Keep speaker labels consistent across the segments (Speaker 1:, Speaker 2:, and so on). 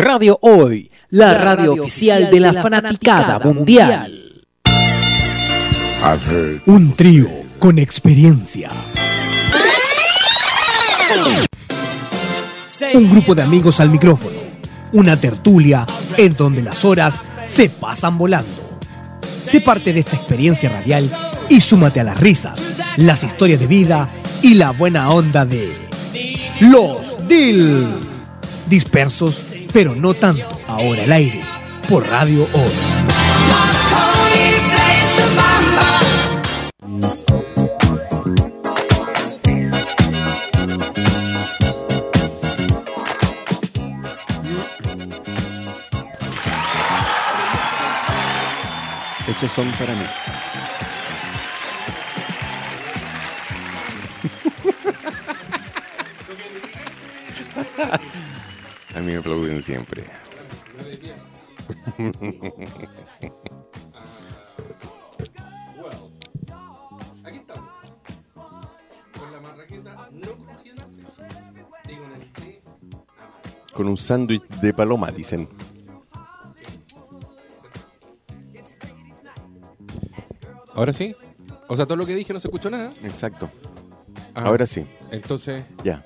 Speaker 1: Radio Hoy, la, radio, oficial, de la, fanaticada, mundial.
Speaker 2: I've heard.
Speaker 1: Un trío con experiencia. Un grupo de amigos al micrófono. Una tertulia en donde las horas se pasan volando. Sé parte de esta experiencia radial y súmate a las risas, las historias de vida y la buena onda de Los Dil. Dispersos, pero no tanto. Ahora al aire, por Radio Hoy.
Speaker 3: Esos son para mí. A mí me aplauden siempre.
Speaker 4: Aquí estamos. Con la marraqueta no crujiente y con el té amargo.
Speaker 3: Con un sándwich de paloma, dicen.
Speaker 4: Ahora sí. O sea, todo lo que dije no se escuchó nada.
Speaker 3: Exacto.
Speaker 4: Ah,
Speaker 3: Ahora sí,
Speaker 4: Entonces.
Speaker 3: ya.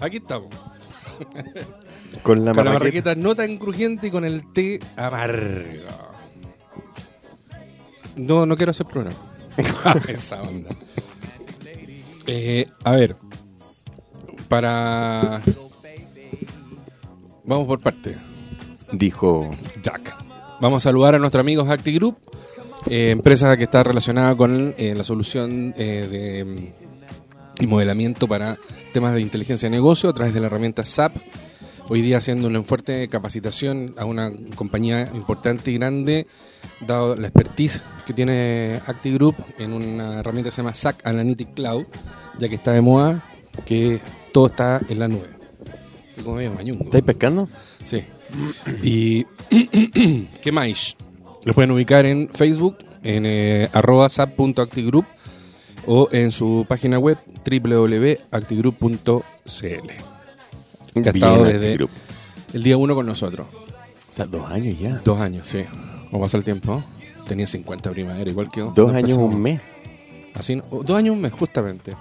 Speaker 4: Aquí estamos.
Speaker 3: Con la
Speaker 4: con la
Speaker 3: marraqueta.
Speaker 4: marraqueta no tan crujiente y con el té amargo. No, no quiero hacer programa. Ah, Esa onda. Eh, a ver. Para. Vamos por parte.
Speaker 3: Dijo.
Speaker 4: Jack. Vamos a saludar a nuestros amigos Acti Group, eh, empresa que está relacionada con eh, la solución eh, de, mm, y modelamiento para temas de inteligencia de negocio a través de la herramienta SAP. Hoy día haciendo una fuerte capacitación a una compañía importante y grande, dado la expertise que tiene Acti Group en una herramienta que se llama SAC Analytic Cloud, ya que está de moda, que todo está en la nube. Estoy como medio mañungo.
Speaker 3: ¿Estáis pescando?
Speaker 4: Sí. Y ¿qué más? Los pueden ubicar en Facebook, en eh, arroba sap.actigroup o en su página web www.actigroup.cl. Que ha estado
Speaker 3: Bien,
Speaker 4: desde-
Speaker 3: Antigroup.
Speaker 4: El día uno con nosotros.
Speaker 3: O sea, dos años ya.
Speaker 4: Dos años, sí. ¿Cómo pasa el tiempo? Tenía 50 primavera, igual que cuando
Speaker 3: Dos años,
Speaker 4: empezamos.
Speaker 3: un mes.
Speaker 4: Así, no- o dos años un mes, justamente.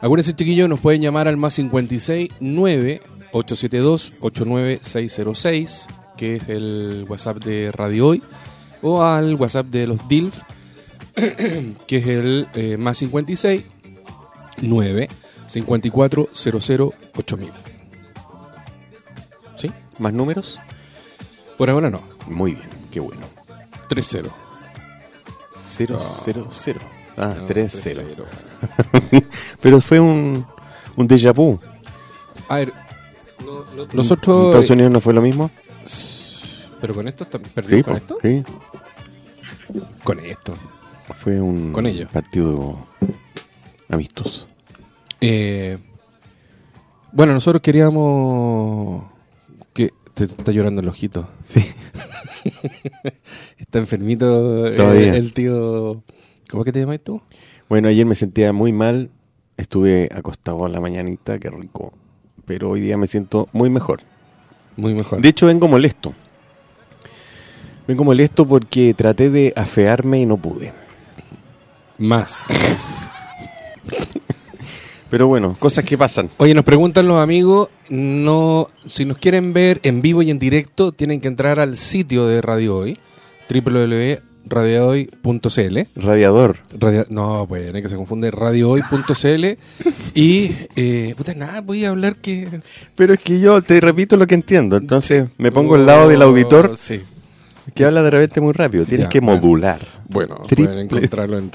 Speaker 4: Acuérdense, chiquillos, nos pueden llamar al más 56 9 872 89606, que es el WhatsApp de Radio Hoy, o al WhatsApp de los DILF, que es el eh, más 56 9 54 00 8000. ¿Sí?
Speaker 3: ¿Más números?
Speaker 4: Por ahora no,
Speaker 3: Muy bien, qué bueno.
Speaker 4: 3-0.
Speaker 3: Cero,
Speaker 4: Ah.
Speaker 3: cero, cero. Ah,
Speaker 4: No,
Speaker 3: tres, cero.
Speaker 4: 3-0.
Speaker 3: Pero fue un, un déjà vu.
Speaker 4: A ver, lo- lo- nosotros. eh,
Speaker 3: ¿En Estados Unidos no fue lo mismo?
Speaker 4: Pero con esto, tam- ¿perdimos
Speaker 3: Sí,
Speaker 4: con
Speaker 3: po,
Speaker 4: esto?
Speaker 3: sí.
Speaker 4: Con esto.
Speaker 3: Fue un
Speaker 4: Con ellos.
Speaker 3: partido amistoso.
Speaker 4: Eh, bueno, nosotros queríamos. que Te está llorando el ojito.
Speaker 3: Sí.
Speaker 4: Está enfermito eh,
Speaker 3: Todavía.
Speaker 4: El, tío. ¿Cómo es que te llamas tú?
Speaker 3: Bueno, ayer me sentía muy mal. Estuve acostado a la mañanita, qué rico. Pero hoy día me siento muy mejor.
Speaker 4: Muy mejor.
Speaker 3: De hecho, vengo molesto. Vengo molesto porque traté de afearme y no pude.
Speaker 4: Más.
Speaker 3: Pero bueno, cosas que pasan.
Speaker 4: Oye, nos preguntan los amigos, no, si nos quieren ver en vivo y en directo, tienen que entrar al sitio de Radio Hoy, www.radiohoy.cl.
Speaker 3: Radiador.
Speaker 4: Radio- no, pues no hay que se confunde radiohoy.cl y eh, puta nada, voy a hablar que
Speaker 3: Pero es que yo te repito lo que entiendo. Entonces me pongo al lado del auditor
Speaker 4: Oh, sí.
Speaker 3: que habla de repente muy rápido. Tienes
Speaker 4: Ya,
Speaker 3: que
Speaker 4: bueno.
Speaker 3: modular.
Speaker 4: Bueno,
Speaker 3: Triple.
Speaker 4: pueden encontrarlo en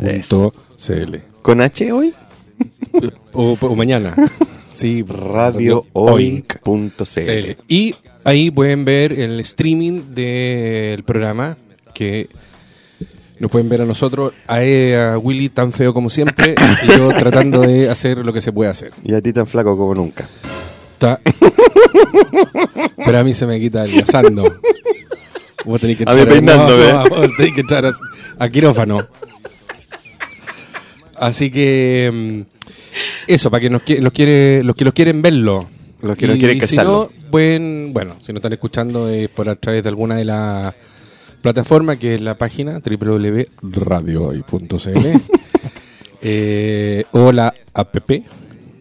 Speaker 4: www.radiohoy.cl
Speaker 3: ¿Con H hoy?
Speaker 4: o, o mañana. Sí, radiohoy.cl.
Speaker 3: Radiohoy.cl.
Speaker 4: Y ahí pueden ver el streaming del programa que nos pueden ver a nosotros, a, E, a Willy tan feo como siempre y yo tratando de hacer lo que se puede hacer.
Speaker 3: Y a ti tan flaco como nunca.
Speaker 4: Ta- Pero a mí se me quita el asando. Vos tenés que
Speaker 3: A mí
Speaker 4: entrar
Speaker 3: peinándome.
Speaker 4: no, no, vos tenés que entrar a, a quirófano. Así que mm, Eso, para que nos, qui- los, quiere, los que los quieren verlo.
Speaker 3: Los que no quieren
Speaker 4: si
Speaker 3: cazarlo.
Speaker 4: no, pueden, bueno, si no están escuchando es por a través de alguna de las plataformas, que es la página www.radiohoy.cl eh, o la app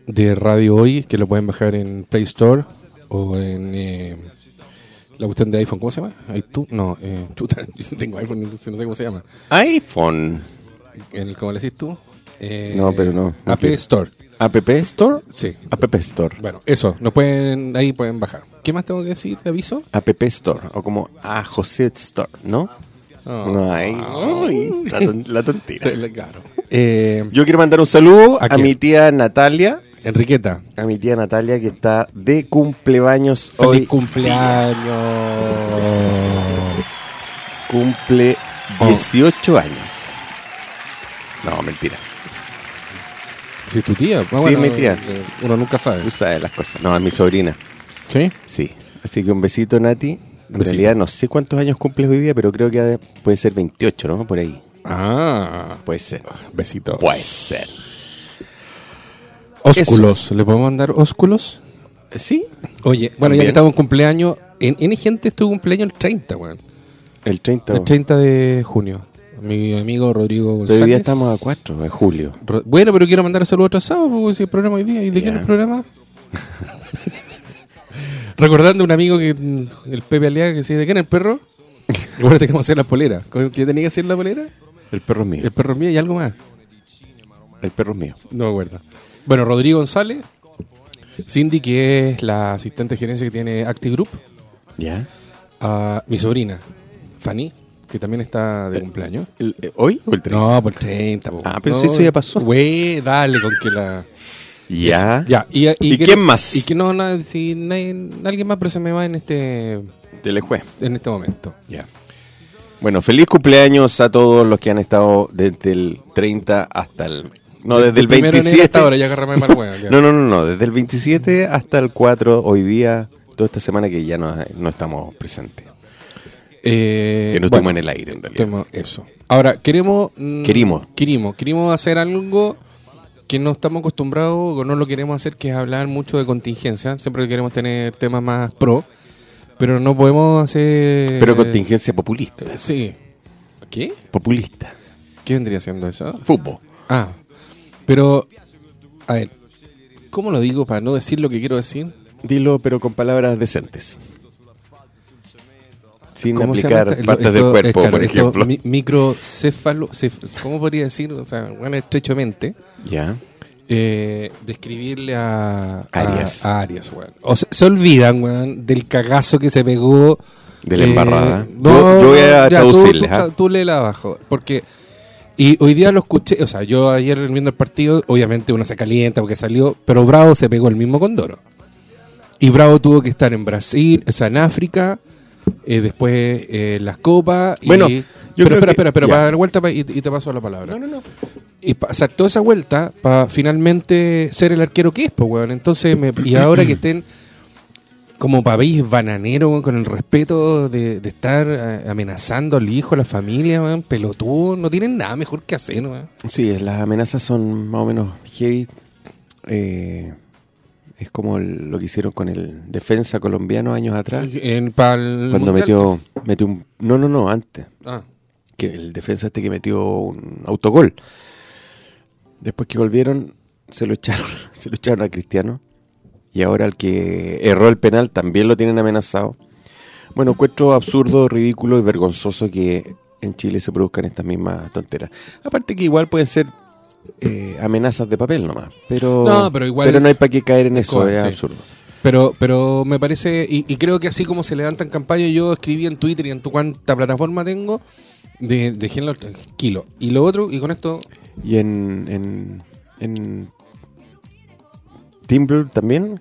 Speaker 4: de Radio Hoy, que lo pueden bajar en Play Store o en eh, la cuestión de iPhone, ¿cómo se llama? iTunes, no, eh, chuta, yo tengo iPhone, entonces no sé cómo se llama.
Speaker 3: iPhone.
Speaker 4: El, ¿Cómo le decís tú? Eh,
Speaker 3: No, pero no, no
Speaker 4: App
Speaker 3: quiero.
Speaker 4: Store,
Speaker 3: ¿App Store?
Speaker 4: sí.
Speaker 3: App Store.
Speaker 4: Bueno, eso, nos pueden, ahí pueden bajar. ¿Qué más tengo que decir? ¿Te aviso?
Speaker 3: App Store. O como a José Store, ¿no?
Speaker 4: Ah.
Speaker 3: No, ay, ay, la, ton- la tontera.
Speaker 4: Claro. Eh,
Speaker 3: Yo quiero mandar un saludo
Speaker 4: ¿A
Speaker 3: a,
Speaker 4: quién?
Speaker 3: mi tía Natalia.
Speaker 4: Enriqueta,
Speaker 3: A mi tía Natalia que está de cumpleaños
Speaker 4: feliz
Speaker 3: hoy.
Speaker 4: cumpleaños.
Speaker 3: Cumple 18 años. No, mentira.
Speaker 4: Si es tu tía.
Speaker 3: Sí, mi tía.
Speaker 4: eh, Uno nunca sabe.
Speaker 3: Tú sabes las cosas. No, es mi sobrina.
Speaker 4: ¿Sí?
Speaker 3: Sí. Así que un besito, Nati. En
Speaker 4: Besito.
Speaker 3: realidad no sé cuántos años cumples hoy día, pero creo que puede ser 28, ¿no? Por ahí.
Speaker 4: Ah,
Speaker 3: Puede ser.
Speaker 4: besito.
Speaker 3: Puede ser.
Speaker 4: Ósculos. ¿Le podemos mandar ósculos?
Speaker 3: Sí.
Speaker 4: Oye, bueno, ya
Speaker 3: También.
Speaker 4: que estamos en cumpleaños. En, en gente estuvo cumpleaños el 30, weón.
Speaker 3: El 30.
Speaker 4: El 30 de junio. Mi amigo Rodrigo González.
Speaker 3: Hoy día estamos a 4 de julio.
Speaker 4: Ro- Bueno, pero quiero mandar saludos atrasados porque si el programa hoy día. ¿Y de
Speaker 3: Ya.
Speaker 4: quién es el programa? Recordando a un amigo que mm, el Pepe Aliaga que decía, ¿de quién es el perro? Acuérdate que vamos a hacer la polera. ¿Con- ¿Qué tenía que hacer la polera?
Speaker 3: El perro es mío.
Speaker 4: El perro es mío y algo más.
Speaker 3: El perro es mío.
Speaker 4: No me acuerdo. Bueno, Rodrigo González. Cindy, que es la asistente de gerencia que tiene Actigroup.
Speaker 3: ¿Ya?
Speaker 4: A mi sobrina, Fanny, que también está de cumpleaños.
Speaker 3: El- eh, ¿Hoy o el 30?
Speaker 4: No, por 30. po.
Speaker 3: Ah, pero
Speaker 4: No,
Speaker 3: si eso ya pasó.
Speaker 4: Güey, dale con que la...
Speaker 3: Ya.
Speaker 4: Eso, ya. ¿Y,
Speaker 3: ¿Y
Speaker 4: que-
Speaker 3: quién más?
Speaker 4: Y que no, na- si nadie- alguien más, pero se me va en este, en
Speaker 3: Telejue.
Speaker 4: este momento.
Speaker 3: Ya. Bueno, feliz cumpleaños a todos los que han estado desde el 30 hasta el. No, desde el
Speaker 4: primero de enero
Speaker 3: 27.
Speaker 4: hasta ahora, ya agarrame mal, weón, ya.
Speaker 3: No, no, no, no. Desde el 27 hasta el 4, hoy día, toda esta semana que ya no, no estamos presentes.
Speaker 4: Eh,
Speaker 3: Que no
Speaker 4: bueno,
Speaker 3: estuvimos en el aire, en realidad.
Speaker 4: estuvimos- eso. Ahora, queremos... mm,
Speaker 3: Querimos.
Speaker 4: Querimos. Querimos hacer algo que no estamos acostumbrados o no lo queremos hacer, que es hablar mucho de contingencia. Siempre queremos tener temas más pro, pero no podemos hacer...
Speaker 3: Pero contingencia populista.
Speaker 4: Eh, Sí. ¿Qué?
Speaker 3: Populista.
Speaker 4: ¿Qué vendría siendo eso?
Speaker 3: Fútbol.
Speaker 4: Ah, pero, a ver, ¿cómo lo digo para no decir lo que quiero decir?
Speaker 3: Dilo, pero con palabras decentes. Sin
Speaker 4: ¿Cómo se
Speaker 3: aplicar
Speaker 4: llama esta-
Speaker 3: partes
Speaker 4: esto-
Speaker 3: del cuerpo,
Speaker 4: es claro,
Speaker 3: por
Speaker 4: esto
Speaker 3: ejemplo.
Speaker 4: mi- microcéfalo, cef- ¿cómo podría decir? O sea, bueno, estrechamente,
Speaker 3: Ya.
Speaker 4: eh, describirle a a-
Speaker 3: Arias.
Speaker 4: a Arias, weón. O se, se olvidan, weón, del cagazo que se pegó.
Speaker 3: De la
Speaker 4: eh,
Speaker 3: embarrada.
Speaker 4: no,
Speaker 3: Yo- yo voy a
Speaker 4: ya, tú-
Speaker 3: traducirles,
Speaker 4: Tú,
Speaker 3: ¿ah?
Speaker 4: tú léela abajo, porque... Y hoy día lo escuché, o sea, yo ayer viendo el partido, obviamente uno se calienta porque salió, pero Bravo se pegó el mismo Condoro. Y Bravo tuvo que estar en Brasil, o sea, en África, eh, después eh, las copas. y-
Speaker 3: Bueno, yo creo
Speaker 4: pero espera,
Speaker 3: que-
Speaker 4: espera, espera,
Speaker 3: ya.
Speaker 4: para dar vuelta pa- y, y te paso la palabra.
Speaker 3: no, no.
Speaker 4: Y pasar toda esa vuelta para finalmente ser el arquero que es, pues, weón. Entonces, me- y ahora que estén como país bananero, weón, con el respeto de, de estar eh, amenazando al hijo, a la familia, weón, pelotudo, no tienen nada mejor que hacer, weón.
Speaker 3: Sí, las amenazas son más o menos heavy. Eh, es como el- lo que hicieron con el defensa colombiano años atrás.
Speaker 4: En- pa'l
Speaker 3: Ah. Cuando
Speaker 4: mundial,
Speaker 3: metió,
Speaker 4: que
Speaker 3: metió un... No, no, no, antes.
Speaker 4: es- ah,
Speaker 3: Que el defensa este que metió un autogol. Después que volvieron, se lo echaron, se lo echaron a Cristiano. Y ahora el que erró el penal también lo tienen amenazado. Bueno, encuentro absurdo, ridículo y vergonzoso que en Chile se produzcan estas mismas tonteras. Aparte que igual pueden ser eh, amenazas de papel nomás. Pero,
Speaker 4: No, pero igual-
Speaker 3: no hay para qué caer en eso,
Speaker 4: cosa,
Speaker 3: es
Speaker 4: sí.
Speaker 3: absurdo.
Speaker 4: Pero, pero me parece, y, y creo que así como se levantan campañas, yo escribí en Twitter y en tu cuánta plataforma tengo, de, déjenlo tranquilo. Y lo otro, y con esto,
Speaker 3: Y en, en, en Timbre también.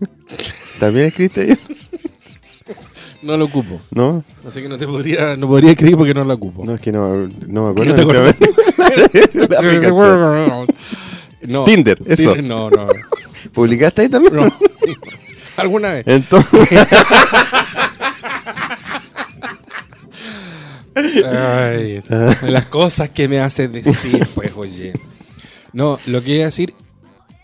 Speaker 3: ¿También escribiste ahí?
Speaker 4: no lo ocupo.
Speaker 3: ¿No?
Speaker 4: Así que no te podría, no podría escribir porque no lo ocupo.
Speaker 3: No, es que no, no me
Speaker 4: No
Speaker 3: acuerdo. este
Speaker 4: te acuerdas.
Speaker 3: La aplicación.
Speaker 4: No.
Speaker 3: Tinder, eso.
Speaker 4: Tinder, no, no.
Speaker 3: ¿Publicaste ahí también?
Speaker 4: no. Alguna vez.
Speaker 3: Entonces,
Speaker 4: Ay, las cosas que me haces decir, pues, oye. No, lo que iba a decir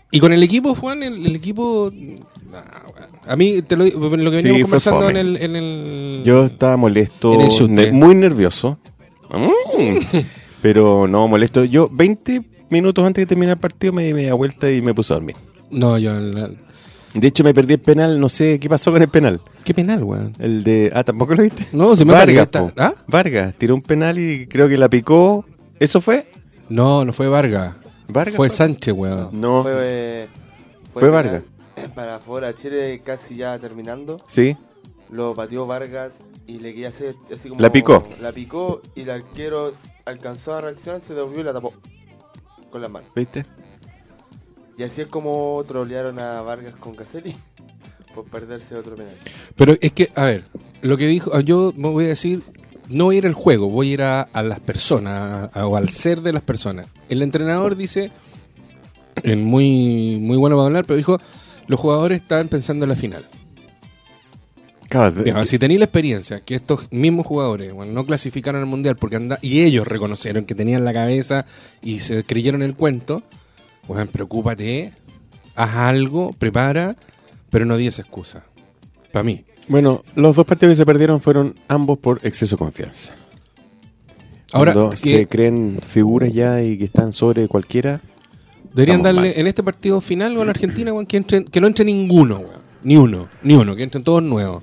Speaker 4: Y con el equipo, Juan, el, el equipo. nah, weón. a mí, te lo, digo, lo que
Speaker 3: Sí,
Speaker 4: veníamos
Speaker 3: fue
Speaker 4: conversando
Speaker 3: fome.
Speaker 4: en el, en el-
Speaker 3: Yo estaba molesto,
Speaker 4: En el chute.
Speaker 3: ne- muy nervioso. Mm. Pero no, molesto. Yo 20 minutos antes de terminar el partido me di media vuelta y me puse a dormir.
Speaker 4: No, yo. en la-
Speaker 3: De hecho, me perdí el penal, no sé qué pasó con el penal.
Speaker 4: Qué penal, weón.
Speaker 3: El de. Ah, ¿tampoco lo viste?
Speaker 4: No, se me
Speaker 3: Vargas,
Speaker 4: perdió
Speaker 3: po.
Speaker 4: esta- ¿Ah?
Speaker 3: Vargas tiró un penal y creo que la picó. ¿Eso fue?
Speaker 4: No, no fue Vargas.
Speaker 3: Vargas
Speaker 4: Fue
Speaker 3: fue.
Speaker 4: Sánchez, weón.
Speaker 3: No.
Speaker 5: Fue,
Speaker 3: Fue
Speaker 5: para- Para fuera Chile casi ya terminando.
Speaker 3: Sí.
Speaker 5: Lo pateó Vargas y le quería hacer así como.
Speaker 3: La picó.
Speaker 5: La picó y el arquero s- alcanzó a reaccionar, se devolvió y la tapó. Con las manos.
Speaker 3: ¿Viste?
Speaker 5: Y así es como trolearon a Vargas con Caselli. Por perderse otro penal.
Speaker 4: Pero es que, a ver, lo que dijo. Yo me voy a decir. No voy a ir al juego, voy a ir a, a las personas a- o al ser de las personas. El entrenador dice. En muy, muy bueno para hablar, pero dijo: Los jugadores estaban pensando en la final.
Speaker 3: Claro,
Speaker 4: Ya,
Speaker 3: que-
Speaker 4: si tenéis la experiencia que estos mismos jugadores bueno, no clasificaron al mundial porque anda y ellos reconocieron que tenían la cabeza y se creyeron el cuento, bueno, preocúpate, haz algo, prepara, pero no digas excusa. Para mí.
Speaker 3: Bueno, los dos partidos que se perdieron fueron ambos por exceso de confianza.
Speaker 4: Ahora
Speaker 3: Cuando
Speaker 4: que
Speaker 3: se creen figuras ya y que están sobre cualquiera.
Speaker 4: deberían
Speaker 3: estamos
Speaker 4: darle
Speaker 3: mal.
Speaker 4: en este partido final con Argentina bueno, que, entren- que no entre ninguno, bueno, ni uno, ni uno, que entren todos nuevos,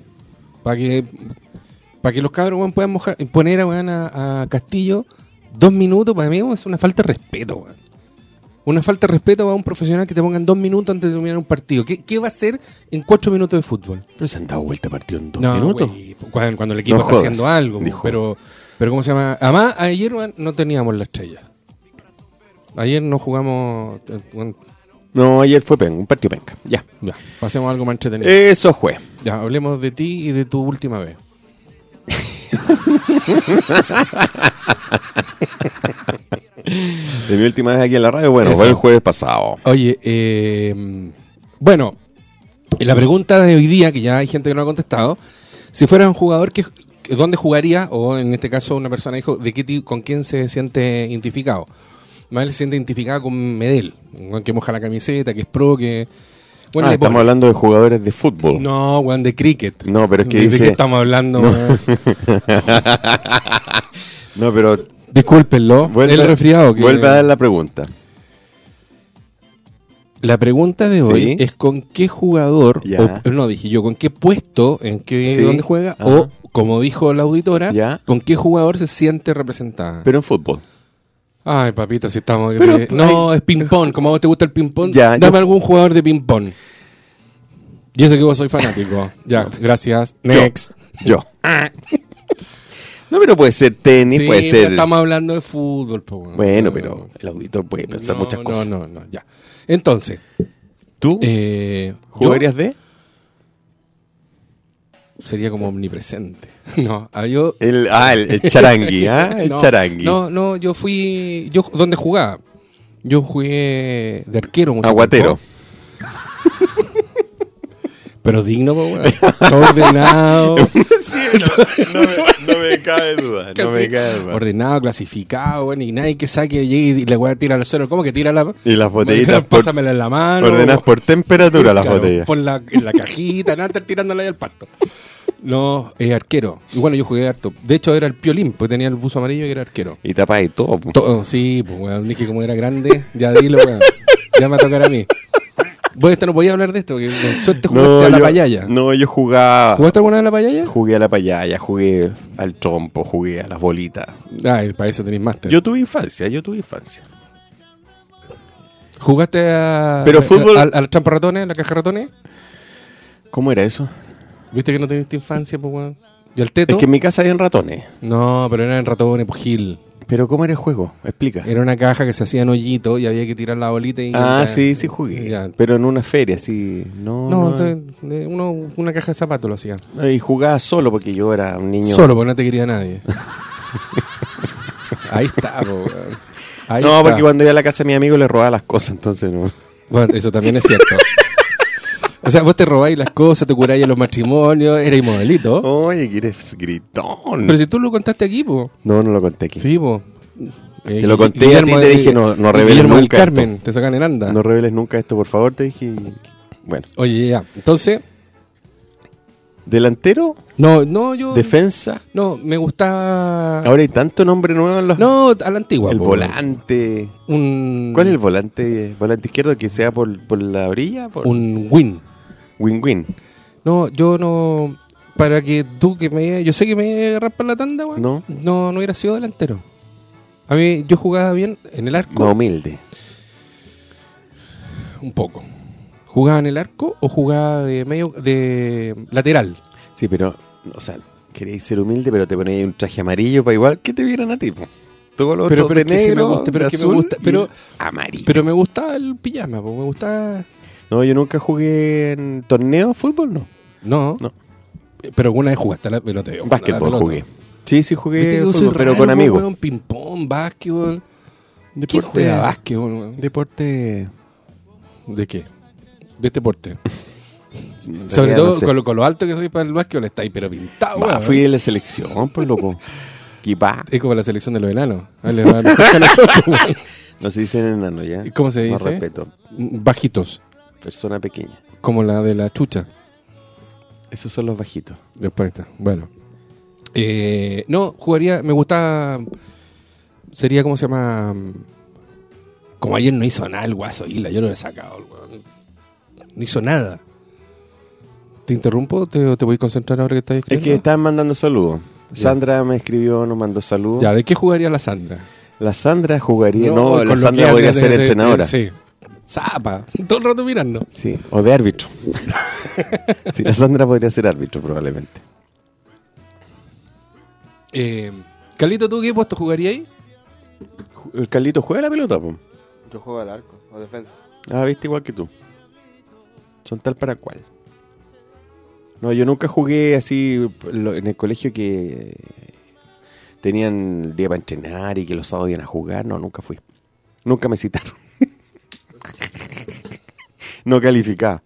Speaker 4: para que para que los cabros bueno, puedan mojar- poner bueno, a, a Castillo dos minutos. Para mí bueno, es una falta de respeto. bueno. Una falta de respeto a un profesional que te pongan dos minutos antes de terminar un partido. ¿Qué, qué va a hacer en cuatro minutos de fútbol?
Speaker 3: Pero se han dado vuelta partido en dos
Speaker 4: No,
Speaker 3: minutos.
Speaker 4: güey, cu- cuando, el equipo
Speaker 3: No
Speaker 4: está
Speaker 3: jodas,
Speaker 4: haciendo algo.
Speaker 3: dijo.
Speaker 4: Pero, pero ¿cómo se llama? Además, ayer weón, no teníamos la estrella. Ayer no jugamos. eh, bueno,
Speaker 3: No, ayer fue penca, un partido penca. Ya.
Speaker 4: ya, pasemos a algo más entretenido.
Speaker 3: Eso fue.
Speaker 4: Ya, hablemos de ti y de tu última vez.
Speaker 3: De mi última vez aquí en la radio, bueno,
Speaker 4: Eso.
Speaker 3: fue el jueves pasado.
Speaker 4: Oye, eh, bueno, y la pregunta de hoy día, que ya hay gente que no ha contestado, si fueras un jugador, que, que- ¿dónde jugarías? O en este caso una persona dijo, ¿de qué ti- ¿con quién se siente identificado? Más se siente identificado con Medel, con que moja la camiseta, que es pro, que... Bueno,
Speaker 3: Ah,
Speaker 4: le
Speaker 3: estamos
Speaker 4: pone-
Speaker 3: hablando de jugadores de fútbol.
Speaker 4: No, weón, de cricket.
Speaker 3: No, pero es que
Speaker 4: ¿De, de
Speaker 3: dice-
Speaker 4: qué estamos hablando? weón?
Speaker 3: No, pero
Speaker 4: Discúlpenlo,
Speaker 3: vuelve,
Speaker 4: el resfriado. Que...
Speaker 3: vuelve a dar la pregunta.
Speaker 4: La pregunta de hoy
Speaker 3: Sí.
Speaker 4: es con qué jugador,
Speaker 3: Ya.
Speaker 4: o- no dije yo, con qué puesto, en qué,
Speaker 3: Sí.
Speaker 4: dónde juega,
Speaker 3: Ajá.
Speaker 4: o como dijo la auditora,
Speaker 3: Ya.
Speaker 4: con qué jugador se siente representada.
Speaker 3: Pero en fútbol.
Speaker 4: Ay, papito, si estamos...
Speaker 3: Pero,
Speaker 4: eh, no, es ping-pong, como a vos te gusta el ping-pong,
Speaker 3: Ya,
Speaker 4: dame
Speaker 3: yo-
Speaker 4: algún jugador de ping-pong. Yo sé que vos soy fanático. ya, gracias. Next.
Speaker 3: Yo. no, pero puede ser tenis,
Speaker 4: Sí,
Speaker 3: puede
Speaker 4: pero
Speaker 3: ser.
Speaker 4: estamos hablando de fútbol. po, weón.
Speaker 3: Bueno, pero el auditor puede pensar
Speaker 4: No,
Speaker 3: muchas cosas.
Speaker 4: No, no, no, ya. Entonces,
Speaker 3: ¿Tú
Speaker 4: eh, yo-
Speaker 3: jugarías de?
Speaker 4: sería como omnipresente. No, ah, yo
Speaker 3: El, ah, el, el charangui, ¿ah? El
Speaker 4: no,
Speaker 3: charangui.
Speaker 4: No, no, yo fui. Yo, ¿Dónde jugaba? Yo jugué de arquero. mucho
Speaker 3: Aguatero.
Speaker 4: tiempo. Pero digno, po, weón. Todo ordenado.
Speaker 3: no, me, cabe duda, no me
Speaker 4: casi
Speaker 3: cabe duda.
Speaker 4: ordenado, clasificado, weón. Y nadie que saque llegue y le voy a tirar al suelo. ¿Cómo que tira la.?
Speaker 3: Y las botellitas
Speaker 4: Bueno,
Speaker 3: por-
Speaker 4: Pásamela en la mano.
Speaker 3: Ordenas por temperatura las
Speaker 4: Claro,
Speaker 3: botellas.
Speaker 4: Por la, en la cajita, nada, estar tirándola ahí al parto. No, eh, arquero. Y bueno, yo jugué harto. De hecho, era el piolín, porque tenía el buzo amarillo y era arquero.
Speaker 3: Y tapas y todo. po.
Speaker 4: Todo, sí, pues, weón. Dije, como era grande, ya dilo, weón. Ya me va a tocar a mí. Vos esta no podía hablar de esto, porque con suerte jugaste a la
Speaker 3: yo,
Speaker 4: payaya.
Speaker 3: No, yo jugaba.
Speaker 4: ¿Jugaste alguna vez a la payaya?
Speaker 3: Jugué a la payaya, jugué al trompo, jugué a las bolitas.
Speaker 4: Ay, Ah, para eso tenéis máster.
Speaker 3: Yo tuve infancia, yo tuve infancia.
Speaker 4: ¿Jugaste a,
Speaker 3: Pero
Speaker 4: a-
Speaker 3: fútbol-
Speaker 4: al, al trampa ratones, a la caja de ratones?
Speaker 3: ¿Cómo era eso?
Speaker 4: ¿Viste que no teniste infancia, pues, weón? ¿Y al teto?
Speaker 3: Es que en mi casa habían ratones.
Speaker 4: No, pero eran ratones, pues, Gil.
Speaker 3: Pero ¿cómo era el juego? Explica.
Speaker 4: Era una caja que se hacía en hoyito y había que tirar la bolita y...
Speaker 3: Ah,
Speaker 4: ya-
Speaker 3: sí, sí jugué.
Speaker 4: ya.
Speaker 3: Pero en una feria, sí. No,
Speaker 4: No,
Speaker 3: no,
Speaker 4: o sea, de uno, una caja de zapatos lo hacía.
Speaker 3: no, Y jugaba solo porque yo era un niño.
Speaker 4: Solo, porque no te quería nadie. Ahí está, po, weón. Ahí
Speaker 3: no,
Speaker 4: está.
Speaker 3: porque cuando iba a la casa de mi amigo le robaba las cosas, entonces no.
Speaker 4: Bueno, eso también es cierto. O sea, vos te robáis las cosas, te curáis en los matrimonios, eres modelito.
Speaker 3: Oh, Oye, que eres gritón.
Speaker 4: Pero si tú lo contaste aquí, po.
Speaker 3: No, no lo conté aquí.
Speaker 4: Sí, po. Eh,
Speaker 3: Te lo conté a ti, te dije, no- no reveles
Speaker 4: Guillermo del
Speaker 3: nunca
Speaker 4: Carmen, te sacan en anda.
Speaker 3: No reveles nunca esto, por favor, te dije. y- Bueno,
Speaker 4: Oye, ya. Entonces,
Speaker 3: delantero,
Speaker 4: no, no, yo.
Speaker 3: defensa.
Speaker 4: No, me gusta.
Speaker 3: Ahora hay tanto nombre nuevo en los.
Speaker 4: No, a la antigua.
Speaker 3: el
Speaker 4: po.
Speaker 3: volante.
Speaker 4: Un,
Speaker 3: ¿Cuál es el volante? ¿Volante izquierdo que sea por, por la orilla? Por...
Speaker 4: Un win.
Speaker 3: Win-win.
Speaker 4: No, yo no. Para que tú que me. Yo sé que me iba a agarrar para la tanda, weón.
Speaker 3: No.
Speaker 4: No, no hubiera sido delantero. A mí, yo jugaba bien en el arco.
Speaker 3: Más humilde.
Speaker 4: Un poco. ¿Jugaba en el arco o jugaba de medio. de lateral?
Speaker 3: Sí, pero, o sea, queréis ser humilde, pero te ponéis un traje amarillo para igual que te vieran a ti. po. Tú con los
Speaker 4: Pero-
Speaker 3: otros
Speaker 4: pero
Speaker 3: de
Speaker 4: es que sí me
Speaker 3: negro,
Speaker 4: gusta, pero
Speaker 3: de
Speaker 4: es que me
Speaker 3: azul
Speaker 4: gusta,
Speaker 3: y
Speaker 4: pero-
Speaker 3: amarillo.
Speaker 4: Pero me gustaba el pijama, po, me gustaba.
Speaker 3: No, yo nunca jugué en torneo de fútbol, no.
Speaker 4: No.
Speaker 3: No.
Speaker 4: Pero alguna vez jugaste a la pelota. yo, a
Speaker 3: Básquetbol
Speaker 4: la pelota.
Speaker 3: jugué. Sí, sí
Speaker 4: Viste
Speaker 3: jugué
Speaker 4: que yo soy
Speaker 3: fútbol, pero
Speaker 4: raro,
Speaker 3: con
Speaker 4: po,
Speaker 3: amigos.
Speaker 4: weón, ping-pong, básquetbol. ¿Quién
Speaker 3: Deporte,
Speaker 4: juega básquetbol? weón?
Speaker 3: deporte...
Speaker 4: ¿De qué? De este porte.
Speaker 3: en
Speaker 4: Sobre
Speaker 3: realidad
Speaker 4: todo
Speaker 3: no sé.
Speaker 4: con, lo, con lo alto que soy para el básquetbol, está ahí, pero pintado.
Speaker 3: Bah,
Speaker 4: weón.
Speaker 3: fui de la selección, pues, loco. Quipá.
Speaker 4: Es como la selección de los enanos. Ahí les va mejor que a nosotros, weón.
Speaker 3: No se dice enano ya.
Speaker 4: ¿Y cómo se
Speaker 3: Más
Speaker 4: dice?
Speaker 3: respeto.
Speaker 4: Bajitos,
Speaker 3: Persona pequeña.
Speaker 4: como la de la chucha.
Speaker 3: Esos son los bajitos.
Speaker 4: Después está. Bueno. Eh, no, jugaría, me gusta. Sería como se llama. Como ayer no hizo nada el guaso Isla, yo lo he sacado, el weón. No hizo nada. ¿Te interrumpo? ¿Te, o te voy a concentrar ahora que estás
Speaker 3: Es
Speaker 4: escribiendo?
Speaker 3: que están mandando saludos. Sandra me escribió, nos mandó saludos.
Speaker 4: Ya, ¿de qué jugaría la Sandra?
Speaker 3: La Sandra jugaría, no, la
Speaker 4: con los
Speaker 3: Sandra
Speaker 4: pies
Speaker 3: podría
Speaker 4: de-
Speaker 3: ser
Speaker 4: de- de-
Speaker 3: entrenadora. sí.
Speaker 4: Sí. Zapa, todo el rato mirando.
Speaker 3: o de árbitro. sí, la Sandra podría ser árbitro probablemente.
Speaker 4: Eh, Carlito, ¿tú qué puesto jugaría ahí?
Speaker 3: ¿El Carlito juega la pelota? po?
Speaker 5: Yo juego al arco, o defensa.
Speaker 3: Ah, viste igual que tú. Son tal para cual. No, yo nunca jugué así lo- en el colegio que tenían el día para entrenar y que los sábados iban a jugar. No, nunca fui. Nunca me citaron. no calificaba.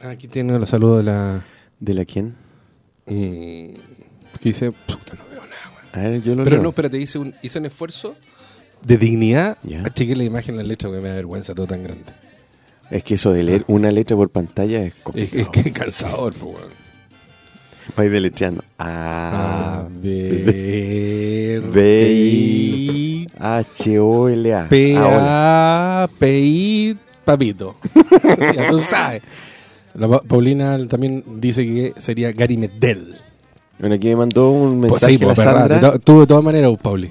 Speaker 4: Ah, Aquí tiene los saludos de la.
Speaker 3: ¿De la quién?
Speaker 4: Mm, que dice, puta, no veo nada, weón.
Speaker 3: A ver, yo lo
Speaker 4: Pero
Speaker 3: leo.
Speaker 4: no, espérate, hice un, hice un esfuerzo de dignidad.
Speaker 3: Ya.
Speaker 4: Chequé la imagen en la letra porque me da vergüenza todo tan grande.
Speaker 3: Es que eso de leer una letra por pantalla es
Speaker 4: Ah. Es,
Speaker 3: complicado.
Speaker 4: es que es cansador, po, weón.
Speaker 3: Vais deletreando. Ah.
Speaker 4: A Ah.
Speaker 3: A,
Speaker 4: ver.
Speaker 3: B, I, H, O, L, A.
Speaker 4: P,
Speaker 3: Ah, hola.
Speaker 4: Ah. A, P, I, papito. ya tú sabes. La Pa- Paulina también dice que sería Gary Medel.
Speaker 3: Bueno, aquí me mandó un
Speaker 4: Pues
Speaker 3: mensaje
Speaker 4: sí, pues,
Speaker 3: la
Speaker 4: perra,
Speaker 3: Sandra.
Speaker 4: de to- Tú de todas maneras, Pauli.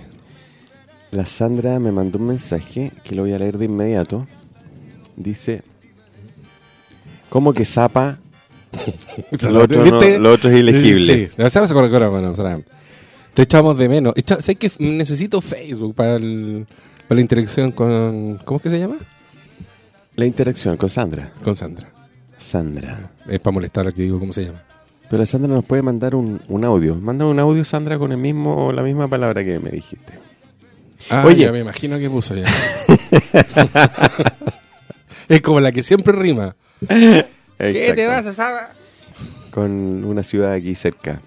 Speaker 3: La Sandra me mandó un mensaje que lo voy a leer de inmediato. Dice: ¿Cómo que zapa? Lo otro no-
Speaker 4: ¿Viste?
Speaker 3: lo otro es ilegible.
Speaker 4: Sí, la sabes con la mano, o sea, Te echamos de menos. Echa- sé que f- necesito Facebook para, el- para la interacción con. ¿Cómo es que se llama?
Speaker 3: La interacción con Sandra.
Speaker 4: Con Sandra.
Speaker 3: Sandra.
Speaker 4: Es para molestar a que digo cómo se llama.
Speaker 3: Pero la Sandra nos puede mandar un, un audio. Manda un audio, Sandra, con el mismo, la misma palabra que me dijiste.
Speaker 4: Ah,
Speaker 3: Oye.
Speaker 4: ya me imagino que puso ya. es como la que siempre rima. ¿Qué te
Speaker 3: Exacto.
Speaker 4: vas a Saba?
Speaker 3: Con una ciudad aquí cerca.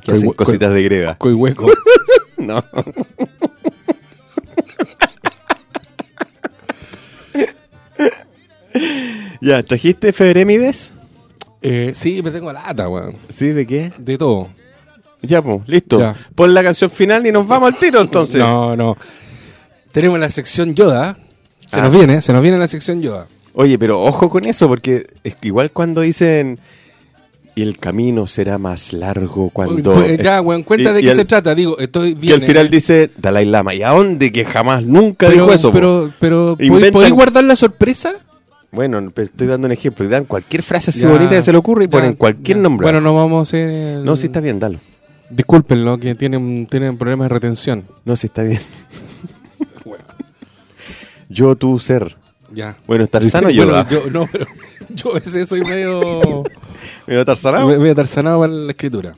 Speaker 3: Que
Speaker 4: Con
Speaker 3: hacen
Speaker 4: hue-
Speaker 3: cositas de greda.
Speaker 4: Coy hueco.
Speaker 3: No. ya, ¿trajiste Febrémides?
Speaker 4: Eh, sí, me tengo lata, weón.
Speaker 3: ¿Sí? ¿De qué?
Speaker 4: De todo.
Speaker 3: Ya, pues, listo.
Speaker 4: Ya.
Speaker 3: Pon la canción final y nos vamos al tiro entonces.
Speaker 4: No, no. Tenemos la sección Yoda. Se
Speaker 3: Ah.
Speaker 4: nos viene, se nos viene la sección Yoda.
Speaker 3: Oye, pero ojo con eso, porque es que igual cuando dicen el camino será más largo cuando.
Speaker 4: Pues, ya, weón, cuenta
Speaker 3: y-
Speaker 4: de
Speaker 3: y
Speaker 4: qué
Speaker 3: al-
Speaker 4: se trata. Digo, estoy
Speaker 3: Que
Speaker 4: bien. eh.
Speaker 3: al final dice Dalai Lama. ¿Y a dónde? Que jamás nunca
Speaker 4: pero,
Speaker 3: dijo eso. po.
Speaker 4: Pero, pero, ¿podéis-
Speaker 3: Inventan-
Speaker 4: ¿podéis guardar la sorpresa?
Speaker 3: Bueno, pero estoy dando un ejemplo. Y dan cualquier frase así
Speaker 4: Ya,
Speaker 3: bonita que se le ocurre y
Speaker 4: ya,
Speaker 3: ponen cualquier
Speaker 4: ya.
Speaker 3: nombre.
Speaker 4: Bueno, no vamos a hacer. el-
Speaker 3: no, si está bien, dalo.
Speaker 4: Discúlpenlo, que tienen, tienen problemas de retención.
Speaker 3: No, si está bien. Yo, tú, ser.
Speaker 4: Ya.
Speaker 3: Bueno, Tarzano
Speaker 4: Bueno,
Speaker 3: Yoda.
Speaker 4: yo, no, pero yo a veces soy medio.
Speaker 3: ¿Me va Tarzanao?
Speaker 4: me- medio tarzanado para la escritura.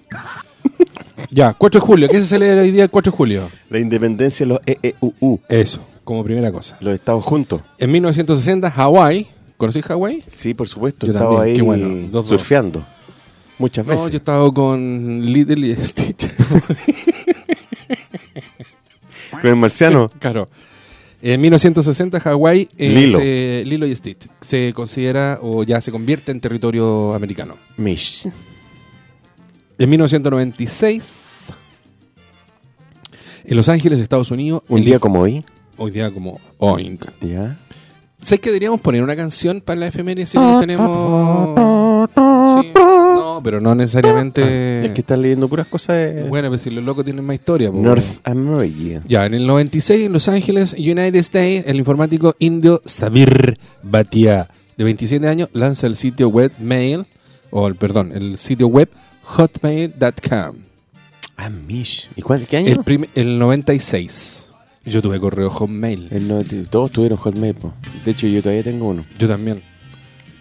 Speaker 4: Ya, 4 de julio. ¿Qué se celebra hoy día el 4 de julio?
Speaker 3: La independencia de los E EEUU.
Speaker 4: Eso, como primera cosa.
Speaker 3: Los estados juntos.
Speaker 4: En 1960, Hawái. ¿Conocí Hawái?
Speaker 3: Sí, por supuesto.
Speaker 4: Yo
Speaker 3: estaba
Speaker 4: también,
Speaker 3: ahí
Speaker 4: qué bueno, dos, dos.
Speaker 3: surfeando. Muchas
Speaker 4: No,
Speaker 3: veces.
Speaker 4: yo he estado con Little y Stitch.
Speaker 3: Con el marciano.
Speaker 4: Claro. En 1960, Hawái, eh,
Speaker 3: Lilo.
Speaker 4: se- Lilo y Stitch, se considera o ya se convierte en territorio americano.
Speaker 3: Mish.
Speaker 4: En 1996, en Los Ángeles, Estados Unidos.
Speaker 3: Un
Speaker 4: el-
Speaker 3: día como hoy.
Speaker 4: Hoy día como Oink.
Speaker 3: Ya.
Speaker 4: ¿Sabes que deberíamos poner una canción para la efeméride si no tenemos... Sí. No, pero no necesariamente...
Speaker 3: Ah, Es que estás leyendo puras cosas de
Speaker 4: Bueno, pero si los locos tienen más historia. po.
Speaker 3: North America.
Speaker 4: Ya, en el 96 en Los Ángeles, United States, el informático indio Sabir Bhatia, de 27 años, lanza el sitio web mail, o el, perdón, el sitio web hotmail.com.
Speaker 3: Ah, Mish. ¿Y cuál? ¿Qué
Speaker 4: El,
Speaker 3: año?
Speaker 4: prim- el 96. Yo tuve correo hotmail.
Speaker 3: El 90 todos tuvieron Hotmail. po. De hecho, yo todavía tengo uno.
Speaker 4: Yo también.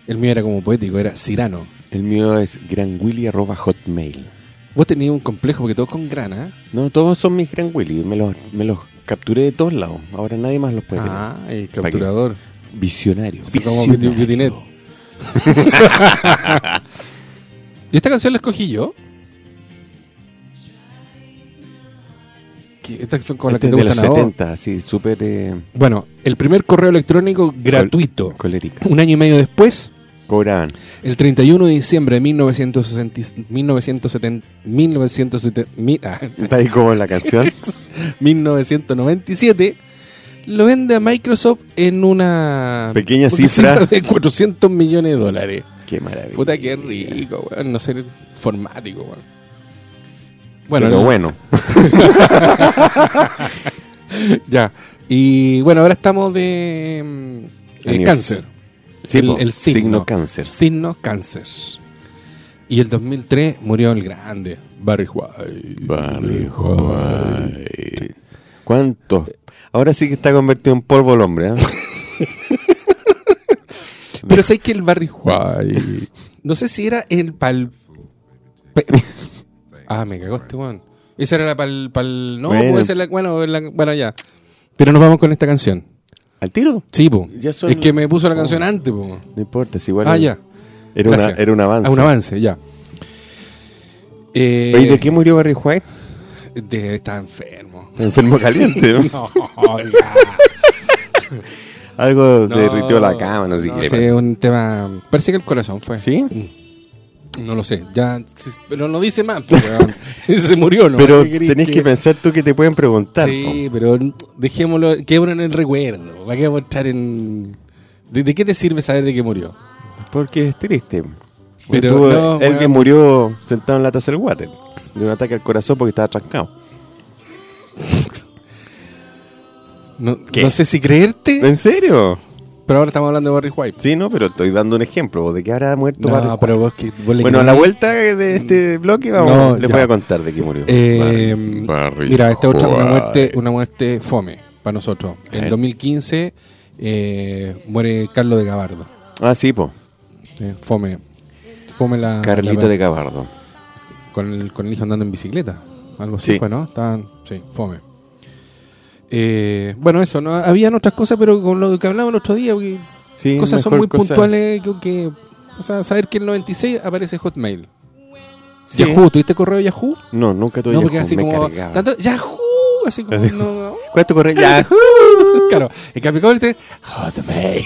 Speaker 4: El mío era como poético, era Cirano.
Speaker 3: El mío es granwilly.hotmail.
Speaker 4: Vos tenías un complejo porque todo con grana. ¿eh?
Speaker 3: No, todos son mis Gran Willy. Me los, me los capturé de todos lados. Ahora nadie más los puede
Speaker 4: Ah, el capturador.
Speaker 3: tener. Visionario.
Speaker 4: Así como Beauty- Beauty Net. ¿Y esta canción la escogí yo? Que- Estas son con las
Speaker 3: Este
Speaker 4: que
Speaker 3: es
Speaker 4: te
Speaker 3: de los
Speaker 4: gustan a
Speaker 3: 70,
Speaker 4: vos.
Speaker 3: sí, súper eh,
Speaker 4: Bueno, el primer correo electrónico gratuito.
Speaker 3: colérica.
Speaker 4: Un año y medio después,
Speaker 3: Cobraban.
Speaker 4: el 31 de diciembre de 1960, 1970, 1970, mi- ah, sí,
Speaker 3: Está ahí como la canción.
Speaker 4: 1997, lo vende a Microsoft en una
Speaker 3: Pequeña
Speaker 4: una
Speaker 3: cifra.
Speaker 4: de 400 millones de dólares.
Speaker 3: Qué maravilla.
Speaker 4: Puta, qué rico, weón. No ser informático, weón.
Speaker 3: Bueno,
Speaker 4: Bueno, el-
Speaker 3: bueno.
Speaker 4: ya. Y bueno, ahora estamos de mm, eh,
Speaker 3: Anivers-
Speaker 4: cáncer.
Speaker 3: Sí,
Speaker 4: el,
Speaker 3: po,
Speaker 4: el signo.
Speaker 3: cáncer.
Speaker 4: Signo cáncer. Y el 2003 murió el grande Barry White.
Speaker 3: Barry White. ¿Cuántos? Ahora sí que está convertido en polvo el hombre. ¿eh?
Speaker 4: Pero sé que el Barry White. No sé si era el pal. pe- Ah, me cagó este weón. Esa era la pal. pal... No,
Speaker 3: Bueno.
Speaker 4: puede ser la. Bueno, la- bueno, ya. Pero nos vamos con esta canción.
Speaker 3: ¿Al tiro?
Speaker 4: Sí, po.
Speaker 3: Ya son-
Speaker 4: Es que me puso la canción antes, po.
Speaker 3: No importa, es igual.
Speaker 4: ah,
Speaker 3: era-
Speaker 4: ya.
Speaker 3: Era, una,
Speaker 4: Gracias.
Speaker 3: era un avance.
Speaker 4: Ah, un avance, ya. Eh,
Speaker 3: Oye, ¿de qué murió Barry White?
Speaker 4: de- está enfermo.
Speaker 3: Enfermo caliente. ¿no?
Speaker 4: No,
Speaker 3: Algo derritió la cama, no sé qué.
Speaker 4: Sí, un tema. Parece que el corazón fue.
Speaker 3: ¿Sí?
Speaker 4: No lo sé. Ya, sí, pero no dice más, pues, weón. Se murió, ¿no?
Speaker 3: Pero
Speaker 4: ¿Qué querés
Speaker 3: tenés que pensar tú que te pueden preguntar.
Speaker 4: Sí, pero dejémoslo. Quedémonos en el recuerdo. Va a mostrar en. ¿De, de qué te sirve saber de qué murió?
Speaker 3: po, Porque es triste.
Speaker 4: Pero
Speaker 3: Tuvo-
Speaker 4: no,
Speaker 3: él que
Speaker 4: weón.
Speaker 3: murió sentado en la taza del water. De un ataque al corazón porque estaba trancado.
Speaker 4: No,
Speaker 3: ¿Qué?
Speaker 4: no sé si creerte,
Speaker 3: ¿En serio?
Speaker 4: pero ahora estamos hablando de Barry White.
Speaker 3: Sí, no, pero estoy dando un ejemplo. ¿De qué habrá muerto
Speaker 4: No,
Speaker 3: Barry White?
Speaker 4: pero vos que- vos le
Speaker 3: Bueno, a la
Speaker 4: creí.
Speaker 3: vuelta de este bloque vamos,
Speaker 4: Mm. No,
Speaker 3: les
Speaker 4: ya.
Speaker 3: voy a contar de qué murió.
Speaker 4: Eh,
Speaker 3: Barry- Barry
Speaker 4: mira, esta otra una
Speaker 3: White.
Speaker 4: muerte, una muerte fome para nosotros. En 2015 eh, muere Carlos de Gabardo.
Speaker 3: Ah, sí, po.
Speaker 4: Eh, fome. Fome la.
Speaker 3: Carlito
Speaker 4: la-
Speaker 3: de Gabardo.
Speaker 4: con, el, con el hijo andando en bicicleta. Algo así
Speaker 3: Sí.
Speaker 4: fue, ¿no? Estaban. Sí, fome. Eh, bueno, eso, ¿no? Habían otras cosas, pero con lo que hablamos el otro día, porque
Speaker 3: Sí,
Speaker 4: cosas son
Speaker 3: mejor
Speaker 4: muy
Speaker 3: cosa.
Speaker 4: puntuales que, que- O sea, saber que en el 96 aparece Hotmail.
Speaker 3: Sí.
Speaker 4: Yahoo, ¿tuviste correo de Yahoo?
Speaker 3: No, nunca tuve
Speaker 4: No,
Speaker 3: Yahoo,
Speaker 4: porque así
Speaker 3: me
Speaker 4: como.
Speaker 3: cargaba.
Speaker 4: Tanto, ¡Yahoo! Así como.
Speaker 3: Así
Speaker 4: no,
Speaker 3: como-
Speaker 4: no. uh,
Speaker 3: ¿Cuál es tu correo? Yahoo.
Speaker 4: Claro, el Capricornio te. Hotmail.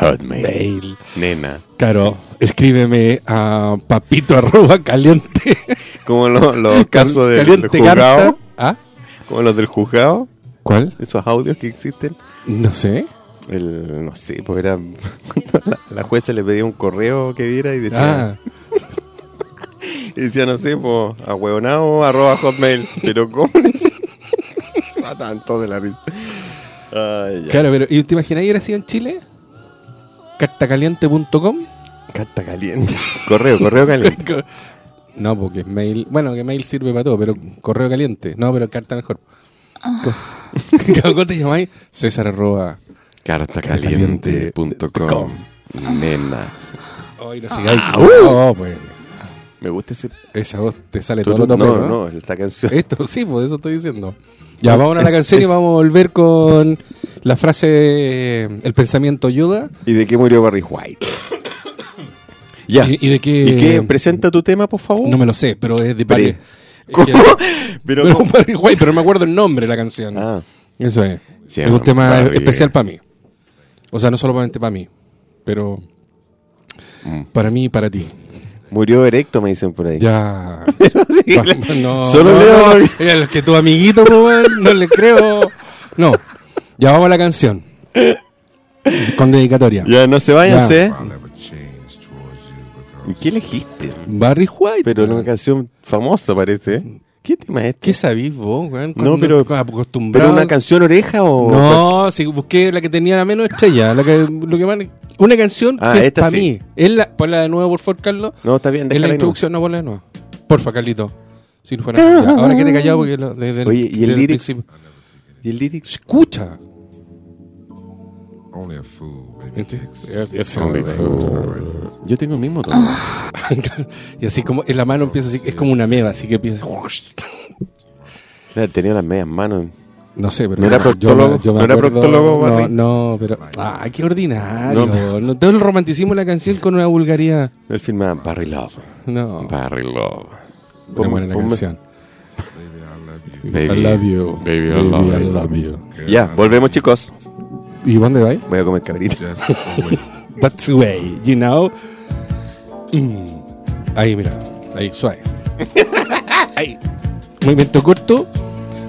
Speaker 3: Hotmail. Nena.
Speaker 4: Claro, escríbeme a papito arroba caliente.
Speaker 3: Como los, los casos del,
Speaker 4: caliente
Speaker 3: del juzgado.
Speaker 4: carta. ¿Ah?
Speaker 3: Como los del juzgado.
Speaker 4: ¿Cuál?
Speaker 3: Esos audios que existen.
Speaker 4: No sé.
Speaker 3: El, no sé, pues era. cuando la, la jueza le pedía un correo que diera y decía.
Speaker 4: Ah,
Speaker 3: Y decía, no sé, pues, ahueonao, arroba hotmail. Pero ¿cómo le Se matan todos de la risa. Ay, ya.
Speaker 4: claro, pero ¿y te imaginas ir así en Chile? Cartacaliente.com.
Speaker 3: Carta caliente. Correo, correo caliente.
Speaker 4: No, porque mail. Bueno, que mail sirve para todo, pero correo caliente. No, pero carta mejor. ¿Cómo te llamáis? César arroba.
Speaker 3: Cartacaliente.com. Nena.
Speaker 4: Ay,
Speaker 3: Ah,
Speaker 4: no sigáis.
Speaker 3: uh.
Speaker 4: No, pues.
Speaker 3: Me gusta ese.
Speaker 4: Esa voz te sale todo
Speaker 3: No,
Speaker 4: lo tope,
Speaker 3: no, no, esta canción.
Speaker 4: Esto sí, por eso estoy diciendo. Ya, vamos a la
Speaker 3: es-
Speaker 4: canción y
Speaker 3: es-
Speaker 4: vamos a volver con la frase eh, El pensamiento ayuda.
Speaker 3: ¿Y de qué murió Barry White? ya.
Speaker 4: ¿Y, y de qué?
Speaker 3: ¿Y qué? Presenta tu tema, por favor.
Speaker 4: No me lo sé, pero es
Speaker 3: Pre-
Speaker 4: de Barry.
Speaker 3: ¿Cómo?
Speaker 4: Es que-
Speaker 3: Pero,
Speaker 4: pero,
Speaker 3: ¿cómo?
Speaker 4: Barry White, pero no me acuerdo el nombre de la canción.
Speaker 3: Ah,
Speaker 4: Eso es.
Speaker 3: Sí,
Speaker 4: es un
Speaker 3: no,
Speaker 4: tema
Speaker 3: terrible.
Speaker 4: especial para mí. O sea, no solamente para mí, pero
Speaker 3: Mm.
Speaker 4: para mí y para ti.
Speaker 3: Murió erecto, me dicen por ahí.
Speaker 4: Ya.
Speaker 3: Sí,
Speaker 4: Va-
Speaker 3: le-
Speaker 4: no,
Speaker 3: Solo
Speaker 4: no,
Speaker 3: leo.
Speaker 4: no. Eh, los que tu amiguito, pues, weón, no le creo. No. Ya vamos a la canción. Con dedicatoria.
Speaker 3: Ya, no se váyanse.
Speaker 2: I'll never change towards you because
Speaker 3: ¿Qué elegiste?
Speaker 4: Barry White.
Speaker 3: Pero
Speaker 4: weón.
Speaker 3: una canción famosa parece. ¿eh? ¿Qué tema es este?
Speaker 4: ¿Qué sabís vos, weón?
Speaker 3: No,
Speaker 4: Cuando-
Speaker 3: pero,
Speaker 4: acostumbrado.
Speaker 3: ¿Pero una canción oreja o.?
Speaker 4: No, si busqué la que tenía la menos estrella, la que, lo que más, una canción
Speaker 3: Ah,
Speaker 4: que
Speaker 3: esta
Speaker 4: para
Speaker 3: sí.
Speaker 4: mí es la, ponla de nuevo por favor Carlos,
Speaker 3: No, está bien,
Speaker 4: es
Speaker 3: déjala
Speaker 4: la
Speaker 3: ahí nomás.
Speaker 4: introducción, no ponla de nuevo, porfa Carlito, si no fuera ya, ahora que te callado porque lo- desde el-
Speaker 3: Oye, ¿y el
Speaker 4: desde
Speaker 3: lyrics?
Speaker 4: principio-
Speaker 3: ¿Y el lyric?
Speaker 4: escucha,
Speaker 2: only a fool maybe takes
Speaker 3: Yo tengo el mismo tono.
Speaker 4: y así como en la mano empieza así, es como una meba, así que empieza,
Speaker 3: Claro, Ah. tenía las medias manos.
Speaker 4: no sé, pero
Speaker 3: ¿No era proctólogo? ¿No era proctólogo,
Speaker 4: no,
Speaker 3: Barry?
Speaker 4: no, pero, ah, qué ordinario,
Speaker 3: No.
Speaker 4: no, todo el romanticismo de la canción con una vulgaridad,
Speaker 3: Él filmaba Barry Love.
Speaker 4: no,
Speaker 3: Barry Love.
Speaker 4: pero Oh. buena la
Speaker 3: Ponme-
Speaker 4: canción.
Speaker 2: maybe I love you.
Speaker 3: Baby.
Speaker 4: I love you.
Speaker 3: Baby, I love you.
Speaker 4: you.
Speaker 3: Ya, volvemos, chicos.
Speaker 4: ¿Y dónde va?
Speaker 3: Voy a comer cabrita.
Speaker 2: Just wait.
Speaker 4: That's the way, you know. Mm. Ahí, mira. Ahí, suave. Ahí. Movimiento corto.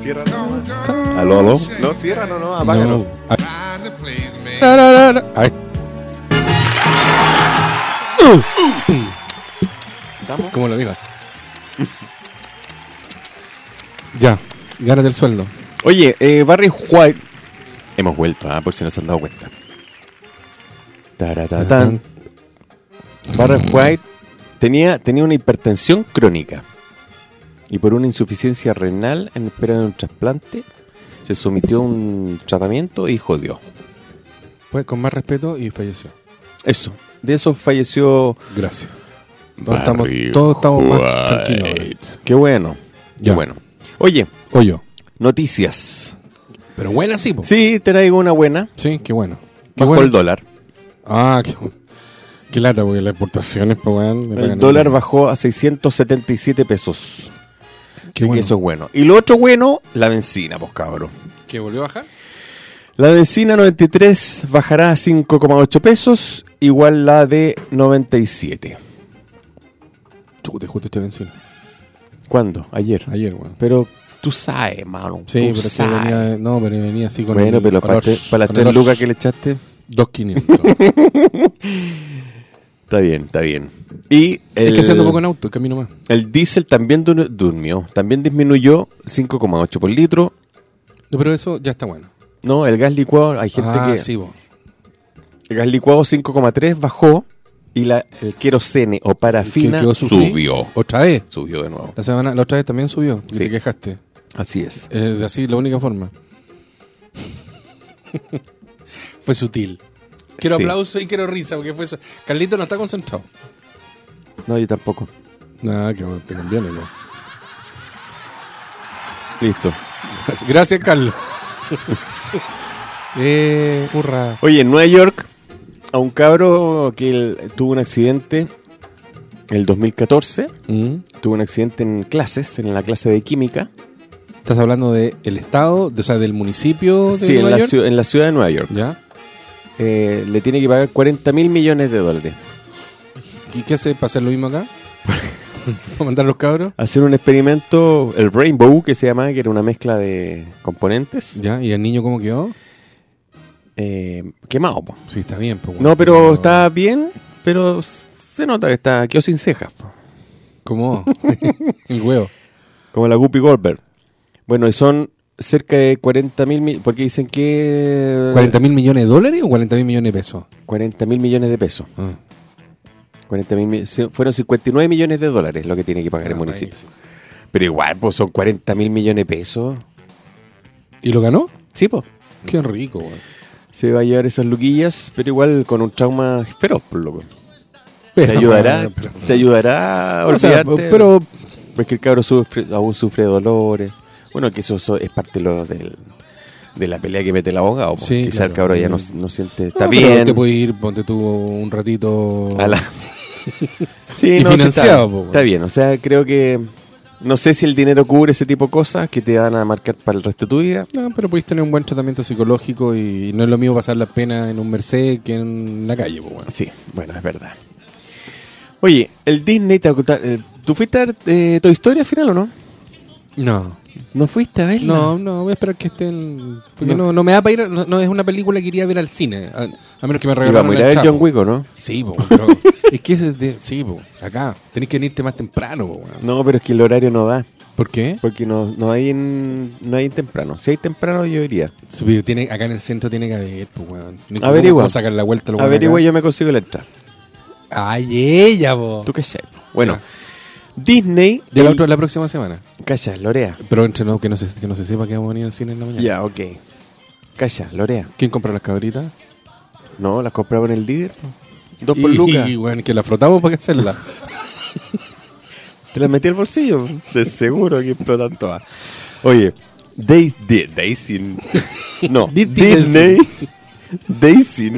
Speaker 3: Cierra. Aló, aló. No, cierra, no, no, apágalo.
Speaker 4: No. Ah,
Speaker 2: Find a place, man.
Speaker 4: ra, ra, ra, ra. Ahí.
Speaker 3: ¿Estamos?
Speaker 4: ¿Cómo lo digo? ya. Gánate el sueldo.
Speaker 3: Oye, eh, Barry White. Hemos vuelto, ah, por si no se han dado cuenta. Taratatán. Barry White tenía, tenía una hipertensión crónica. Y por una insuficiencia renal en espera de un trasplante, se sometió a un tratamiento y jodió.
Speaker 4: Pues con más respeto y falleció.
Speaker 3: Eso. De eso falleció.
Speaker 4: Gracias. Todos estamos, todos estamos más tranquilos. ahora.
Speaker 3: Qué bueno. Qué
Speaker 4: Ya.
Speaker 3: bueno. Oye,
Speaker 4: Hoyo.
Speaker 3: noticias.
Speaker 4: Pero buena sí, po.
Speaker 3: Sí, te traigo una buena.
Speaker 4: Sí, qué bueno. Qué
Speaker 3: Bajó
Speaker 4: bueno.
Speaker 3: el dólar.
Speaker 4: Ah, qué, qué lata, porque las exportaciones, pues, weón. me pagan
Speaker 3: El dólar bajó a 677 pesos.
Speaker 4: Qué
Speaker 3: Así que
Speaker 4: bueno.
Speaker 3: eso es bueno. Y lo otro bueno, la benzina, pues cabrón.
Speaker 4: ¿Que volvió a bajar?
Speaker 3: La benzina 93 bajará a 5,8 pesos, igual la de 97.
Speaker 4: Chute, justo estoy vencido.
Speaker 3: ¿Cuándo? Ayer.
Speaker 4: Ayer, weón.
Speaker 3: Pero tú sabes, mano. tú
Speaker 4: Sí, pero es que
Speaker 3: sabes.
Speaker 4: venía, no, pero venía así con
Speaker 3: Bueno,
Speaker 4: el-
Speaker 3: pero
Speaker 4: con
Speaker 3: para,
Speaker 4: los-
Speaker 3: tres- para las
Speaker 4: con
Speaker 3: tres
Speaker 4: los
Speaker 3: lucas que le echaste,
Speaker 4: 2.500.
Speaker 3: está bien, está bien. Y el,
Speaker 4: Es que haciendo poco en auto, el camino más.
Speaker 3: el diésel también du- durmió, también disminuyó 5,8 por litro.
Speaker 4: No, pero eso ya está bueno.
Speaker 3: No, el gas licuado, hay gente
Speaker 4: ah,
Speaker 3: que...
Speaker 4: sí, vos.
Speaker 3: El gas licuado 5,3 bajó y la, el querosene o parafina
Speaker 4: Que- que sufrí.
Speaker 3: subió.
Speaker 4: Otra vez.
Speaker 3: Subió de nuevo.
Speaker 4: La semana, la otra vez también subió, porque
Speaker 3: Sí.
Speaker 4: te quejaste.
Speaker 3: Así es.
Speaker 4: Eh, así, la única forma. fue sutil. Quiero
Speaker 3: Sí.
Speaker 4: aplauso y quiero risa, porque fue eso. Carlito no está concentrado.
Speaker 3: No, yo tampoco.
Speaker 4: Nada, que bueno, te conviene, ¿no?
Speaker 3: Listo.
Speaker 4: Pues, Gracias, Carlos. eh, hurra.
Speaker 3: Oye, en Nueva York, a un cabro que él tuvo un accidente en el 2014,
Speaker 4: ¿Mm?
Speaker 3: tuvo un accidente en clases, en la clase de química.
Speaker 4: Estás hablando de el estado, de- o sea, del municipio de
Speaker 3: Sí, en
Speaker 4: Nueva
Speaker 3: la,
Speaker 4: York?
Speaker 3: ciu- en la ciudad de Nueva York.
Speaker 4: ¿Ya?
Speaker 3: Eh, le tiene que pagar 40 mil millones de dólares.
Speaker 4: ¿Y qué hace para hacer lo mismo acá? ¿Para mandar los cabros?
Speaker 3: Hacer un experimento, el Rainbow, que se llamaba, que era una mezcla de componentes,
Speaker 4: ¿Ya? ¿Y el niño cómo quedó?
Speaker 3: eh, quemado. po.
Speaker 4: Sí, está bien. Pues, bueno,
Speaker 3: No, pero está bien, pero se nota que está quedó sin cejas, po.
Speaker 4: ¿Cómo? el huevo.
Speaker 3: como la Guppy Goldberg. Bueno, y son cerca de 40 mil, mi- porque dicen que...
Speaker 4: ¿40 mil millones de dólares o 40 mil millones de pesos?
Speaker 3: 40 mil millones de pesos.
Speaker 4: Ah.
Speaker 3: 40 mil mi- se- fueron 59 millones de dólares lo que tiene que pagar el
Speaker 4: Ah,
Speaker 3: municipio.
Speaker 4: ahí sí.
Speaker 3: Pero igual, pues son 40 mil millones de pesos.
Speaker 4: ¿Y lo ganó?
Speaker 3: Sí, pues.
Speaker 4: Qué rico, güey.
Speaker 3: Se va a llevar esas luquillas, pero igual con un trauma feroz, por loco. Te
Speaker 4: Pero-
Speaker 3: ayudará,
Speaker 4: pero-
Speaker 3: te ayudará a
Speaker 4: o sea,
Speaker 3: olvidarte.
Speaker 4: pero
Speaker 3: Ves que el cabro sufre, aún sufre dolores. Bueno, que eso, eso es parte de lo del- de la pelea que mete el abogado. po.
Speaker 4: Sí,
Speaker 3: Quizá el
Speaker 4: claro. Mm.
Speaker 3: cabro ya no, no siente. Está
Speaker 4: no, pero
Speaker 3: bien.
Speaker 4: Te puedes ir, ponte tú un ratito.
Speaker 3: a la- Sí,
Speaker 4: Y
Speaker 3: no, sí,
Speaker 4: financiado,
Speaker 3: está,
Speaker 4: pues, po,
Speaker 3: está bien, o sea, creo que No sé si el dinero cubre ese tipo de cosas que te van a marcar para el resto de tu vida.
Speaker 4: No, pero podéis tener un buen tratamiento psicológico y no es lo mismo pasar la pena en un Mercedes que en la calle, pues, bueno.
Speaker 3: Sí, bueno, es verdad. Oye, el Disney te oculta- eh, ¿Tú fuiste a ver eh, Toy Story al final o no?
Speaker 4: No.
Speaker 3: ¿No fuiste a verla?
Speaker 4: No, no, voy a esperar que estén. Porque no, no, me da para ir. a- No, no es una película que iría a ver al cine. A, a menos que me
Speaker 3: Y
Speaker 4: regalaran
Speaker 3: Vamos a ir a ver
Speaker 4: la
Speaker 3: John
Speaker 4: chapa.
Speaker 3: Wick, ¿o ¿no?
Speaker 4: Sí, po, pero es que ese es de, sí, po, acá tenés que venirte más temprano, po, weón.
Speaker 3: No, pero es que el horario no da.
Speaker 4: ¿Por qué?
Speaker 3: Porque no, no, hay en, no hay en temprano. Si hay temprano, yo iría.
Speaker 4: Sí, pero tiene, acá en el centro tiene que haber, po, weón. No hay que-
Speaker 3: Averigua.
Speaker 4: no sacar la vuelta los weones
Speaker 3: Averigua,
Speaker 4: acá.
Speaker 3: yo me consigo la entrada.
Speaker 4: Ay, ella, po.
Speaker 3: ¿Tú qué sabes? Bueno, Disney.
Speaker 4: Ya
Speaker 3: el-
Speaker 4: la, otra- la próxima semana.
Speaker 3: Calla, Lorea.
Speaker 4: Pero entre no, que no se, que no se sepa que vamos a venir al cine en la mañana.
Speaker 3: Ya, ok. Calla, Lorea.
Speaker 4: ¿Quién compra las cabritas?
Speaker 3: No, las compraba en el líder. Dos por
Speaker 4: y,
Speaker 3: lucas.
Speaker 4: Y, weón, que la frotamos para que hacerla.
Speaker 3: Te las metí al bolsillo. De seguro que explotan todas. Oye, Daisy. Daisy. No,
Speaker 4: Di- di-
Speaker 3: Disney. Daisy.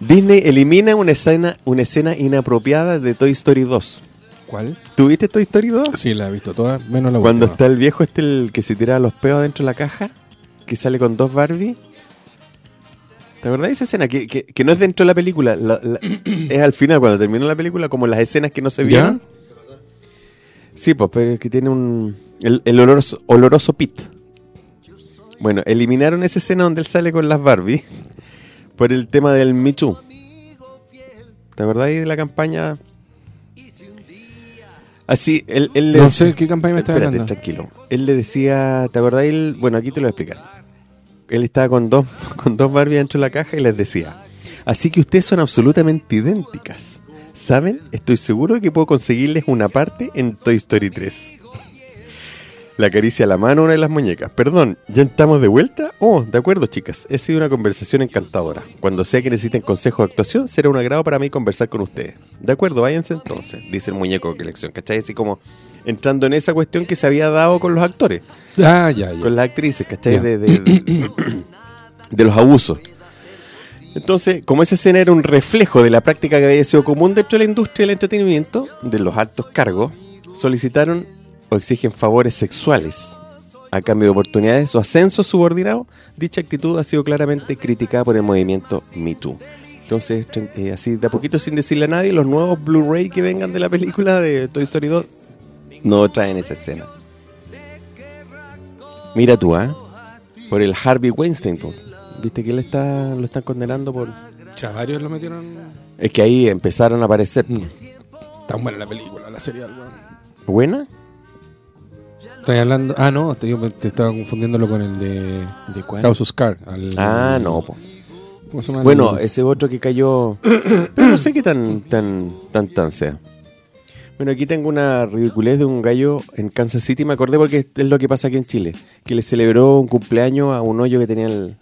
Speaker 3: Disney elimina una escena, una escena inapropiada de Toy Story 2.
Speaker 4: ¿Cuál?
Speaker 3: ¿Tuviste Toy Story 2?
Speaker 4: Sí, la he visto toda, menos la
Speaker 3: Cuando
Speaker 4: última.
Speaker 3: está el viejo este el que se tira los peos dentro de la caja, que sale con dos Barbie. ¿Te acordás de esa escena? Que, que- que no es dentro de la película, la- la- es al final, cuando terminó la película, como las escenas que no se
Speaker 4: ¿Ya?
Speaker 3: vieron. Sí, pues, pero es que tiene un... El, el oloroso, oloroso pit. Bueno, eliminaron esa escena donde él sale con las Barbie por el tema del Michu. ¿Te acordáis de la campaña? Así, él, él le
Speaker 4: No
Speaker 3: decía-
Speaker 4: sé qué campaña me estás
Speaker 3: Espérate,
Speaker 4: hablando.
Speaker 3: tranquilo. Él le decía, ¿te acordáis? Él- Bueno, aquí te lo voy a explicar. Él estaba con dos, con dos Barbie dentro de la caja y les decía, así que ustedes son absolutamente idénticas. ¿Saben? Estoy seguro de que puedo conseguirles una parte en Toy Story 3. La acaricia a la mano a una de las muñecas. Perdón, ¿ya estamos de vuelta? Oh, de acuerdo, chicas. Ha sido una conversación encantadora. Cuando sea que necesiten consejo de actuación, será un agrado para mí conversar con ustedes. De acuerdo, váyanse entonces, dice el muñeco de colección. ¿Cachai? Así como entrando en esa cuestión que se había dado con los actores,
Speaker 4: Ah, ya, ya.
Speaker 3: con las actrices, ¿cachai?
Speaker 4: Ya.
Speaker 3: De, de- de- de los abusos. Entonces, como esa escena era un reflejo de la práctica que había sido común dentro de la industria del entretenimiento, de los altos cargos, solicitaron o exigen favores sexuales a cambio de oportunidades o ascensos subordinados, dicha actitud ha sido claramente criticada por el movimiento Me Too. Entonces, tren- eh, así de a poquito sin decirle a nadie, los nuevos Blu-ray que vengan de la película de Toy Story 2 no traen esa escena. Mira tú, ¿ah? Por el Harvey Weinstein, po. viste que él está, lo están condenando por...
Speaker 4: Chavarios lo metieron.
Speaker 3: Es que ahí empezaron a aparecer.
Speaker 4: Tan buena la película, la serie. weón.
Speaker 3: ¿Buena?
Speaker 4: Estoy hablando. Ah, no, te, yo me- te estaba confundiéndolo con el de.
Speaker 3: ¿De
Speaker 4: House of Cards. al-
Speaker 3: Ah, no, po.
Speaker 4: ¿Cómo se llama?
Speaker 3: Bueno,
Speaker 4: El-
Speaker 3: ese otro que cayó. Pero no sé qué tan, tan, tan, tan sea. Bueno, aquí tengo una ridiculez de un gallo en Kansas City. Me acordé porque es lo que pasa aquí en Chile. Que le celebró un cumpleaños a un hoyo que tenía el-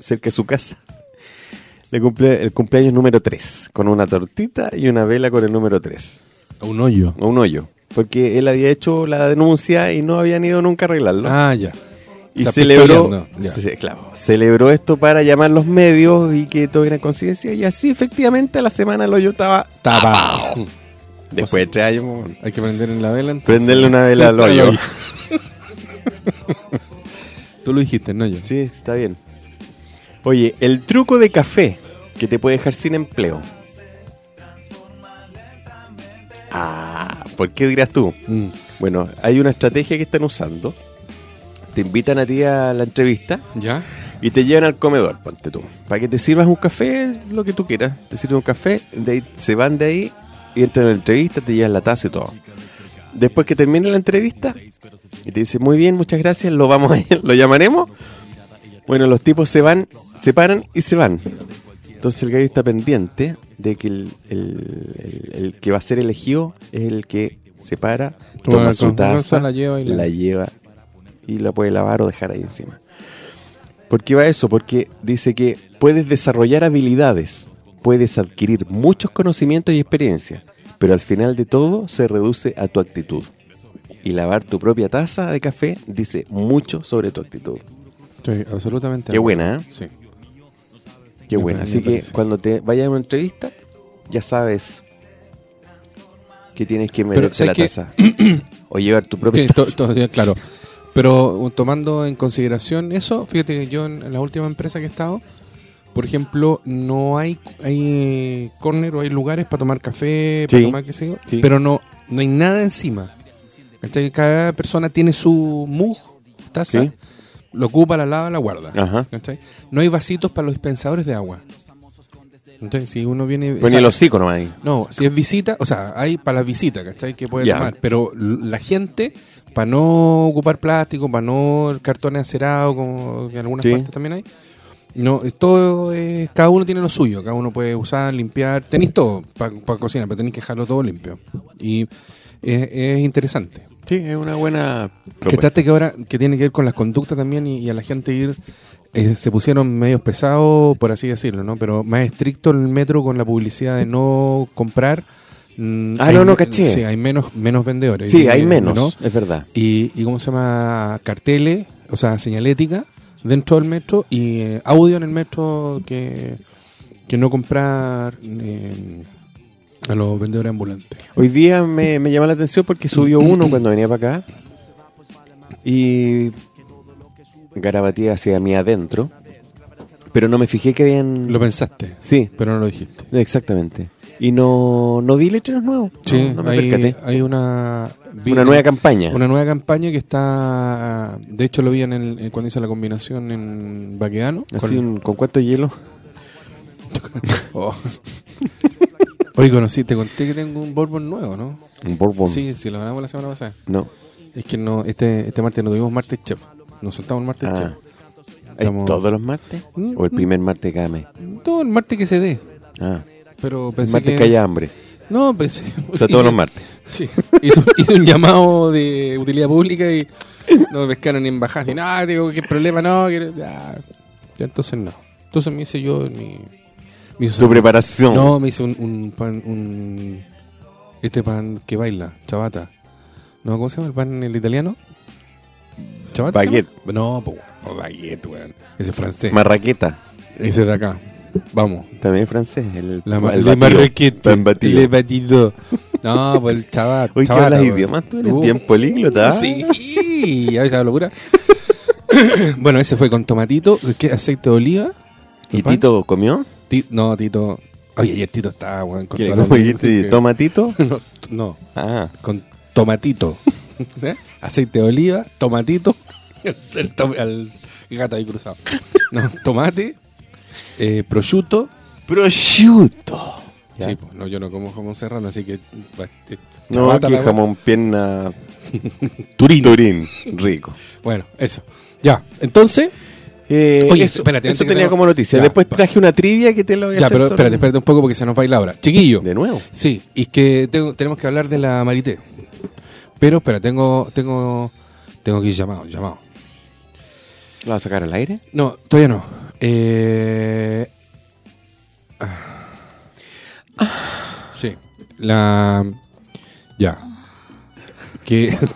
Speaker 3: cerca de su casa. Le cumple el cumpleaños número 3. Con una tortita y una vela con el número 3.
Speaker 4: Un hoyo.
Speaker 3: O un hoyo. Porque él había hecho la denuncia y no habían ido nunca a arreglarlo.
Speaker 4: Ah, ya.
Speaker 3: Y
Speaker 4: Está
Speaker 3: celebró,
Speaker 4: pistoleando, ya.
Speaker 3: sí, claro, celebró esto para llamar los medios y que todo en conciencia. Y así, efectivamente, a la semana el hoyo estaba.
Speaker 4: Tapa.
Speaker 3: Después de tres años, bueno,
Speaker 4: Hay que prender en la vela. entonces.
Speaker 3: prenderle una vela al hoyo.
Speaker 4: Tú lo dijiste, no yo.
Speaker 3: Sí, está bien. Oye, el truco de café que te puede dejar sin empleo. Ah, ¿por qué dirás tú?
Speaker 4: Mm,
Speaker 3: Bueno, hay una estrategia que están usando. Te invitan a ti a la entrevista.
Speaker 4: ¿Ya?
Speaker 3: Y te llevan al comedor, ponte tú. Para que te sirvas un café, lo que tú quieras. Te sirven un café, de ahí, se van de ahí y entran a la entrevista, te llevan la taza y todo. Después que termina la entrevista, y te dice, muy bien, muchas gracias, lo vamos a, lo llamaremos. Bueno, los tipos se van, se paran y se van. Entonces el gallo está pendiente de que el, el- el- el que va a ser elegido es el que se para,
Speaker 4: Toma
Speaker 3: toma
Speaker 4: la
Speaker 3: su
Speaker 4: taza,
Speaker 3: taza,
Speaker 4: la lleva y la-
Speaker 3: la lleva y la puede lavar o dejar ahí encima. ¿Por qué va eso? Porque dice que puedes desarrollar habilidades, puedes adquirir muchos conocimientos y experiencias, pero al final de todo se reduce a tu actitud. Y lavar tu propia taza de café dice mucho sobre tu actitud.
Speaker 4: Estoy absolutamente.
Speaker 3: Qué buena, ¿eh?
Speaker 4: Sí.
Speaker 3: Qué
Speaker 4: Me
Speaker 3: buena. Así
Speaker 4: parece, me
Speaker 3: que
Speaker 4: parece.
Speaker 3: cuando te vayas a una entrevista, ya sabes que tienes que
Speaker 4: Pero
Speaker 3: meter
Speaker 4: sé
Speaker 3: la
Speaker 4: que-
Speaker 3: taza. o llevar tu propia
Speaker 4: Sí, to-
Speaker 3: taza.
Speaker 4: to- ya, claro. Pero uh, tomando en consideración eso, fíjate que yo en, en la última empresa que he estado, por ejemplo, no hay, hay corner o hay lugares para tomar café, para
Speaker 3: Sí,
Speaker 4: tomar qué sé yo,
Speaker 3: sí.
Speaker 4: pero no, no hay nada encima. ¿Cachai? Cada persona tiene su mug, taza,
Speaker 3: Sí.
Speaker 4: lo ocupa, la lava, la guarda.
Speaker 3: Ajá.
Speaker 4: ¿Cachai? No hay vasitos para los dispensadores de agua. Entonces, si uno viene... o
Speaker 3: Pues ni
Speaker 4: sea,
Speaker 3: el hocico nomás ahí.
Speaker 4: no, si es visita, o sea, hay para las visitas, ¿cachai? Que puede
Speaker 3: Ya.
Speaker 4: tomar, pero l- la gente, para no ocupar plástico, para no cartones acerados, como que en algunas
Speaker 3: Sí.
Speaker 4: partes también hay, no, es todo es- cada uno tiene lo suyo, cada uno puede usar, limpiar, tenéis todo para cocinar, pero tenéis que dejarlo todo limpio. Y es, es interesante.
Speaker 3: Sí, es una buena
Speaker 4: Que
Speaker 3: propuesta.
Speaker 4: trate que ahora, que tiene que ver con las conductas también y, y a la gente ir, eh, se pusieron medios pesados, por así decirlo, ¿no? Pero más estricto el metro con la publicidad de no comprar. mm,
Speaker 3: Ah,
Speaker 4: hay
Speaker 3: no, no,
Speaker 4: me-
Speaker 3: caché.
Speaker 4: Sí, hay menos, menos vendedores.
Speaker 3: Sí,
Speaker 4: Y-
Speaker 3: hay
Speaker 4: y-
Speaker 3: menos,
Speaker 4: ¿no?
Speaker 3: es verdad.
Speaker 4: Y, y ¿cómo se llama? Carteles, o sea, señalética dentro del metro y eh, audio en el metro que, que no comprar eh, a los vendedores ambulantes.
Speaker 3: Hoy día me, me llamó la atención porque subió uno cuando venía para acá y garabatía hacia mí adentro, pero no me fijé que habían...
Speaker 4: Lo pensaste,
Speaker 3: Sí,
Speaker 4: pero no lo dijiste.
Speaker 3: exactamente. Y no, no vi letreros nuevos.
Speaker 4: Sí,
Speaker 3: no, no me
Speaker 4: hay,
Speaker 3: percaté.
Speaker 4: hay una... vi-
Speaker 3: Una nueva campaña.
Speaker 4: Una nueva campaña que está... De hecho, lo vi en el, eh, cuando hice la combinación en Baquedano.
Speaker 3: Así
Speaker 4: con-
Speaker 3: un- con cuánto hielo.
Speaker 4: Oh. Oye, conocí, te conté que tengo un Bourbon nuevo, ¿no?
Speaker 3: Un Bourbon.
Speaker 4: Sí, sí, lo ganamos la semana pasada.
Speaker 3: No.
Speaker 4: Es que no este, este martes no tuvimos martes chef. Nos saltamos el martes
Speaker 3: Ah.
Speaker 4: chef.
Speaker 3: ¿Es
Speaker 4: Estamos- Mm,
Speaker 3: todos los martes? ¿O el primer martes de cada mes?
Speaker 4: Todo el martes que se dé.
Speaker 3: Ah,
Speaker 4: Pero
Speaker 3: el
Speaker 4: pensé
Speaker 3: martes que...
Speaker 4: Pues que...
Speaker 3: haya hambre.
Speaker 4: No, pensé...
Speaker 3: O sea, todos
Speaker 4: hice-
Speaker 3: los martes.
Speaker 4: Sí, hizo, hizo un llamado de utilidad pública y no me pescaron ni en bajadas. ni nada, digo, qué problema, no. que- ah, ya, entonces no. Entonces me hice yo mi. me hizo-
Speaker 3: Tu preparación.
Speaker 4: No, me hice un, un pan. Un, este pan que baila, chabata. No, ¿Cómo se llama el pan en el italiano? ¿Chabata? se llama? No, pues, no, baguette, weón. Ese es francés.
Speaker 3: Marraqueta.
Speaker 4: Ese de acá. Vamos.
Speaker 3: También es francés. El,
Speaker 4: La, ma-
Speaker 3: el
Speaker 4: le
Speaker 3: batido.
Speaker 4: marraquete.
Speaker 3: Pan batido.
Speaker 4: Le batido. No, pues el chabata.
Speaker 3: Uy, que
Speaker 4: chabata,
Speaker 3: hablas
Speaker 4: weón.
Speaker 3: idiomas. Tú eres
Speaker 4: Uh,
Speaker 3: bien políglota. ¿ah?
Speaker 4: Sí, a veces la locura. bueno, ese fue con tomatito, ¿qué? aceite de oliva.
Speaker 3: ¿Y Tito comió?
Speaker 4: Ti- no, Tito. Oye, ayer Tito estaba, weón, con
Speaker 3: ¿Qué?
Speaker 4: toda la-
Speaker 3: ¿Cómo dijiste? ¿Tomatito?
Speaker 4: No, t- no,
Speaker 3: Ah,
Speaker 4: con tomatito. ¿Eh? Aceite de oliva, tomatito. el to- al gato ahí cruzado. No, tomate, eh, prosciutto.
Speaker 3: prosciutto. Ya.
Speaker 4: Sí, pues, no, yo no como jamón serrano, así que. va- eh,
Speaker 3: No,
Speaker 4: chabata
Speaker 3: aquí
Speaker 4: la-
Speaker 3: jamón pierna. Turín. Turín, rico.
Speaker 4: Bueno, eso. Ya, entonces.
Speaker 3: Eh,
Speaker 4: Oye,
Speaker 3: eso,
Speaker 4: espérate, antes
Speaker 3: eso
Speaker 4: que
Speaker 3: tenía
Speaker 4: se nos-
Speaker 3: como noticia.
Speaker 4: Ya,
Speaker 3: Después
Speaker 4: va.
Speaker 3: traje una trivia que te la voy a
Speaker 4: Ya,
Speaker 3: hacer
Speaker 4: pero
Speaker 3: solo.
Speaker 4: espérate, espérate un poco porque se nos va a ir la hora. Chiquillo.
Speaker 3: De nuevo.
Speaker 4: Sí, y es que tengo- tenemos que hablar de la Marité. Pero espera, tengo tengo tengo que ir llamado, llamado.
Speaker 3: ¿Lo vas a sacar al aire?
Speaker 4: No, todavía no. Eh, ah. Sí, la ya. Que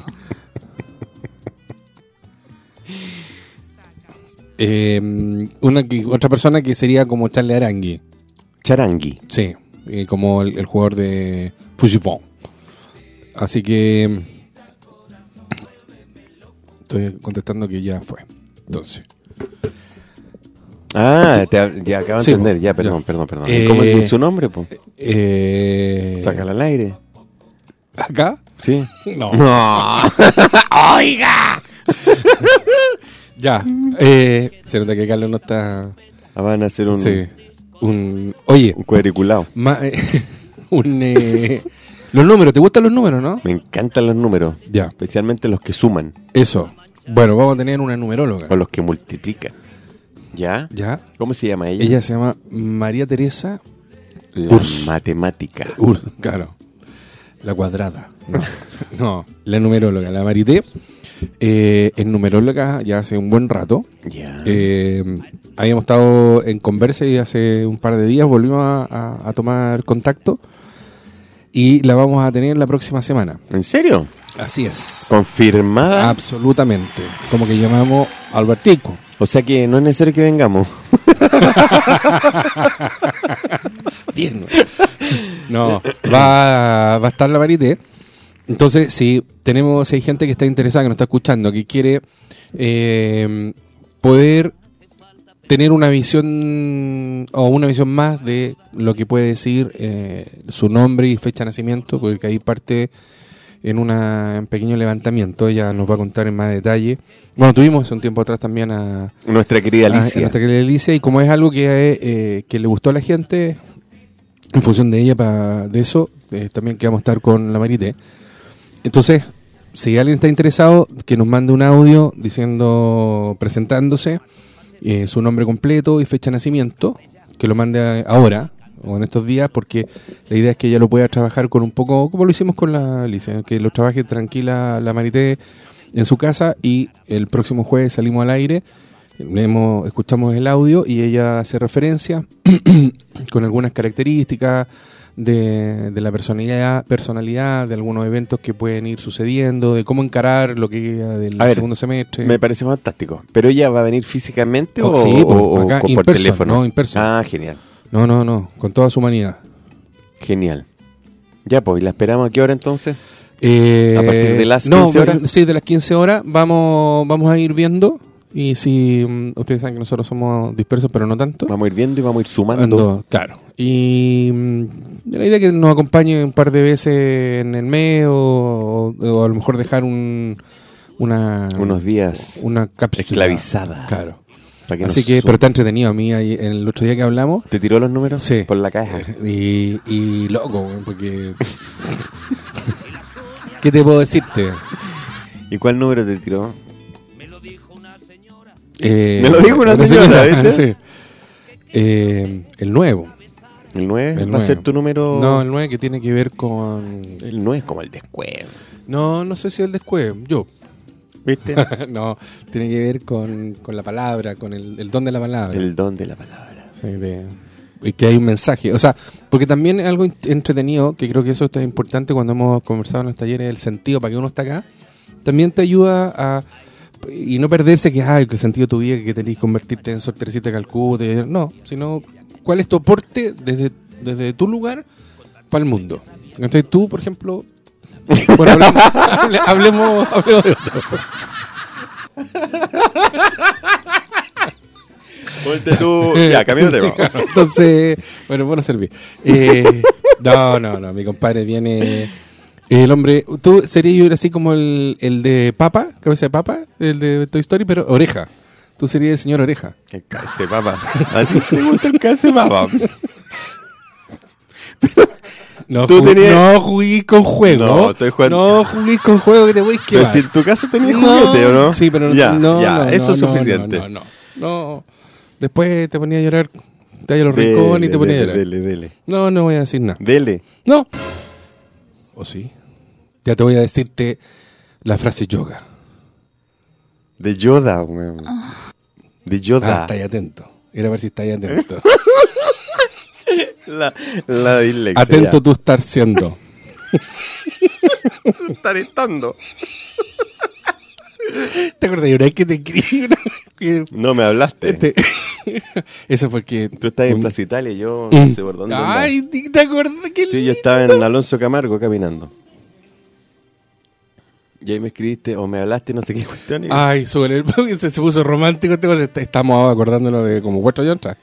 Speaker 4: Em, una que- otra persona que sería como Charlie Arangui.
Speaker 3: Charangui.
Speaker 4: Sí, eh, como el, el jugador de Fujifon. Así que mm, estoy contestando que ya fue. Entonces,
Speaker 3: Ah, te- ya acabo de
Speaker 4: Sí,
Speaker 3: entender.
Speaker 4: po.
Speaker 3: Ya, perdón,
Speaker 4: Ya.
Speaker 3: perdón, perdón.
Speaker 4: Eh,
Speaker 3: ¿Cómo es su nombre? Po?
Speaker 4: eh,
Speaker 3: Sácala al aire.
Speaker 4: acá.
Speaker 3: Sí.
Speaker 4: No.
Speaker 3: No.
Speaker 4: Oiga. ya. eh, se nota que Carlos no está.
Speaker 3: Ah, Van a hacer un,
Speaker 4: Sí. Un, oye,
Speaker 3: un cuadriculado.
Speaker 4: ma- eh, un, eh, los números. ¿Te gustan los números, no?
Speaker 3: Me encantan los números.
Speaker 4: Ya.
Speaker 3: Especialmente los que suman
Speaker 4: Eso. Bueno, vamos a tener una numeróloga.
Speaker 3: o los que multiplican. ¿Ya?
Speaker 4: Ya.
Speaker 3: ¿Cómo se llama ella?
Speaker 4: Ella se llama María Teresa
Speaker 3: la
Speaker 4: Urs. Uh.
Speaker 3: matemática.
Speaker 4: Ur, claro. La cuadrada. No, no, la numeróloga, la Marité. eh, es numeróloga ya hace un buen rato.
Speaker 3: Ya.
Speaker 4: Eh, habíamos estado en conversa y hace un par de días volvimos a, a- a tomar contacto. Y la vamos a tener la próxima semana.
Speaker 3: ¿En serio?
Speaker 4: Así es.
Speaker 3: Confirmada.
Speaker 4: Ah. Absolutamente. Como que llamamos Albertico.
Speaker 3: o sea que no es necesario que vengamos.
Speaker 4: Bien. No, va, va a estar la varité Entonces, si tenemos, si hay gente que está interesada, que nos está escuchando, que quiere eh, poder tener una visión o una visión más de lo que puede decir eh, su nombre y fecha de nacimiento, porque ahí parte en una- un pequeño levantamiento, ella nos va a contar en más detalle. Bueno, tuvimos un tiempo atrás también a,
Speaker 3: Nuestra querida
Speaker 4: Ah,
Speaker 3: Alicia.
Speaker 4: nuestra querida Alicia, y como es algo que, eh, que le gustó a la gente, en función de ella, pa- de eso, eh, también que vamos a estar con la Marité. Entonces, si alguien está interesado, que nos mande un audio diciendo, presentándose, eh, su nombre completo y fecha de nacimiento, que lo mande a- ahora o en estos días, porque la idea es que ella lo pueda trabajar con un poco, como lo hicimos con la Alicia, que lo trabaje tranquila la Marité en su casa y el próximo jueves salimos al aire Leemos- escuchamos el audio y ella hace referencia con algunas características de, de la personalidad, personalidad, de algunos eventos que pueden ir sucediendo, de cómo encarar lo que queda del
Speaker 3: A ver,
Speaker 4: segundo semestre.
Speaker 3: Me parece fantástico. ¿Pero ella va a venir físicamente
Speaker 4: Oh,
Speaker 3: o,
Speaker 4: sí,
Speaker 3: o- o
Speaker 4: acá,
Speaker 3: con-
Speaker 4: in
Speaker 3: por
Speaker 4: person,
Speaker 3: teléfono?
Speaker 4: no, in person.
Speaker 3: Ah, genial.
Speaker 4: No, no, no, con toda su humanidad.
Speaker 3: Genial. Ya, pues, ¿y la esperamos a qué hora entonces?
Speaker 4: Eh,
Speaker 3: ¿A partir de las
Speaker 4: no,
Speaker 3: 15 horas?
Speaker 4: Sí, de las 15 horas vamos, vamos a ir viendo. Y si mm, ustedes saben que nosotros somos dispersos, pero no tanto.
Speaker 3: Vamos a ir viendo y vamos a ir sumando.
Speaker 4: Ando, claro. Y mm, la idea es que nos acompañe un par de veces en el mes o, o a lo mejor dejar un, una,
Speaker 3: Unos días
Speaker 4: una cápsula.
Speaker 3: esclavizada.
Speaker 4: Claro.
Speaker 3: para que
Speaker 4: Así
Speaker 3: nos
Speaker 4: que,
Speaker 3: su-
Speaker 4: pero está entretenido a mí ahí, el otro día que hablamos.
Speaker 3: ¿Te tiró los números?
Speaker 4: Sí.
Speaker 3: Por la caja.
Speaker 4: Y, y loco, güey, porque... ¿Qué te puedo decirte?
Speaker 3: ¿Y cuál número te tiró?
Speaker 4: Eh,
Speaker 3: Me lo dijo una señora, ¿viste?
Speaker 4: sí. Eh, el nuevo.
Speaker 3: ¿El 9?
Speaker 4: El
Speaker 3: ¿Eh? ¿Va a
Speaker 4: nueve.
Speaker 3: ser tu número?
Speaker 4: No, el 9 que tiene que ver con...
Speaker 3: el 9 es como el descuento.
Speaker 4: No, no sé si el después, yo.
Speaker 3: ¿Viste?
Speaker 4: no, tiene que ver con, con la palabra, con el, el don de la palabra.
Speaker 3: el don de la palabra.
Speaker 4: Sí, de- y que hay un mensaje. O sea, porque también algo in- entretenido, que creo que eso está importante cuando hemos conversado en los talleres, el sentido para que uno está acá, también te ayuda a... Y no perderse que, ay, qué sentido tu vida, que tenés que convertirte en Sor Teresita de Calcuta. y- No, sino cuál es tu aporte desde, desde tu lugar para el mundo. Entonces tú, por ejemplo... Bueno, hablemos, hable- hablemos, hablemos de otro.
Speaker 3: Ponte tú. ya, camino de tema.
Speaker 4: Entonces, bueno, bueno servir. Eh, no, no, no, mi compadre viene. El hombre, tú serías así como el, el de Papa, cabeza de Papa, el de Toy Story, pero oreja. Tú serías el señor oreja.
Speaker 3: El calce papa. ¿A ti te gusta el calce papa?
Speaker 4: No,
Speaker 3: Tú
Speaker 4: ju-
Speaker 3: tenías-
Speaker 4: no juguís con juego.
Speaker 3: No, estoy jugando-
Speaker 4: No juguís con juego que te voy a
Speaker 3: Pero
Speaker 4: esquivar.
Speaker 3: si en tu casa tenías
Speaker 4: No,
Speaker 3: juguete, ¿o no?
Speaker 4: Sí, pero
Speaker 3: ya,
Speaker 4: no,
Speaker 3: ya,
Speaker 4: no,
Speaker 3: eso es
Speaker 4: no, no,
Speaker 3: suficiente.
Speaker 4: No, no, no, no. Después te ponía a llorar, te a los
Speaker 3: Dele,
Speaker 4: rincones y te ponía a
Speaker 3: dele,
Speaker 4: llorar.
Speaker 3: dele, dele.
Speaker 4: No, no voy a decir nada.
Speaker 3: Dele.
Speaker 4: No. ¿O sí? Ya te voy a decirte la frase yoga.
Speaker 3: De Yoda, weón. De
Speaker 4: Ah,
Speaker 3: Yoda.
Speaker 4: estáis atento. Era a ver si estáis atento.
Speaker 3: la, la dislexia.
Speaker 4: atento tú estar siendo.
Speaker 3: tú estar estando.
Speaker 4: ¿Te acordás de una vez que te escribí? una vez que-
Speaker 3: No me hablaste.
Speaker 4: te- Eso fue que...
Speaker 3: Tú estás en Plaza Italia y yo no sé por dónde. andaba.
Speaker 4: Mm. Ay, ¿te acordás? Qué
Speaker 3: Sí, yo
Speaker 4: lindo.
Speaker 3: estaba en Alonso Camargo caminando. Y ahí me escribiste o me hablaste, no sé qué cuestión. y-
Speaker 4: Ay, sobre el porque se, se puso romántico. esta cosa. Est- Estamos acordándonos de como cuatro años atrás.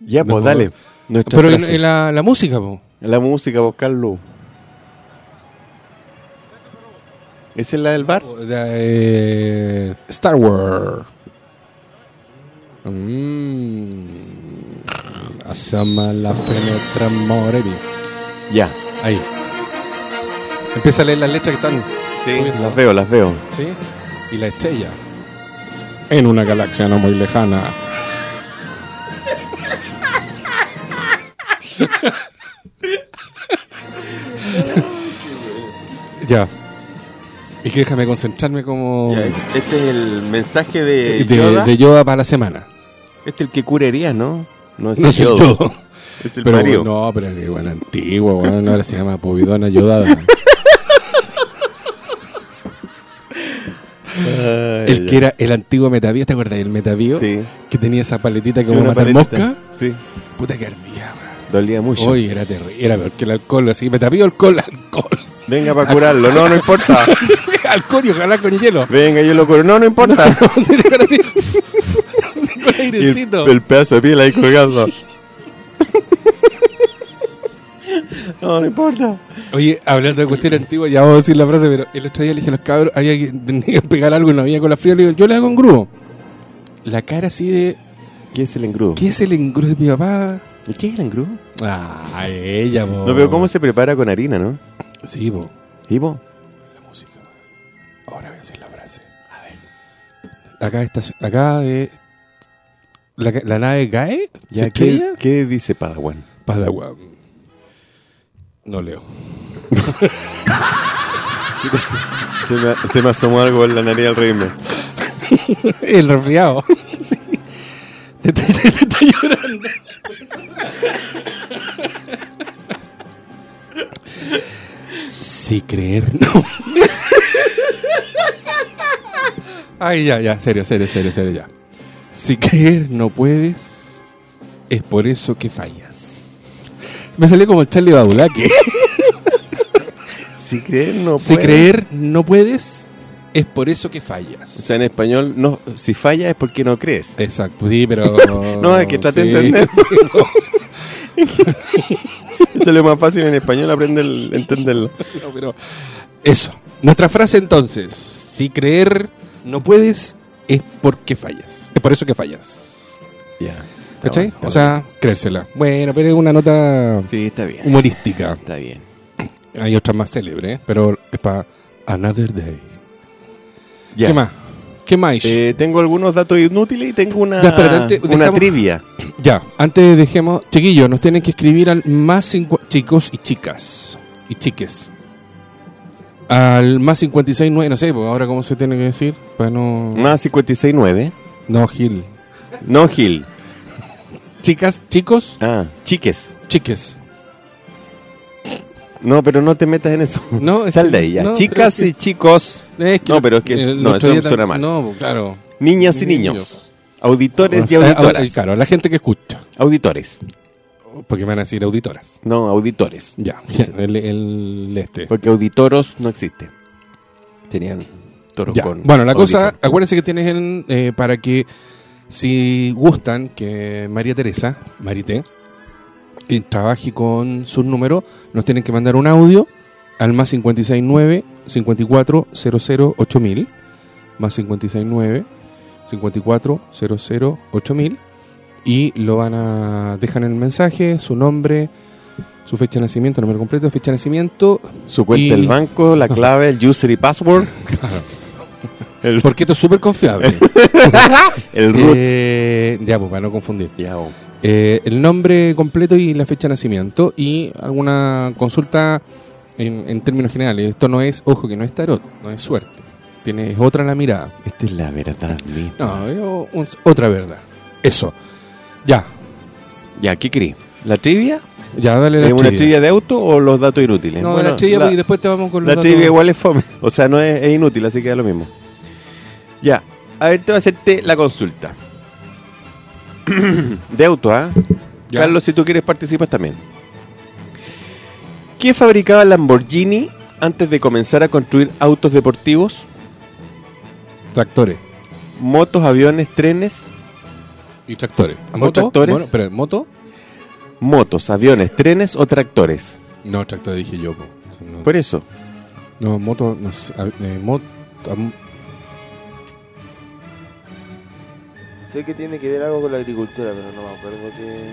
Speaker 3: ya, pues
Speaker 4: no,
Speaker 3: dale. Nuestra
Speaker 4: Pero en,
Speaker 3: frase.
Speaker 4: en la, la música, po.
Speaker 3: La música, buscarlo. ¿Esa es la del bar?
Speaker 4: De, eh, Star Wars. Mm. Asama la fenetra morevi.
Speaker 3: Ya.
Speaker 4: Ahí. Empieza a leer las letras que están.
Speaker 3: Sí,
Speaker 4: Muy bien.
Speaker 3: las veo, las veo.
Speaker 4: ¿Sí? Y la estrella. En una galaxia no muy lejana. ya. Y que déjame concentrarme como.
Speaker 3: Ya, Este es el mensaje de,
Speaker 4: de,
Speaker 3: Yoda.
Speaker 4: de Yoda para la semana.
Speaker 3: Este es el que curaría, ¿no? No es
Speaker 4: No
Speaker 3: el
Speaker 4: sé
Speaker 3: Yoda,
Speaker 4: todo.
Speaker 3: Es el
Speaker 4: Pero
Speaker 3: Mario.
Speaker 4: no, pero que bueno, antiguo, bueno, ahora se llama Povidona Yodada.
Speaker 3: Ay,
Speaker 4: el
Speaker 3: ya.
Speaker 4: que era el antiguo Metavío, ¿te acuerdas? El Metavío
Speaker 3: Sí.
Speaker 4: que tenía esa paletita que
Speaker 3: Sí,
Speaker 4: como
Speaker 3: una
Speaker 4: matar
Speaker 3: paletita.
Speaker 4: mosca.
Speaker 3: Sí.
Speaker 4: Puta que ardía, weón.
Speaker 3: Dolía mucho.
Speaker 4: Uy, era terrible, era peor que el alcohol, así, me tapió alcohol, alcohol.
Speaker 3: Venga para curarlo. No, no importa.
Speaker 4: alcohol y ojalá con hielo.
Speaker 3: Venga, yo lo curo. No, no importa.
Speaker 4: Se dejan así, con
Speaker 3: Y el,
Speaker 4: airecito.
Speaker 3: el pedazo de piel ahí colgando. no, no importa.
Speaker 4: Oye, hablando de cuestiones antiguas, ya vamos a decir la frase, pero el otro día le dije a los cabros, había que, tenía que pegar algo y no había con la fría, le digo, yo le hago un grupo. La cara así de,
Speaker 3: ¿Qué es el engrudo?
Speaker 4: ¿qué es el engrudo de mi papá?
Speaker 3: ¿Y qué es el engrudo?
Speaker 4: Ah, ella, po.
Speaker 3: No, pero ¿cómo se prepara con harina, no?
Speaker 4: Sí, po.
Speaker 3: ¿Y vos?
Speaker 4: La música. Ahora voy a decir la frase. A ver. Acá, está, acá de... La, la nave cae,
Speaker 3: Ya,
Speaker 4: se
Speaker 3: ¿qué,
Speaker 4: estrella,
Speaker 3: ¿Qué dice Padawan?
Speaker 4: Padawan. No leo.
Speaker 3: Se me, se me asomó algo en la nariz al reírme.
Speaker 4: El resfriado. Sí. Te, te- te- te está llorando. Sí, creer, no. Ay, ya, ya, serio, serio, serio, serio, ya. Si creer no puedes, es por eso que fallas. Me salió como el Charlie Badulaque.
Speaker 3: Si creer no
Speaker 4: Si
Speaker 3: puede.
Speaker 4: creer no puedes, es por eso que fallas.
Speaker 3: O sea, en español, no, si falla es porque no crees.
Speaker 4: Exacto, sí, pero.
Speaker 3: No, es que traté de entender. Eso es lo más fácil en español, aprender el- entenderlo.
Speaker 4: No, pero eso. Nuestra frase entonces, si creer no puedes, es porque fallas. Es por eso que fallas.
Speaker 3: Ya. Está
Speaker 4: ¿Cachai?
Speaker 3: bueno, está
Speaker 4: O sea, creérsela. Bueno, pero es una nota
Speaker 3: bueno. Sí, está bien.
Speaker 4: humorística.
Speaker 3: Está bien.
Speaker 4: Hay otras más célebres, ¿eh? pero es para Another Day.
Speaker 3: Ya.
Speaker 4: ¿Qué más? ¿Qué más?
Speaker 3: Eh, tengo algunos datos inútiles y tengo una,
Speaker 4: Ya, espera, antes-
Speaker 3: una
Speaker 4: dejamos-
Speaker 3: trivia.
Speaker 4: Ya, antes dejemos. Chiquillos, nos tienen que escribir al más cincu- chicos y chicas. Y chiques. Al más 569, no sé, pues, ahora cómo se tiene que decir. Para no.
Speaker 3: Más 569.
Speaker 4: No, Gil.
Speaker 3: No, Gil.
Speaker 4: Chicas, chicos,
Speaker 3: Ah, chiques.
Speaker 4: chiques.
Speaker 3: No, pero no te metas en eso.
Speaker 4: No, es
Speaker 3: Sal de
Speaker 4: que-
Speaker 3: ahí ya.
Speaker 4: no,
Speaker 3: Chicas
Speaker 4: pero es
Speaker 3: y chicos,
Speaker 4: Es que-
Speaker 3: No, pero es que-
Speaker 4: el
Speaker 3: no,
Speaker 4: otro
Speaker 3: eso
Speaker 4: día
Speaker 3: suena
Speaker 4: tam-
Speaker 3: mal.
Speaker 4: No, claro.
Speaker 3: niñas y niños, auditores y
Speaker 4: Ah, ah,
Speaker 3: auditoras.
Speaker 4: Claro, a la gente que escucha.
Speaker 3: Auditores.
Speaker 4: Porque me van a decir auditoras.
Speaker 3: No, auditores.
Speaker 4: Ya, el, el este.
Speaker 3: Porque auditoros no existe. Tenían toros
Speaker 4: Ya.
Speaker 3: con.
Speaker 4: Bueno, la cosa,
Speaker 3: audífonos.
Speaker 4: acuérdense que tienes en, eh, para que si gustan que María Teresa, Marité, y trabaje con sus números, nos tienen que mandar un audio al más 569 54008000 más 569 54008000 y lo van a dejan el mensaje, su nombre, su fecha de nacimiento, nombre completo, fecha de nacimiento,
Speaker 3: Su cuenta
Speaker 4: y-
Speaker 3: del banco, la clave, el user y password, el,
Speaker 4: porque esto es súper confiable.
Speaker 3: el root.
Speaker 4: Eh, ya, pues para no confundir.
Speaker 3: Ya, oh.
Speaker 4: Eh, el nombre completo y la fecha de nacimiento y alguna consulta en, en términos generales. Esto no es, ojo, que no es tarot, no es suerte. Tienes otra en la mirada.
Speaker 3: Esta es la verdad misma.
Speaker 4: No, es o- un- otra verdad. Eso. Ya,
Speaker 3: Ya, ¿qué creí? ¿La trivia?
Speaker 4: ya, dale la
Speaker 3: ¿Es Eh, una
Speaker 4: trivia.
Speaker 3: trivia de auto o los datos inútiles?
Speaker 4: No,
Speaker 3: Bueno,
Speaker 4: la trivia
Speaker 3: la-
Speaker 4: y después te vamos con los
Speaker 3: La
Speaker 4: datos.
Speaker 3: trivia igual es fome. O sea, no es, es inútil, así que es lo mismo. Ya. A ver, te voy a hacerte la consulta. De auto, ¿ah?
Speaker 4: Ya.
Speaker 3: Carlos, si tú quieres participas también. ¿Qué fabricaba Lamborghini antes de comenzar a construir autos deportivos,
Speaker 4: Tractores.
Speaker 3: motos, aviones, trenes?
Speaker 4: Y tractores.
Speaker 3: ¿O tractores?
Speaker 4: Bueno, pero ¿moto?
Speaker 3: Motos, aviones, trenes o tractores.
Speaker 4: No, tractores dije yo. po. No,
Speaker 3: Por eso.
Speaker 4: no, moto, no sé, a- eh, mot- am-
Speaker 5: Sé que tiene que ver algo con la agricultura, pero no me acuerdo qué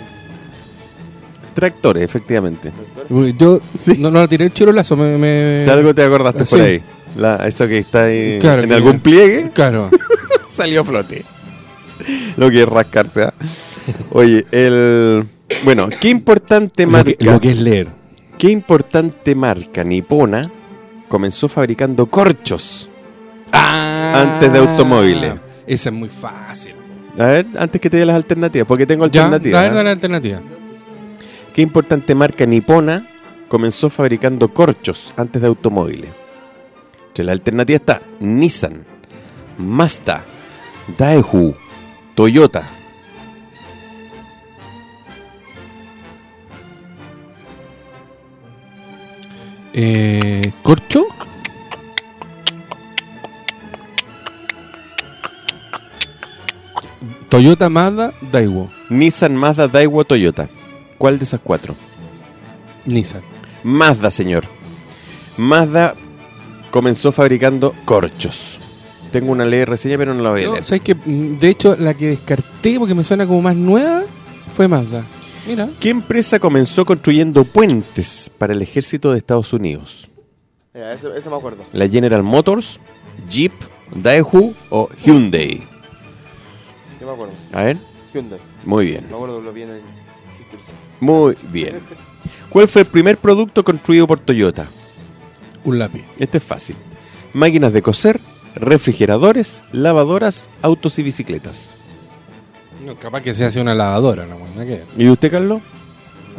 Speaker 3: Tractores, efectivamente.
Speaker 5: sector.
Speaker 4: Yo no, no tiré el chirolazo, me, me...
Speaker 3: De algo te acordaste por
Speaker 4: Eh, sí.
Speaker 3: ahí. La, eso que está ahí
Speaker 4: Claro,
Speaker 3: en
Speaker 4: que-
Speaker 3: algún pliegue.
Speaker 4: Claro.
Speaker 3: salió a flote. Lo que es rascarse. ¿ah? Oye, el. Bueno, qué importante
Speaker 4: lo,
Speaker 3: marca.
Speaker 4: que, lo que es leer.
Speaker 3: Qué importante marca nipona comenzó fabricando corchos. Antes de automóviles.
Speaker 4: Ah. Esa es muy fácil.
Speaker 3: A ver, antes que te dé las alternativas, porque tengo
Speaker 4: Ya, a ver,
Speaker 3: alternativas. ¿ah?
Speaker 4: dale la alternativa.
Speaker 3: Qué importante marca nipona comenzó fabricando corchos antes de automóviles. Entre la alternativa está Nissan, Mazda, Daewoo, Toyota.
Speaker 4: Eh, ¿Corcho? Toyota Mazda Daiwo
Speaker 3: Nissan, Mazda, Daiwa, Toyota. ¿Cuál de esas cuatro?
Speaker 4: Nissan.
Speaker 3: Mazda, señor. Mazda comenzó fabricando corchos. Tengo una ley de reseña, pero no la voy a
Speaker 4: Yo,
Speaker 3: leer.
Speaker 4: ¿Sabes qué? Mm, De hecho, la que descarté porque me suena como más nueva fue Mazda. Mira.
Speaker 3: ¿Qué empresa comenzó construyendo puentes para el ejército de Estados Unidos?
Speaker 5: Ya, eso, eso me acuerdo.
Speaker 3: ¿La General Motors, Jeep, Daewoo o Hyundai?
Speaker 5: Yo me acuerdo.
Speaker 3: A ver,
Speaker 5: Hyundai.
Speaker 3: muy bien.
Speaker 5: Me acuerdo lo vi en el History Channel.
Speaker 3: Muy bien. ¿Cuál fue el primer producto construido por Toyota?
Speaker 4: Un lápiz.
Speaker 3: Este es fácil. Máquinas de coser, refrigeradores, lavadoras, autos y bicicletas.
Speaker 4: No, capaz que se hace una lavadora, no, nada que ver.
Speaker 3: ¿Y usted, Carlos?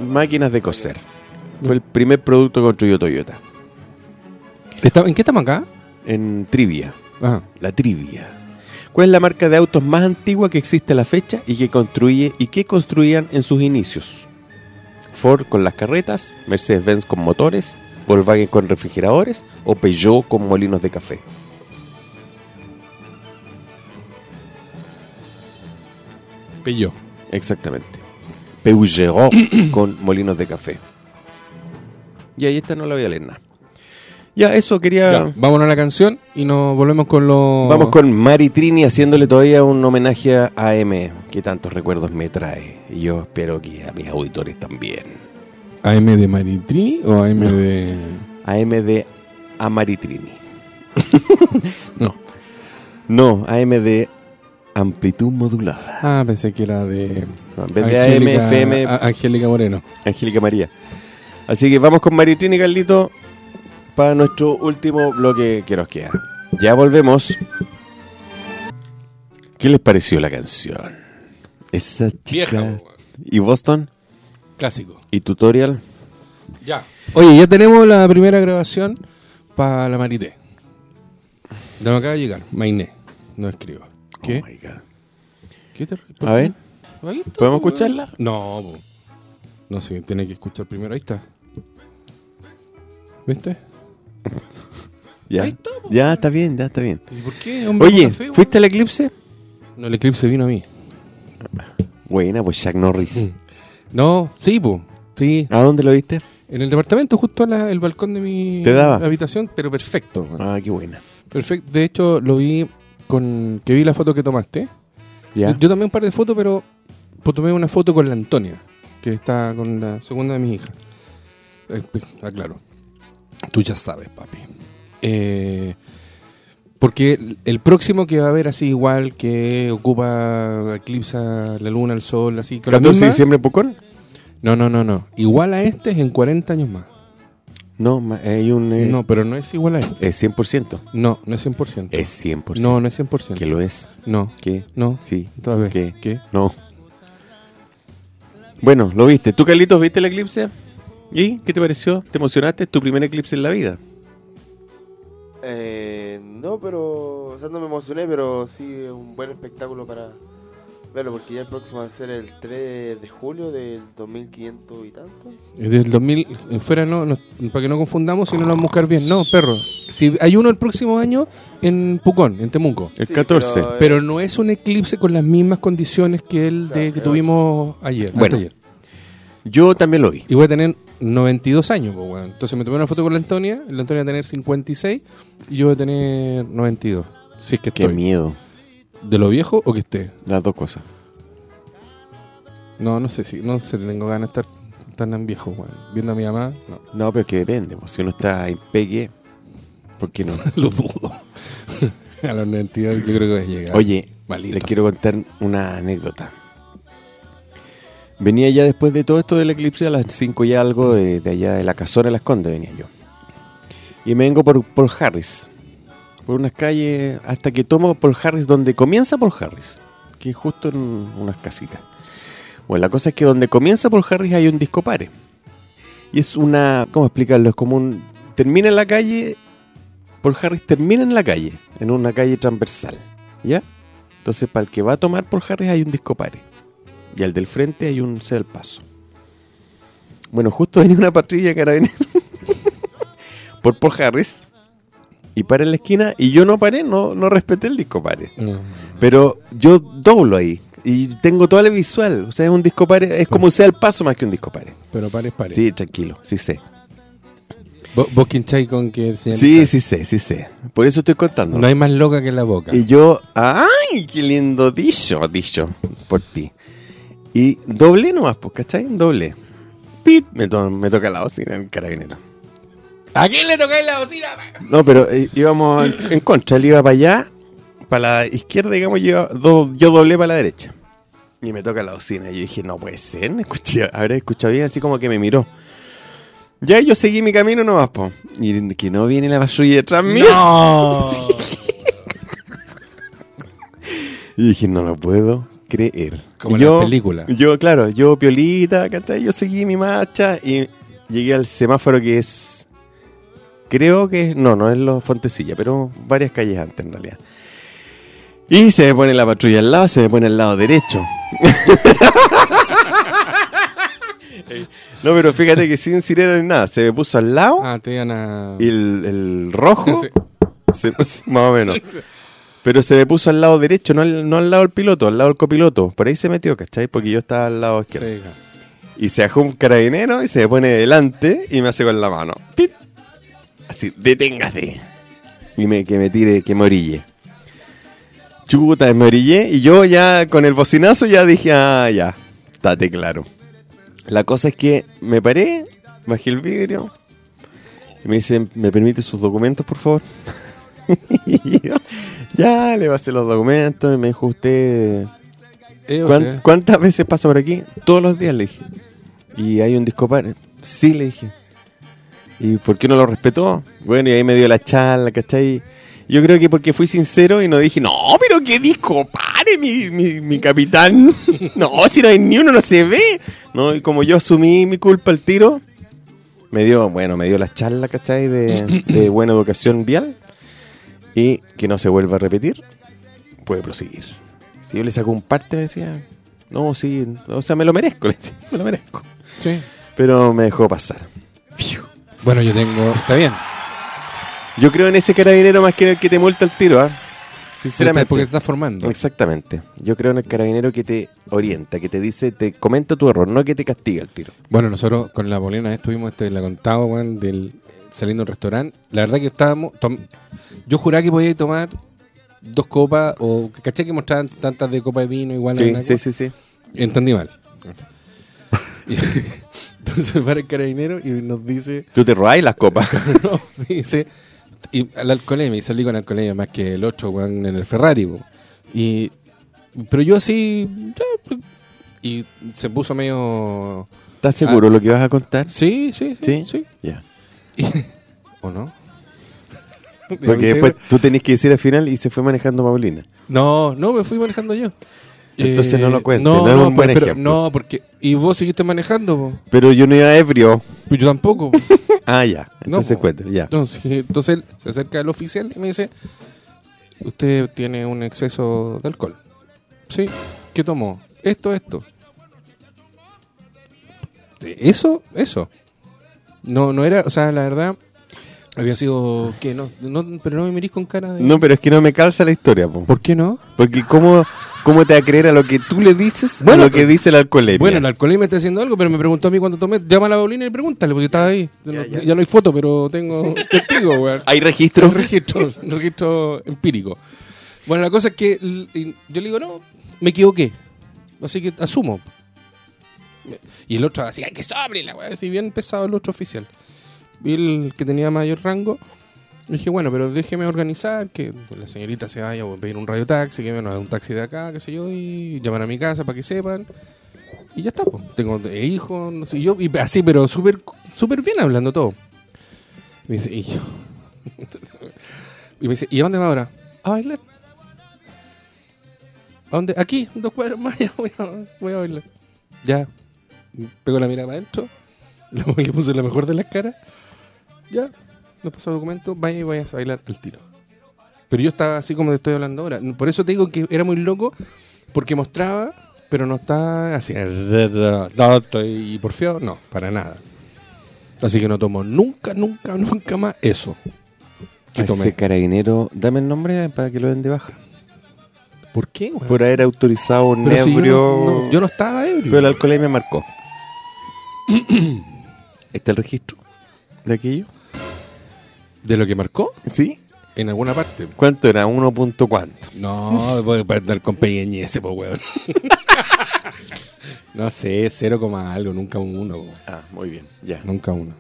Speaker 3: Máquinas de coser. Fue el primer producto que construyó Toyota.
Speaker 4: ¿Está- ¿En qué estamos acá?
Speaker 3: En Trivia.
Speaker 4: Ajá.
Speaker 3: La Trivia. ¿Cuál es la marca de autos más antigua que existe a la fecha y que construye y que construían en sus inicios? Ford con las carretas, Mercedes-Benz con motores, Volkswagen con refrigeradores o Peugeot con molinos de café.
Speaker 4: Peugeot.
Speaker 3: Exactamente. Peugeot con molinos de café. Y ahí esta no la voy a leer nada. Ya, eso quería.
Speaker 4: Ya, vámonos a la canción y nos volvemos con los.
Speaker 3: Vamos con Maritrini haciéndole todavía un homenaje a AM, que tantos recuerdos me trae. Y yo espero que a mis auditores también.
Speaker 4: AM de Maritrini o AM de.
Speaker 3: AM de a Maritrini.
Speaker 4: No.
Speaker 3: No, AM de amplitud modulada.
Speaker 4: Ah, pensé que era de.
Speaker 3: No, en vez de AM, FM,
Speaker 4: a- Angélica Moreno.
Speaker 3: Angélica María. Así que vamos con Maritrini, Carlito, para nuestro último bloque que nos queda. Ya volvemos. ¿Qué les pareció la canción? Esa chica.
Speaker 4: Vieja, po.
Speaker 3: ¿Y Boston?
Speaker 4: Clásico.
Speaker 3: ¿Y Tutorial?
Speaker 4: Ya. Oye, ya tenemos la primera grabación para la Marité. No me acaba de llegar. Mainé. No escribo. ¿Qué?
Speaker 3: Oh my God.
Speaker 4: ¿Qué te ríes?
Speaker 3: A ver,
Speaker 4: Ahí está,
Speaker 3: ¿podemos
Speaker 4: po,
Speaker 3: escucharla?
Speaker 4: No, po. no sé, tiene que escuchar primero. Ahí está. ¿Viste?
Speaker 3: ya.
Speaker 4: Ahí está, po.
Speaker 3: Ya, está bien, ya está bien.
Speaker 4: ¿Y por qué? hombre,
Speaker 3: Oye,
Speaker 4: con café, weón?
Speaker 3: ¿fuiste al eclipse?
Speaker 4: No, el eclipse vino a mí.
Speaker 3: Buena, pues Jack Norris.
Speaker 4: Mm. No, sí, po. Sí,
Speaker 3: ¿A dónde lo viste?
Speaker 4: en el departamento, justo la- el balcón de mi
Speaker 3: ¿Te daba?
Speaker 4: habitación, pero perfecto. weón.
Speaker 3: Ah, qué buena.
Speaker 4: Perfecto. De hecho, lo vi con. que vi la foto que tomaste.
Speaker 3: Ya.
Speaker 4: Yo, yo tomé un par de fotos, pero pues, tomé una foto con la Antonia, que está con la segunda de mis hijas. Eh, pues, Aclaro. Tú ya sabes, papi. Eh, porque el- el próximo que va a haber así igual, que ocupa, eclipsa la luna, el sol, así. Con la
Speaker 3: 14 de
Speaker 4: misma-
Speaker 3: diciembre, Pucón?
Speaker 4: No, no, no, no. Igual a este es en 40 años más.
Speaker 3: No, ma- hay un. eh,
Speaker 4: No, pero no es igual a este. Eh,
Speaker 3: Es 100%.
Speaker 4: No, no es 100%.
Speaker 3: Es 100%.
Speaker 4: No, no es 100%.
Speaker 3: Que lo es.
Speaker 4: No,
Speaker 3: Que
Speaker 4: no.
Speaker 3: sí.
Speaker 4: Todavía.
Speaker 3: Que
Speaker 4: ¿Qué?
Speaker 3: no. Bueno, lo viste. ¿Tú, Carlitos, viste el eclipse? ¿Y qué te pareció? ¿Te emocionaste? ¿Tu primer eclipse en la vida?
Speaker 5: Eh, no, pero. O sea, no me emocioné, pero sí es un buen espectáculo para verlo, porque ya el próximo va a ser el 3 de julio del 2500 y tanto.
Speaker 4: Desde el 2000, eh, fuera no, no- para que no confundamos si no lo vamos a buscar bien. No, perro. Si hay uno el próximo año en Pucón, en Temuco.
Speaker 3: El
Speaker 5: Sí,
Speaker 3: 14.
Speaker 5: eh,
Speaker 4: Pero no es un eclipse con las mismas condiciones que el de que
Speaker 5: Claro.
Speaker 4: tuvimos ayer.
Speaker 3: Bueno.
Speaker 4: hasta ayer.
Speaker 3: Yo también lo vi.
Speaker 4: Y voy a tener 92 años, pues, weón. Entonces me tomé una foto con la Antonia, la Antonia va a tener 56 y yo voy a tener 92. Si es que
Speaker 3: Qué
Speaker 4: estoy.
Speaker 3: miedo.
Speaker 4: ¿De lo viejo o que esté?
Speaker 3: Las dos cosas.
Speaker 4: No, no sé si, no sé, tengo ganas de estar tan viejo, weón. Viendo a mi mamá, no.
Speaker 3: No, pero es que depende. pues, Si uno está en pegue, ¿por qué no?
Speaker 4: Lo dudo. a los 92 yo creo que voy a llegar.
Speaker 3: Oye,
Speaker 4: malito.
Speaker 3: les quiero contar una anécdota. Venía ya después de todo esto del eclipse a las 5 y algo de, de allá de la casona de las Condes venía yo. Y me vengo por Paul Harris, por unas calles hasta que tomo Paul Harris donde comienza Paul Harris, que es justo en unas casitas. Bueno, la cosa es que donde comienza Paul Harris hay un disco pare. Y es una, ¿cómo explicarlo? Es como un termina en la calle Paul Harris termina en la calle, en una calle transversal, ¿ya? Entonces, para el que va a tomar por Harris hay un disco pare. Y al del frente hay un C del paso. Bueno, justo venía una patrulla de carabineros por Paul Harris y para en la esquina y yo no paré, no, no respeté el disco pare. Pero yo doblo ahí y tengo toda la visual. O sea, es un disco pare, es como un sea el paso más que un disco pare.
Speaker 4: Pero pares, pares.
Speaker 3: Sí, tranquilo, sí sé.
Speaker 4: Vos, vos quincháis con que...
Speaker 3: Sí, sí sé, sí sé. Por eso estoy contando.
Speaker 4: No hay más loca que la boca.
Speaker 3: Y yo, ¡ay! ¡Qué lindo dicho! Dicho por ti. Y doble nomás, pues, ¿cachai? Doble. Pit, me, to- me toca la bocina el carabinero.
Speaker 4: ¿A quién le tocáis la bocina?
Speaker 3: No, pero eh, íbamos en, en contra. Él iba para allá, para la izquierda, digamos, yo, iba- do- yo doblé para la derecha. Y me toca la bocina. Y yo dije, no puede ser. Escuché, habré escuchado bien, así como que me miró. Ya yo seguí mi camino nomás, po. Y que no viene la patrulla detrás mío.
Speaker 4: ¡No!
Speaker 3: Y dije, no lo puedo creer.
Speaker 4: Como
Speaker 3: Y
Speaker 4: en la película.
Speaker 3: Yo, claro, yo piolita, ¿cachai? Yo seguí mi marcha y llegué al semáforo que es. Creo que es. No, no es los Fontecilla, pero varias calles antes en realidad. Y se me pone la patrulla al lado, se me pone al lado derecho. no, pero fíjate que sin sirena ni nada, se me puso al lado
Speaker 4: Ah, te iban a...
Speaker 3: y el, el rojo.
Speaker 4: Sí.
Speaker 3: Se- pues, más o menos. Pero se me puso al lado derecho, no al, no al lado del piloto, al lado del copiloto. Por ahí se metió, ¿cachai? Porque yo estaba al lado izquierdo.
Speaker 4: Sí, ja.
Speaker 3: Y se bajó un carabinero y se me pone delante y me hace con la mano. ¡Pit! Así, deténgase. Y me, que me tire, que me orille. Chuta, me orillé y yo ya con el bocinazo ya dije, ah, ya, estate claro. La cosa es que me paré, bajé el vidrio y me dicen, ¿me permite sus documentos, por favor? Y yo, ya, le pasé los documentos y me dijo, usted
Speaker 4: Eh, o
Speaker 3: ¿Cuán-
Speaker 4: sea,
Speaker 3: ¿Cuántas veces pasa por aquí? Todos los días le dije. Y hay un disco par. Sí, le dije. ¿Y por qué no lo respetó? Bueno, y ahí me dio la charla, ¿cachai? Yo creo que porque fui sincero y no dije, no, pero qué disco pare, mi, mi, mi capitán. No, si no hay ni uno, no se ve. No, y como yo asumí mi culpa al tiro, me dio, bueno, me dio la charla, ¿cachai? De, de buena educación vial. Y que no se vuelva a repetir, puede proseguir. Si yo le saco un parte, me decía, no, sí, o sea, me lo merezco, le decía, me lo merezco.
Speaker 4: sí.
Speaker 3: Pero me dejó pasar. Fiu.
Speaker 4: Bueno, yo tengo... Está bien.
Speaker 3: Yo creo en ese carabinero más que en el que te multa el tiro, ¿ah? Sinceramente.
Speaker 4: Porque te estás formando.
Speaker 3: Exactamente. Yo creo en el carabinero que te orienta, que te dice, te comenta tu error, no que te castiga el tiro.
Speaker 4: Bueno, nosotros con la Polina estuvimos, este, la contaba, weón, del, saliendo del restaurante. La verdad que estábamos. tom- yo juraba que podía tomar dos copas, o caché que mostraban tantas de copa de vino igual a
Speaker 3: Sí,
Speaker 4: una
Speaker 3: sí,
Speaker 4: cosa.
Speaker 3: sí, sí.
Speaker 4: Entendí mal. Y- entonces para el carabinero y nos dice,
Speaker 3: Tú te robáis las copas.
Speaker 4: no, me dice, y al alcoholemia, y salí con alcoholemia más que el 8, weón, en el Ferrari, po. Y, pero yo así, ya, y se puso medio,
Speaker 3: ¿Estás seguro lo que vas a contar?
Speaker 4: Ah. sí, sí,
Speaker 3: Sí.
Speaker 4: sí, sí.
Speaker 3: Ya.
Speaker 4: ¿O no?
Speaker 3: Porque después tú tenés que decir al final y se fue manejando Paulina.
Speaker 4: No, no, me fui manejando yo.
Speaker 3: Entonces no lo cuentes, no es un buen
Speaker 4: pero- pero-
Speaker 3: ejemplo.
Speaker 4: No, porque. Y vos seguiste manejando, po.
Speaker 3: Pero yo no iba ebrio.
Speaker 4: Pues yo tampoco. po.
Speaker 3: Ah, ya.
Speaker 4: No,
Speaker 3: Entonces
Speaker 4: po.
Speaker 3: cuéntale, ya.
Speaker 4: Entonces, eh, entonces él se acerca al oficial y me dice: Usted tiene un exceso de alcohol. Sí, ¿qué tomó? Esto, esto. Eso, eso. No, no era, o sea, la verdad, había sido que no, no pero no me mirís con cara de.
Speaker 3: No, pero es que no me calza la historia, po.
Speaker 4: ¿Por qué no?
Speaker 3: Porque ¿cómo, cómo te va a creer a lo que tú le dices
Speaker 4: Bueno,
Speaker 3: a lo que
Speaker 4: pero-
Speaker 3: dice el alcoholemia?
Speaker 4: Bueno, el alcoholismo me está haciendo algo, pero me preguntó a mí cuando tomé. Llama a la Paulina y pregúntale, porque estaba ahí. Ya, no, ya no hay foto, pero tengo testigo, weón.
Speaker 3: ¿Hay
Speaker 4: Hay
Speaker 3: registro?
Speaker 4: un registro, un registro empírico. Bueno, la cosa es que l- y yo le digo, no, me equivoqué. Así que asumo. Y el otro así, hay que sobre la weón. Así bien pesado el otro oficial. Y el que tenía mayor rango. Le dije, bueno, pero déjeme organizar, que la señorita se vaya a pedir un radiotaxi, que bueno, un taxi de acá, qué sé yo, y llamar a mi casa para que sepan. Y ya está, po. tengo eh, hijos, no sé yo, y así, pero súper súper bien hablando todo. Me dice, y yo. y me dice, ¿y a dónde va ahora? A bailar. ¿A dónde? Aquí, dos cuadros más, ya voy a, voy a bailar. Ya. Pego la mirada para adentro, le puse la mejor de las caras. Ya, nos pasó el documento, vaya y vayas a bailar al tiro. Pero yo estaba así como te estoy hablando ahora. Por eso te digo que era muy loco, porque mostraba, pero no estaba así, y porfiado, no, para nada. Así que no tomo nunca, nunca, nunca más eso. Que
Speaker 3: A
Speaker 4: tomé.
Speaker 3: Ese carabinero, dame el nombre para que lo den de baja.
Speaker 4: ¿Por qué, weón?
Speaker 3: Por haber autorizado un
Speaker 4: Pero si yo,
Speaker 3: ebrio-
Speaker 4: no, no, yo no estaba ebrio.
Speaker 3: Pero el alcohol ahí me marcó. ¿Está el registro de aquello?
Speaker 4: ¿De lo que marcó?
Speaker 3: ¿Sí?
Speaker 4: En alguna parte.
Speaker 3: ¿Cuánto era? ¿Uno punto cuánto?
Speaker 4: No, voy a andar con pequeñez, pues, weón. no sé, cero coma algo, nunca un uno, weón.
Speaker 3: Ah, muy bien, ya.
Speaker 4: Nunca uno.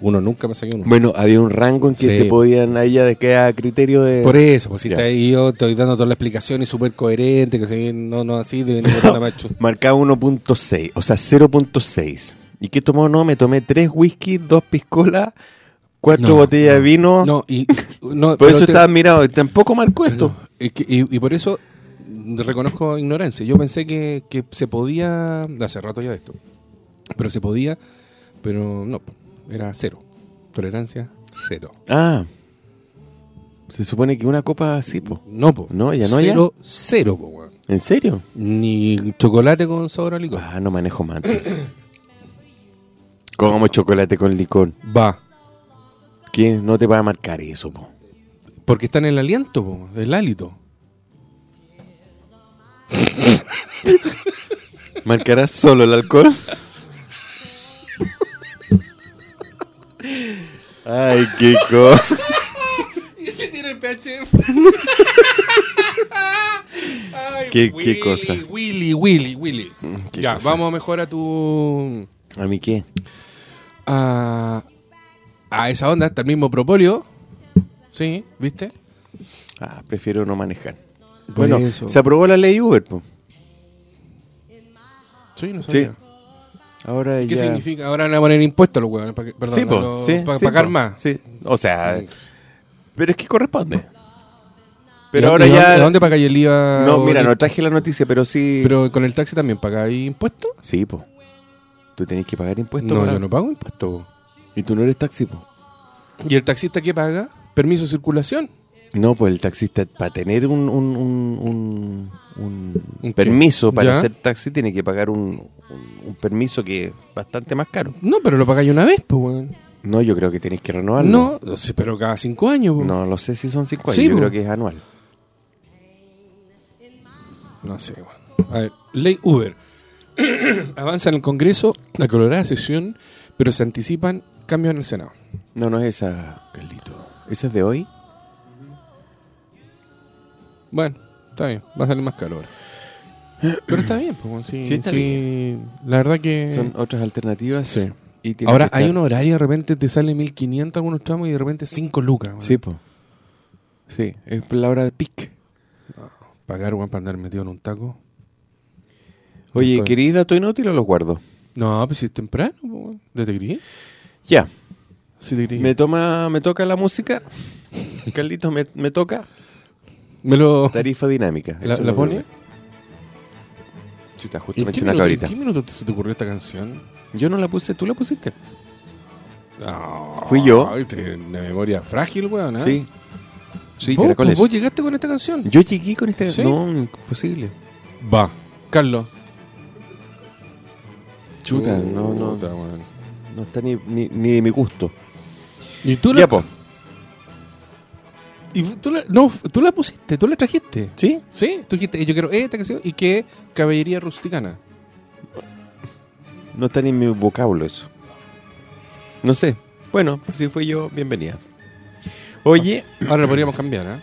Speaker 4: Uno nunca me salió uno.
Speaker 3: Bueno, había un rango en que
Speaker 4: Sí.
Speaker 3: te podían, ahí ya de que a criterio de...
Speaker 4: Por eso, pues si
Speaker 3: Ya.
Speaker 4: está ahí yo estoy dando toda la explicación y súper coherente, que se- no, no así, de ninguna manera macho.
Speaker 3: Marcaba 1.6, o sea, 0.6. ¿Y qué tomó? No, me tomé tres whisky, dos piscolas, cuatro
Speaker 4: No,
Speaker 3: botellas de
Speaker 4: no,
Speaker 3: vino.
Speaker 4: No, y. No,
Speaker 3: Por
Speaker 4: pero
Speaker 3: eso
Speaker 4: te-
Speaker 3: estaba mirado. y Tampoco marcó esto.
Speaker 4: No, es que- y, y por eso reconozco ignorancia. Yo pensé que, que se podía. Hace rato ya de esto. Pero se podía, pero no. Era cero. Tolerancia, cero.
Speaker 3: Ah. Se supone que una copa así, po.
Speaker 4: No, po.
Speaker 3: No, ya no, ya.
Speaker 4: Cero, cero, po, weón.
Speaker 3: ¿En serio?
Speaker 4: Ni chocolate con sabor a licor.
Speaker 3: Ah, no manejo mantis. Como chocolate con licor.
Speaker 4: Va.
Speaker 3: ¿Qué? No te va a marcar eso, po.
Speaker 4: Porque está en el aliento, po, el hálito.
Speaker 3: ¿Marcarás solo el alcohol? Ay, qué cosa.
Speaker 4: Ese tiene el PHF. Ay,
Speaker 3: Qué- qué cosa. Mm,
Speaker 4: Willy, Willy, Willy.
Speaker 3: qué
Speaker 4: Ya,
Speaker 3: cosa.
Speaker 4: vamos mejor a tu.
Speaker 3: ¿A mí qué?
Speaker 4: A, a esa onda, hasta el mismo propóleo. Sí, ¿viste?
Speaker 3: Ah, prefiero no manejar.
Speaker 4: Por
Speaker 3: Bueno,
Speaker 4: eso.
Speaker 3: se aprobó la ley Uber, po.
Speaker 4: Sí, no
Speaker 3: Sí.
Speaker 4: sabía.
Speaker 3: Ahora
Speaker 4: ¿Qué
Speaker 3: ya-
Speaker 4: significa? Ahora le van a poner impuestos a los huevones. pa que- Perdón,
Speaker 3: Sí, po,
Speaker 4: a los-
Speaker 3: sí,
Speaker 4: pa-
Speaker 3: sí,
Speaker 4: pagar
Speaker 3: po,
Speaker 4: más.
Speaker 3: Sí, o sea, pero es que corresponde.
Speaker 4: ¿Y
Speaker 3: Pero
Speaker 4: a-
Speaker 3: ahora
Speaker 4: y a-
Speaker 3: ya...
Speaker 4: ¿A dónde pagáis el IVA?
Speaker 3: No,
Speaker 4: o
Speaker 3: mira,
Speaker 4: el-
Speaker 3: no traje la noticia, pero sí...
Speaker 4: Pero con el taxi también pagáis impuestos.
Speaker 3: Sí, po. Tú tenés que pagar impuestos.
Speaker 4: No,
Speaker 3: weón.
Speaker 4: yo no pago impuestos. po.
Speaker 3: Y tú no eres taxi, po.
Speaker 4: ¿Y el taxista qué paga? Permiso de circulación.
Speaker 3: No, pues el taxista, para tener un, un- un- un- un
Speaker 4: ¿Un qué?
Speaker 3: permiso para
Speaker 4: ¿Ya?
Speaker 3: ser taxi, tiene que pagar un, un- un permiso que es bastante más caro.
Speaker 4: No, pero lo pagáis una vez, pues, weón.
Speaker 3: No, yo creo que tenés que renovarlo.
Speaker 4: No, no sé, pero cada cinco años, po.
Speaker 3: No lo sé si son cinco años,
Speaker 4: Sí,
Speaker 3: yo
Speaker 4: po.
Speaker 3: creo que es anual.
Speaker 4: No sé, weón. A ver, ley Uber. Avanza en el Congreso, la colorada sesión, pero se anticipan cambios en el Senado.
Speaker 3: No, no es esa, Carlito. ¿Esa es de hoy?
Speaker 4: Bueno, está bien, va a salir más calor. Pero está bien, pues, weón, sí,
Speaker 3: Sí, está
Speaker 4: sí, La verdad que.
Speaker 3: Son otras alternativas.
Speaker 4: Eh. Sí.
Speaker 3: Y tiene
Speaker 4: Ahora
Speaker 3: que
Speaker 4: hay
Speaker 3: estar-
Speaker 4: un horario, de repente te sale 1500 algunos tramos y de repente 5 lucas, weón.
Speaker 3: Sí, po. Sí, es la hora de pic.
Speaker 4: Pagar, weón, para andar metido en un taco.
Speaker 3: Oye,
Speaker 4: Estoy-
Speaker 3: ¿queréis dato inútil o los guardo?
Speaker 4: No, pues si es temprano, po, weón. ¿De te creí?
Speaker 3: Ya.
Speaker 4: Sí, te creí.
Speaker 3: Me toma, me toca la música. Carlitos, me, me toca.
Speaker 4: Me lo.
Speaker 3: Tarifa dinámica.
Speaker 4: ¿La,
Speaker 3: Eso
Speaker 4: la
Speaker 3: lo
Speaker 4: pone?
Speaker 3: veo. Chuta,
Speaker 4: ¿En
Speaker 3: justamente
Speaker 4: qué
Speaker 3: una
Speaker 4: minuto, en
Speaker 3: cabrita.
Speaker 4: qué minuto te- se te ocurrió esta canción?
Speaker 3: Yo no la puse, tú la pusiste.
Speaker 4: No,
Speaker 3: Fui yo.
Speaker 4: ay, te- Una memoria frágil, weón. ¿eh?
Speaker 3: Sí. Sí,
Speaker 4: ¿Vos,
Speaker 3: caracoles.
Speaker 4: vos llegaste con esta canción?
Speaker 3: Yo llegué con este.
Speaker 4: ¿Sí?
Speaker 3: No, imposible.
Speaker 4: Va. Carlos.
Speaker 3: Chuta, no, no.
Speaker 4: Puta, weón.
Speaker 3: No está ni, ni, ni de mi gusto.
Speaker 4: ¿Y tú la,
Speaker 3: Ya, po.
Speaker 4: y tú la- no, tú la pusiste, tú la trajiste.
Speaker 3: ¿Sí?
Speaker 4: ¿Sí? Tú dijiste, "Eh, yo quiero esta canción y que Caballería Rusticana.
Speaker 3: No está ni en mi vocablo eso. No sé. Bueno, pues si fui yo, bienvenida. Oye,
Speaker 4: Ahora la podríamos cambiar, ¿eh?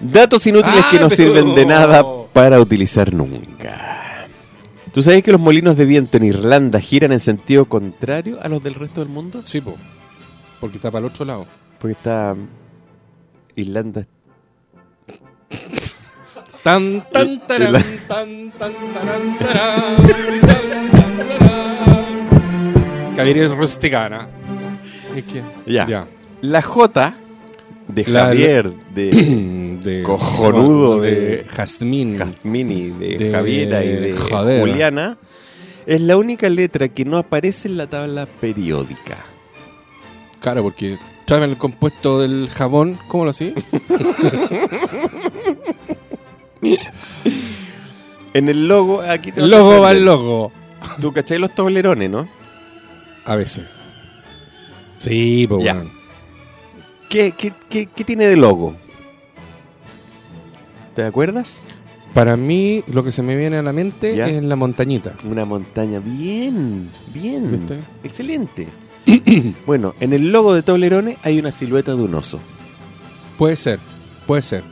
Speaker 3: datos inútiles
Speaker 4: Ah,
Speaker 3: que no
Speaker 4: pero-
Speaker 3: sirven de nada para utilizar nunca. ¿Tú sabes que los molinos de viento en Irlanda giran en sentido contrario a los del resto del mundo?
Speaker 4: Sí, po. Porque está para el otro lado.
Speaker 3: Porque está. um, Irlanda.
Speaker 4: Tan, tan, tarán,
Speaker 3: la-
Speaker 4: tan, tan, tarán, tarán, tan, tan, tarán. Caballería Rusticana. Es que.
Speaker 3: Ya.
Speaker 4: ya.
Speaker 3: La J de
Speaker 4: La-
Speaker 3: Javier, de
Speaker 4: Mm, de
Speaker 3: Cojonudo de-
Speaker 4: Jazmín.
Speaker 3: Jasmini, de,
Speaker 4: De-
Speaker 3: Javiera y de
Speaker 4: joder.
Speaker 3: Juliana, es la única letra que no aparece en la tabla periódica.
Speaker 4: Claro, porque tráeme el compuesto del jabón, ¿cómo lo así?
Speaker 3: En el logo, aquí te vas a
Speaker 4: logo va
Speaker 3: sorprender.
Speaker 4: el logo.
Speaker 3: ¿Tú cachai los toblerones, no?
Speaker 4: A veces. Sí, pues
Speaker 3: Ya.
Speaker 4: bueno.
Speaker 3: ¿Qué, qué, qué, qué tiene de logo? ¿Te acuerdas?
Speaker 4: Para mí, lo que se me viene a la mente
Speaker 3: Ya.
Speaker 4: es la montañita.
Speaker 3: Una montaña. Bien, bien.
Speaker 4: ¿Viste?
Speaker 3: Excelente. bueno, en el logo de Toblerone hay una silueta de un oso.
Speaker 4: Puede ser, puede ser.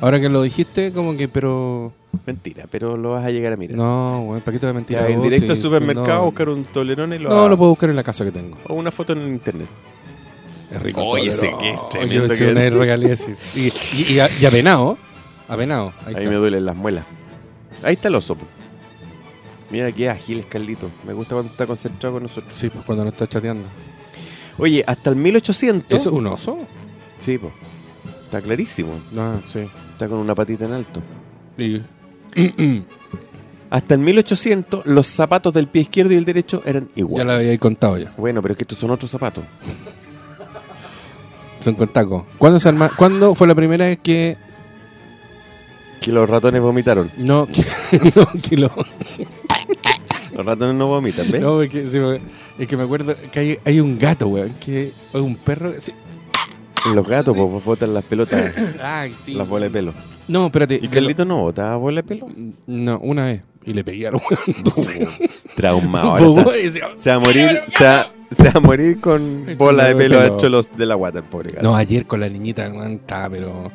Speaker 4: Ahora que lo dijiste, como que, pero.
Speaker 3: Mentira, pero lo vas a llegar a mirar.
Speaker 4: No, güey, ¿para qué te voy a mentir?
Speaker 3: Ya,
Speaker 4: a
Speaker 3: en
Speaker 4: vos?
Speaker 3: directo al
Speaker 4: Sí,
Speaker 3: supermercado
Speaker 4: no.
Speaker 3: buscar un Toblerone y lo
Speaker 4: No,
Speaker 3: vas-
Speaker 4: lo puedo buscar en la casa que tengo.
Speaker 3: o una foto en internet.
Speaker 4: Es rico.
Speaker 3: Oye,
Speaker 4: todo,
Speaker 3: sí,
Speaker 4: pero-
Speaker 3: qué
Speaker 4: Oh,
Speaker 3: tremendo
Speaker 4: yo sí,
Speaker 3: que
Speaker 4: una
Speaker 3: es.
Speaker 4: regalé así. Y, y, y a- y avenado. Avenado. Ahí
Speaker 3: Ahí,
Speaker 4: está.
Speaker 3: me duelen las muelas. Ahí está el oso. po. Mira qué ágil es Carlito. Me gusta cuando está concentrado con nosotros.
Speaker 4: Sí, pues cuando no estás chateando.
Speaker 3: Oye, hasta el 1800.
Speaker 4: ¿Eso es un oso?
Speaker 3: Sí, po. Está clarísimo.
Speaker 4: No, sí.
Speaker 3: Está con una patita en alto.
Speaker 4: Y-
Speaker 3: Hasta el 1800, los zapatos del pie izquierdo y el derecho eran
Speaker 4: ya
Speaker 3: iguales.
Speaker 4: lo había contado ya.
Speaker 3: Bueno, pero es que estos son otros zapatos.
Speaker 4: Son con taco. ¿Cuándo, se arma- ¿Cuándo fue la primera vez que
Speaker 3: Que los ratones vomitaron.
Speaker 4: no, que, no, que lo-
Speaker 3: Los ratones no vomitan, ¿ves?
Speaker 4: no, es, que, sí, porque- es que me acuerdo que hay, hay un gato, weón, que o un perro. sí.
Speaker 3: Los gatos pues, botan las pelotas,
Speaker 4: Ay, sí.
Speaker 3: las bolas de pelo.
Speaker 4: No, espérate.
Speaker 3: ¿Y
Speaker 4: de
Speaker 3: Carlito no botaba bola de pelo?
Speaker 4: lo- No, una vez. Y le pegué al weón. No sé.
Speaker 3: Traumado. ahora está-
Speaker 4: Y decía, "Oh,
Speaker 3: Se va a morir, se va, se va a morir con bola de pelo dentro de los- de la guata, el pobre gato.
Speaker 4: No, ayer con la niñita, weón, estaba, pero.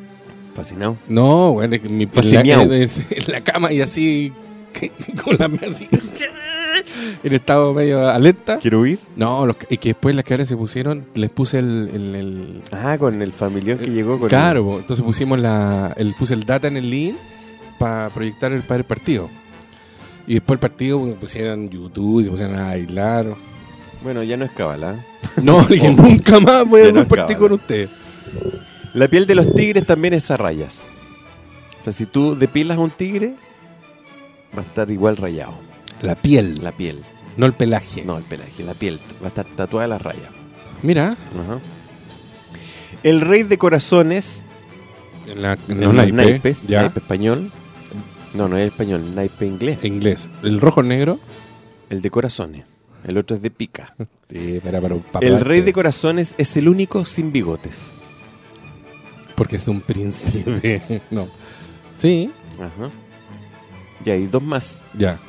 Speaker 3: Fascinado.
Speaker 4: No, weón, es que mi
Speaker 3: Así,
Speaker 4: en la,
Speaker 3: miau.
Speaker 4: es- en la cama y así. Con la mía así. En estado medio alerta.
Speaker 3: ¿Quiero huir?
Speaker 4: No, los, y que después las cabras se pusieron, les puse el, el- el-
Speaker 3: Ah, con el familión que llegó con
Speaker 4: Eh, claro, po. entonces pusimos la, el, puse el data en el link para proyectar el para el partido. Y después el partido bueno, pusieron YouTube, se pusieron a bailar.
Speaker 3: Bueno, ya no es ¿ah? cabala.
Speaker 4: No, le dije, nunca más voy
Speaker 3: Ya
Speaker 4: a
Speaker 3: no
Speaker 4: un partido
Speaker 3: acaban.
Speaker 4: con ustedes.
Speaker 3: La piel de los tigres también es a rayas. O sea, si tú depilas a un tigre, va a estar igual rayado.
Speaker 4: La piel,
Speaker 3: La piel.
Speaker 4: no el pelaje.
Speaker 3: No, el pelaje, la piel. Va a estar tatuada la raya.
Speaker 4: Mira,
Speaker 3: Ajá. El rey de corazones,
Speaker 4: en, la, en
Speaker 3: en
Speaker 4: los naipes, ya,
Speaker 3: naipe español. No, no es español, naipe inglés.
Speaker 4: en inglés, el rojo negro.
Speaker 3: El de corazones. El otro es de pica.
Speaker 4: Sí, para, para, para
Speaker 3: El rey de corazones es el único sin bigotes.
Speaker 4: Porque es un príncipe. no. Sí,
Speaker 3: Ajá. Y hay dos más.
Speaker 4: ya.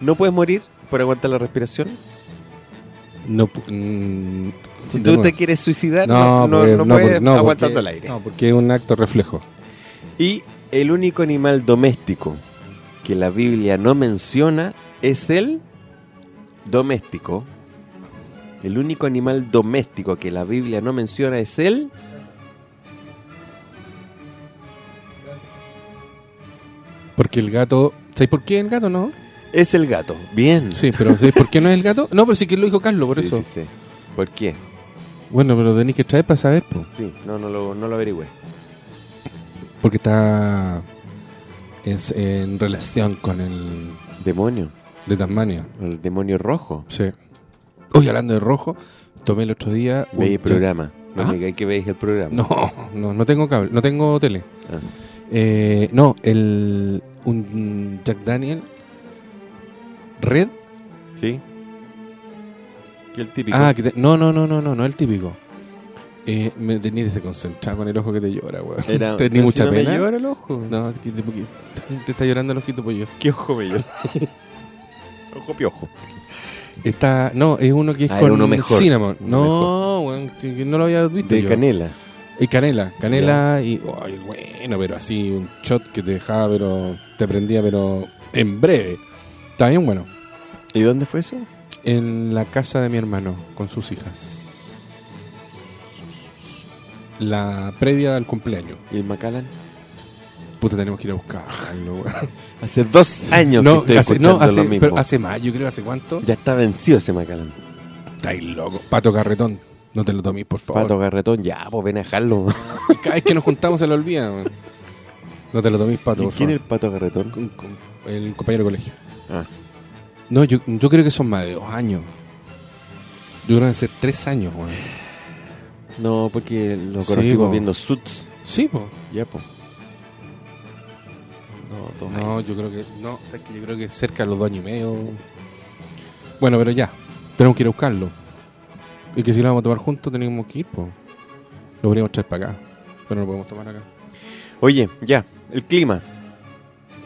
Speaker 3: No puedes morir por aguantar la respiración.
Speaker 4: No, pu- mm,
Speaker 3: Si
Speaker 4: de
Speaker 3: tú
Speaker 4: nuevo.
Speaker 3: te quieres suicidar, no,
Speaker 4: No,
Speaker 3: no- no
Speaker 4: porque- no,
Speaker 3: puedes
Speaker 4: porque- no,
Speaker 3: aguantando
Speaker 4: porque-
Speaker 3: el aire.
Speaker 4: No, porque es un acto reflejo.
Speaker 3: Y el único animal doméstico que la Biblia no menciona es el doméstico. El único animal doméstico que la Biblia no menciona es el...
Speaker 4: Porque el gato. ¿Sabéis por qué el gato no?
Speaker 3: Es el gato. Bien.
Speaker 4: Sí, pero ¿sabéis por qué no es el gato? No, pero sí que lo dijo Carlos, por
Speaker 3: Sí,
Speaker 4: eso.
Speaker 3: sí, sí. ¿Por qué?
Speaker 4: Bueno, pero lo tenéis que traer para saber, po.
Speaker 3: Sí, no, no lo, no lo averigüé.
Speaker 4: porque está. Es en relación con el.
Speaker 3: Demonio.
Speaker 4: de Tasmania.
Speaker 3: El demonio rojo.
Speaker 4: Sí. Hoy hablando de rojo, tomé el otro día. un
Speaker 3: Veis el
Speaker 4: té-
Speaker 3: programa. No
Speaker 4: ¿Ah?
Speaker 3: me digáis que veis el programa.
Speaker 4: No, no, no tengo cable, no tengo tele.
Speaker 3: Ah.
Speaker 4: Eh, no, el. un Jack Daniel. Red.
Speaker 3: ¿Sí? Que el típico.
Speaker 4: Ah, que te- no, no, no, no, no, no el típico. Eh, me tenía desconcentrado con el ojo que te llora, weón.
Speaker 3: Era-
Speaker 4: tenía
Speaker 3: pero si
Speaker 4: mucha
Speaker 3: no me
Speaker 4: pena.
Speaker 3: llora el ojo.
Speaker 4: No, es que te, porque te está llorando el ojito pollo.
Speaker 3: ¿Qué ojo me llora? ojo piojo.
Speaker 4: Está, no, es uno que es
Speaker 3: Ah, era
Speaker 4: con
Speaker 3: uno mejor,
Speaker 4: cinnamon.
Speaker 3: uno
Speaker 4: no, weón, t- que no lo había visto
Speaker 3: De
Speaker 4: yo.
Speaker 3: canela.
Speaker 4: Y canela, canela y ay, bueno, pero así un shot que te dejaba, pero te prendía, pero en breve. Está bien bueno.
Speaker 3: ¿Y dónde fue eso?
Speaker 4: En la casa de mi hermano, con sus hijas. La previa al cumpleaños.
Speaker 3: ¿Y el Macallan?
Speaker 4: Puta, tenemos que ir a buscarlo, weón.
Speaker 3: Hace dos años que estoy
Speaker 4: hace,
Speaker 3: escuchando
Speaker 4: no, hace-
Speaker 3: lo mismo.
Speaker 4: pero hace más, yo creo, ¿hace cuánto?
Speaker 3: Ya está vencido ese Macallan.
Speaker 4: Estáis loco. Pato Carretón, no te lo tomes, por favor.
Speaker 3: Pato Garretón, ya, pues ven a dejarlo.
Speaker 4: Y Cada vez que nos juntamos se lo olvida, weón. No te lo tomes, Pato,
Speaker 3: ¿Y
Speaker 4: por
Speaker 3: quién es el
Speaker 4: favor.
Speaker 3: Pato Garretón?
Speaker 4: Con- con El... compañero de colegio.
Speaker 3: Ah.
Speaker 4: No, yo, yo creo que son más de dos años. Yo creo que ser tres años, weón.
Speaker 3: No, porque lo
Speaker 4: Sí,
Speaker 3: conocimos
Speaker 4: po.
Speaker 3: viendo Suits.
Speaker 4: Sí, po.
Speaker 3: Ya, pues. No, toma.
Speaker 4: No, yo creo que. No, o sea, es que yo creo que cerca de los dos años y medio. Bueno, pero ya. Tenemos que ir a buscarlo. Y que si lo vamos a tomar juntos, tenemos que ir, po. Lo podríamos traer para acá. Pero no lo podemos tomar acá.
Speaker 3: Oye, ya, el clima.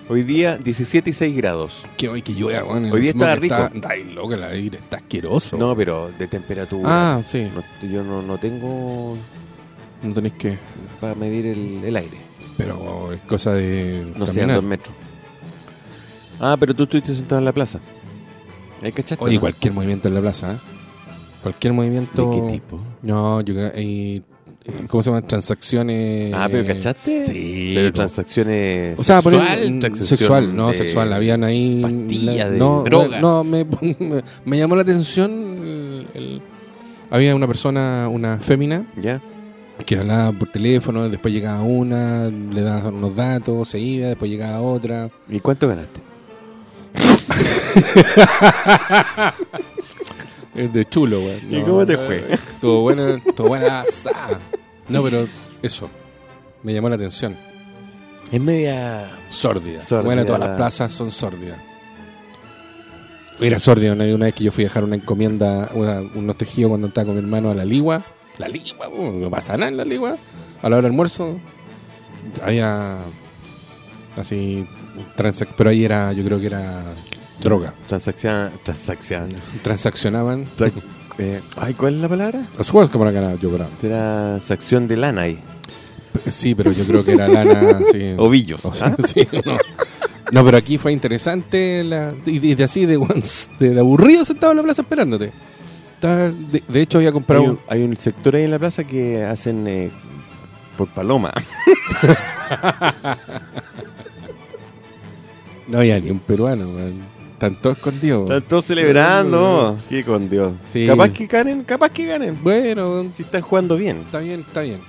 Speaker 3: Hoy día 17 y 6 grados.
Speaker 4: Que hoy que llueva, weón. el
Speaker 3: Hoy día
Speaker 4: smog
Speaker 3: está rico.
Speaker 4: Está, ay, loca, la aire está asqueroso.
Speaker 3: No, pero de temperatura.
Speaker 4: Oh. Ah, sí.
Speaker 3: No, yo no, no tengo
Speaker 4: No tenéis que.
Speaker 3: para medir el, el aire.
Speaker 4: Pero es cosa de.
Speaker 3: No sé,
Speaker 4: caminar.
Speaker 3: dos metros. Ah, pero tú estuviste sentado en la plaza. ¿Ahí cachaste?
Speaker 4: Oye,
Speaker 3: no?
Speaker 4: cualquier movimiento en la plaza, ¿eh? Cualquier movimiento.
Speaker 3: ¿De qué tipo?
Speaker 4: No, yo creo. eh, eh, ¿Cómo se llaman? Transacciones. eh,
Speaker 3: Ah, pero ¿cachaste?
Speaker 4: Sí.
Speaker 3: Pero
Speaker 4: po.
Speaker 3: transacciones.
Speaker 4: O sea, por
Speaker 3: sexual,
Speaker 4: el- mm,
Speaker 3: transacción
Speaker 4: sexual, no
Speaker 3: de-
Speaker 4: sexual, la habían ahí.
Speaker 3: pastilla,
Speaker 4: la-
Speaker 3: de
Speaker 4: no, eh,
Speaker 3: droga.
Speaker 4: No, me, me- me llamó la atención. el- el- había una persona, una fémina,
Speaker 3: Ya.
Speaker 4: que hablaba por teléfono, después llegaba una, le daban unos datos, se iba, después llegaba otra.
Speaker 3: ¿Y cuánto ganaste?
Speaker 4: Es de chulo, güey.
Speaker 3: ¿Y cómo te fue?
Speaker 4: eh, Estuvo buena, estuvo buena. Ah, sa. No, pero eso, me llamó la atención.
Speaker 3: Es media.
Speaker 4: Sórdida.
Speaker 3: Sórdida
Speaker 4: Bueno, todas
Speaker 3: la-
Speaker 4: las plazas son sórdidas. Era sórdida una, una vez que yo fui a dejar una encomienda, una- unos tejidos cuando estaba con mi hermano a la ligua. La ligua, po, no pasa nada en la ligua. A la hora del almuerzo había así, transac- pero ahí era, yo creo que era droga.
Speaker 3: Transacción. Transacción.
Speaker 4: Transaccionaban.
Speaker 3: Tra- eh, ay, ¿cuál es la palabra?
Speaker 4: ¿Las juegas como la ganaba yo, bravo?
Speaker 3: Transacción de lana ahí.
Speaker 4: Sí, pero yo creo que era lana. sí.
Speaker 3: Ovillos.
Speaker 4: O sea,
Speaker 3: ¿ah?
Speaker 4: sí, no. No, pero aquí fue interesante la, y de, de así de, guans- de, de aburrido sentado en la plaza esperándote. Estaba- De, de hecho había comprado
Speaker 3: hay,
Speaker 4: un-
Speaker 3: un, hay un sector ahí en la plaza que hacen eh, por paloma.
Speaker 4: no había ni un peruano, man. Están todos escondidos.
Speaker 3: Están todos celebrando. Qué con Dios.
Speaker 4: Sí.
Speaker 3: Capaz que ganen, capaz que ganen.
Speaker 4: Bueno,
Speaker 3: Si están jugando bien.
Speaker 4: está bien, está bien.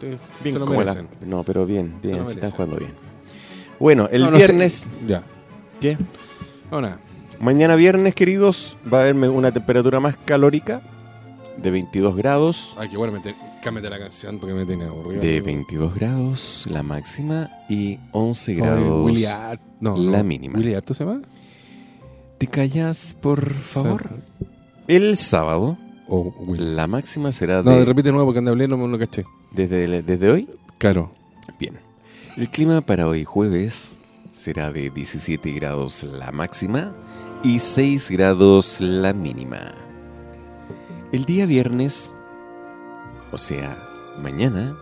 Speaker 4: Entonces,
Speaker 3: Bien
Speaker 4: se lo
Speaker 3: como la-
Speaker 4: merecen.
Speaker 3: No, pero bien,
Speaker 4: Se
Speaker 3: bien,
Speaker 4: lo
Speaker 3: si están
Speaker 4: merecen.
Speaker 3: jugando bien. Bueno, el
Speaker 4: No, no sé.
Speaker 3: viernes.
Speaker 4: Ya.
Speaker 3: ¿Qué?
Speaker 4: No, nada.
Speaker 3: Mañana viernes, queridos, va a haber una temperatura más calórica de 22 grados.
Speaker 4: Ay, que bueno, me te- cámbiate la canción porque me tiene aburrido.
Speaker 3: De 22 grados la máxima y 11
Speaker 4: Ay,
Speaker 3: grados.
Speaker 4: Willy Ar- no,
Speaker 3: la
Speaker 4: no.
Speaker 3: mínima.
Speaker 4: Willy Ar- ¿tú se llama?
Speaker 3: ¿Te callas, por favor? El sábado
Speaker 4: O Willy.
Speaker 3: la máxima será
Speaker 4: No,
Speaker 3: de-
Speaker 4: repite de nuevo porque cuando hablé no me lo caché.
Speaker 3: desde, desde hoy.
Speaker 4: Claro.
Speaker 3: Bien. El clima para hoy jueves será de 17 grados la máxima y 6 grados la mínima. El día viernes, o sea, mañana,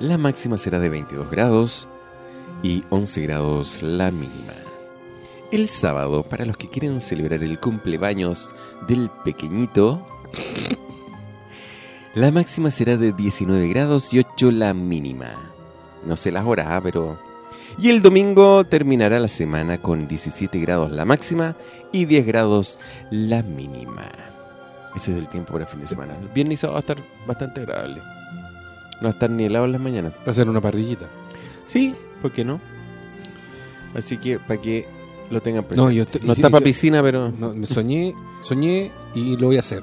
Speaker 3: la máxima será de 22 grados y 11 grados la mínima. El sábado, para los que quieren celebrar el cumpleaños del pequeñito, la máxima será de 19 grados y 8 la mínima. No sé las horas, ah, pero... Y el domingo terminará la semana con 17 grados la máxima y 10 grados la mínima. Ese es el tiempo para el fin de semana. El viernes y sábado va a estar bastante agradable. No va a estar ni helado en las mañanas.
Speaker 4: Va a ser una parrillita.
Speaker 3: Sí, ¿por qué no? Así que para que lo tengan presente. Pues
Speaker 4: No,
Speaker 3: No,
Speaker 4: yo estoy-
Speaker 3: está
Speaker 4: yo-
Speaker 3: para piscina, pero...
Speaker 4: No, me soñé, soñé y lo voy a hacer.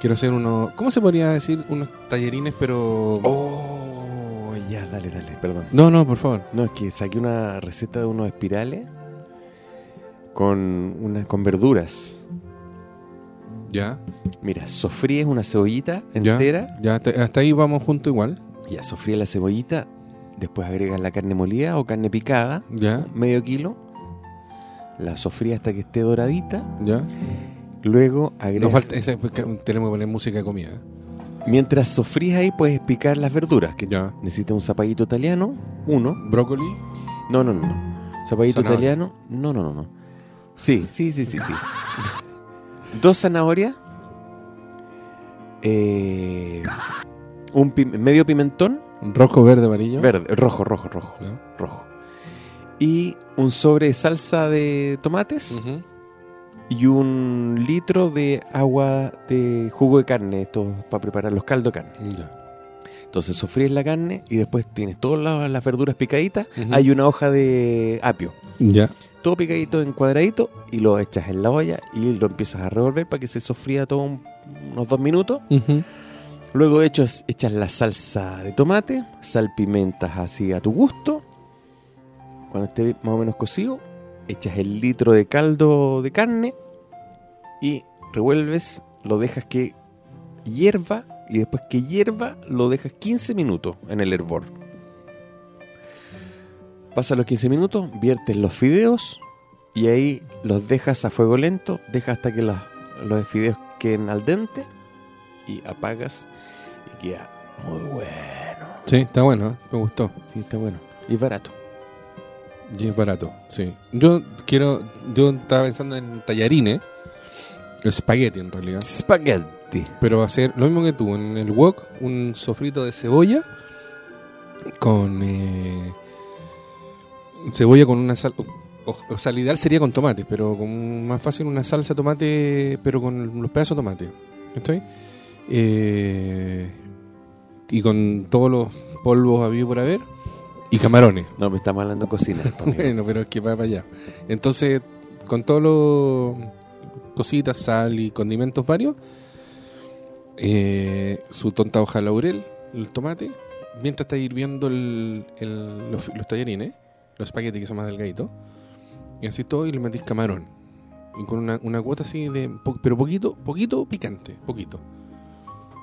Speaker 4: Quiero hacer unos, ¿cómo se podría decir? Unos tallerines, pero...
Speaker 3: Oh, ya, dale, dale, perdón.
Speaker 4: No, no, por favor.
Speaker 3: No, es que saqué una receta de unos espirales con, una, con verduras.
Speaker 4: Ya,
Speaker 3: Mira, sofríes una cebollita
Speaker 4: ya.
Speaker 3: entera.
Speaker 4: Ya, te- hasta ahí vamos juntos igual.
Speaker 3: Ya, sofríes la cebollita. Después agregas la carne molida o carne picada,
Speaker 4: Ya,
Speaker 3: medio kilo. La sofríes hasta que esté doradita.
Speaker 4: ya.
Speaker 3: Luego
Speaker 4: Nos
Speaker 3: agregas.
Speaker 4: falta, ese- porque tenemos que poner música de comida.
Speaker 3: Mientras sofríes ahí, puedes picar las verduras. Que
Speaker 4: Ya.
Speaker 3: necesitas un zapallito italiano, uno.
Speaker 4: Brócoli.
Speaker 3: No, no, no, no. Zapallito
Speaker 4: Zanahoria.
Speaker 3: italiano, no, no, no, no. Sí, sí, sí, sí, sí. Dos zanahorias. eh, un pim- medio pimentón.
Speaker 4: Rojo, verde, amarillo.
Speaker 3: Verde, rojo, rojo, rojo.
Speaker 4: Ya.
Speaker 3: Rojo. Y un sobre de salsa de tomates
Speaker 4: Ujú.
Speaker 3: y un litro de agua de jugo de carne, esto para preparar los caldos de carne.
Speaker 4: Ya.
Speaker 3: Entonces sofríes la carne y después tienes todas las, las verduras picaditas.
Speaker 4: Ujú.
Speaker 3: Hay una hoja de apio
Speaker 4: Ya.
Speaker 3: todo picadito en cuadradito y lo echas en la olla y lo empiezas a revolver para que se sofría todo un- unos dos minutos.
Speaker 4: Ujú.
Speaker 3: Luego echas, echas la salsa de tomate, salpimentas así a tu gusto. Cuando esté más o menos cocido, echas el litro de caldo de carne, y revuelves, lo dejas que hierva y después que hierva lo dejas 15 minutos en el hervor. Pasan los 15 minutos, viertes los fideos y ahí los dejas a fuego lento, dejas hasta que las- los fideos queden al dente y apagas y queda muy bueno.
Speaker 4: Sí, está bueno, ¿eh? me gustó.
Speaker 3: Sí, está bueno. Y es barato.
Speaker 4: Y es barato, sí. Yo quiero. Yo estaba pensando en tallarines. Espagueti en realidad.
Speaker 3: Spaghetti.
Speaker 4: Pero va a ser lo mismo que tú. En el wok, un sofrito de cebolla. Con. eh, cebolla con una sal. O, o sea, el ideal sería con tomate, pero con más fácil una salsa tomate, pero con los pedazos de tomate. ¿Estoy? y con todos los polvos habido por haber. Y camarones.
Speaker 3: No, me estamos hablando de cocina. po, amigo.
Speaker 4: Bueno, pero es que va para allá. Entonces, con todo lo. cositas, sal y condimentos varios, eh, su tonta hoja de laurel, el tomate, mientras está hirviendo el- el- los, los tallarines, los espaguetis que son más delgaditos, y así todo, y le metís camarón. Y con una, una cuota así de. po- pero poquito, poquito picante, poquito.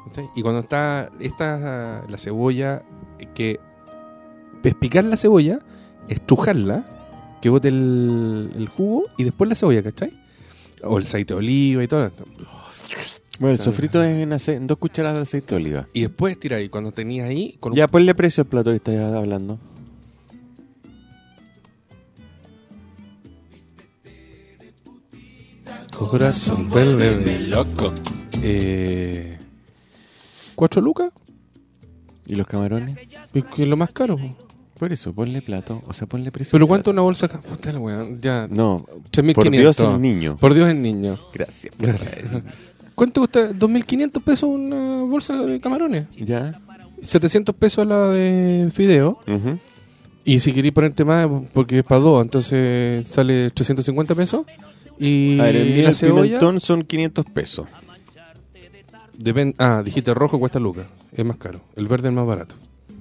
Speaker 4: ¿Cachai? Y cuando está esta, la cebolla, eh, que pespicar la cebolla, estrujarla, que bote el, el jugo y después la cebolla, ¿cachai? O el aceite de oliva y todo. esto.
Speaker 3: Bueno, el sofrito es en, ace- en dos cucharadas de aceite de oliva.
Speaker 4: Y después tirar y cuando tenías ahí, con un-
Speaker 3: Ya ponle precio al plato que estás hablando.
Speaker 4: corazón vuelve de loco. Eh, ¿Cuatro lucas?
Speaker 3: ¿Y los camarones?
Speaker 4: Es que es lo más caro. po.
Speaker 3: Por eso, ponle plato. O sea, ponle precio.
Speaker 4: ¿Pero
Speaker 3: al
Speaker 4: cuánto
Speaker 3: plato.
Speaker 4: una bolsa? acá? Puta la weá, Ya.
Speaker 3: No,
Speaker 4: 3.500.
Speaker 3: por Dios el niño.
Speaker 4: Por Dios el niño.
Speaker 3: Gracias.
Speaker 4: ¿Cuánto cuesta? ¿2.500 pesos una bolsa de camarones?
Speaker 3: ¿Ya?
Speaker 4: 700 pesos la de fideo.
Speaker 3: ujú.
Speaker 4: Y si queréis ponerte más, porque es para dos, entonces sale 350 pesos. Y
Speaker 3: A ver, el,
Speaker 4: la
Speaker 3: el
Speaker 4: cebolla.
Speaker 3: pimentón son 500 pesos.
Speaker 4: depen- ah, dijiste rojo cuesta lucas. Es más caro. El verde es más barato.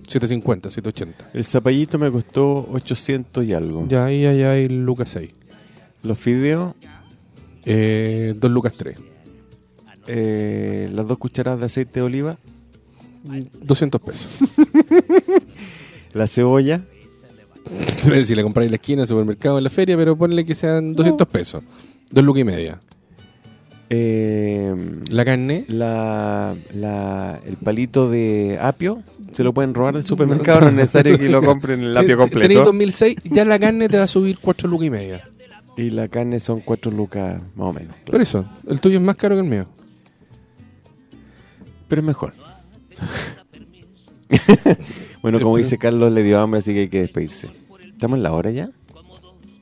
Speaker 4: 750, 780.
Speaker 3: El zapallito me costó 800 y algo.
Speaker 4: Ya ahí, ahí hay lucas 6.
Speaker 3: Los fideos,
Speaker 4: Eh, 2 lucas 3.
Speaker 3: eh, las dos cucharadas de aceite de oliva.
Speaker 4: 200 pesos.
Speaker 3: La cebolla,
Speaker 4: si la compráis en la esquina, en el supermercado, en la feria, pero ponle que sean 200 pesos. 2 lucas y media.
Speaker 3: eh,
Speaker 4: La carne.
Speaker 3: la, la- el palito de apio. Se lo pueden robar del supermercado, no es necesario que lo compren el apio
Speaker 4: Ten- Tenéis
Speaker 3: completo.
Speaker 4: 2006, ya la carne te va a subir 4 lucas y media.
Speaker 3: Y la carne son 4 lucas más o menos.
Speaker 4: Por eso, el tuyo es más caro que el mío.
Speaker 3: Pero es mejor. bueno, como dice Carlos, le dio hambre, así que hay que despedirse. ¿Estamos en la hora ya?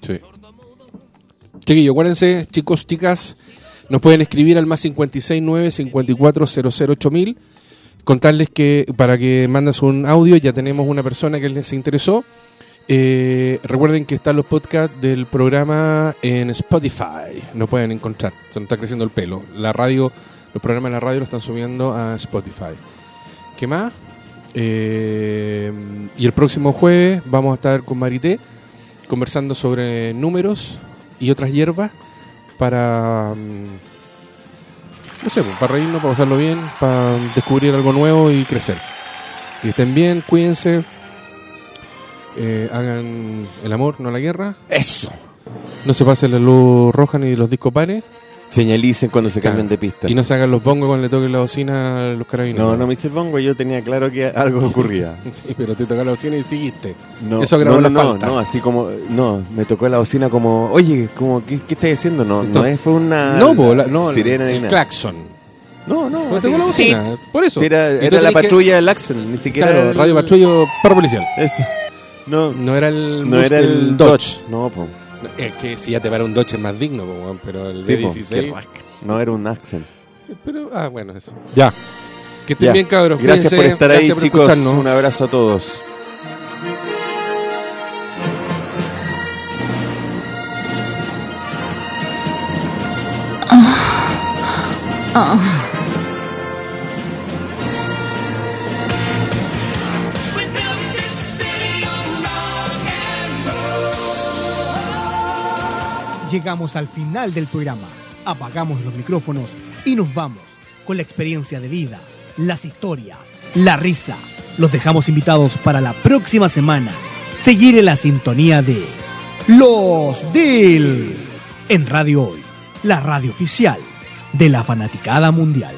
Speaker 4: Sí. Chiquillos, acuérdense, chicos, chicas, nos pueden escribir al más 569 54008000 Contarles que para que mandas un audio, ya tenemos una persona que les interesó. Eh, recuerden que están los podcasts del programa en Spotify. Nos pueden encontrar. Se nos está creciendo el pelo. La radio, los programas de la radio lo están subiendo a Spotify. ¿Qué más? Eh, y el próximo jueves vamos a estar con Marité conversando sobre números y otras hierbas para. mm, No sé, pues, para reírnos, para pasarlo bien, para descubrir algo nuevo y crecer. Que estén bien, cuídense. eh, hagan el amor, no la guerra.
Speaker 3: ¡Eso!
Speaker 4: No se pasen la luz roja ni los discos pares.
Speaker 3: Señalicen cuando se
Speaker 4: Claro.
Speaker 3: cambian de pista.
Speaker 4: Y no se hagan los bongos cuando le toquen la bocina a los carabineros.
Speaker 3: no, no me hice el bongo, yo tenía claro que algo ocurría.
Speaker 4: Sí, pero te toca la bocina y seguiste.
Speaker 3: No,
Speaker 4: Eso agravó
Speaker 3: no, no,
Speaker 4: la
Speaker 3: no,
Speaker 4: falta.
Speaker 3: No, así como, no, me tocó la bocina como, oye, como, ¿qué, qué estás diciendo? No, no,
Speaker 4: Entonces-
Speaker 3: es- fue una
Speaker 4: no, po, la- no, eh,
Speaker 3: sirena ni
Speaker 4: el
Speaker 3: nada.
Speaker 4: claxon.
Speaker 3: No, no,
Speaker 4: No
Speaker 3: así-
Speaker 4: te la Pues bocina. Por eso.
Speaker 3: Sí, era,
Speaker 4: Y tú
Speaker 3: era la
Speaker 4: tenés que-
Speaker 3: patrulla del Axel, ni siquiera.
Speaker 4: Claro,
Speaker 3: el-
Speaker 4: Radio Patrullo Perro Policial.
Speaker 3: es- no, no,
Speaker 4: No era el bus,
Speaker 3: era el Dodge. No, po.
Speaker 4: Es que si ya te para un Dodge es más digno, po, weón, pero el
Speaker 3: Sí, po, qué
Speaker 4: D16.
Speaker 3: rasca. No era un Axel.
Speaker 4: Pero, ah, bueno, eso. Ya. Que estén
Speaker 3: Ya.
Speaker 4: bien, cabros.
Speaker 3: Gracias por
Speaker 4: cuídense,
Speaker 3: estar ahí,
Speaker 4: gracias por
Speaker 3: chicos.
Speaker 4: escucharnos.
Speaker 3: Un abrazo a todos.
Speaker 1: Llegamos al final del programa, apagamos los micrófonos y nos vamos con la experiencia de vida, las historias, la risa. Los dejamos invitados para la próxima semana. Seguir en la sintonía de Los DIL en Radio Hoy, la radio oficial de la fanaticada mundial.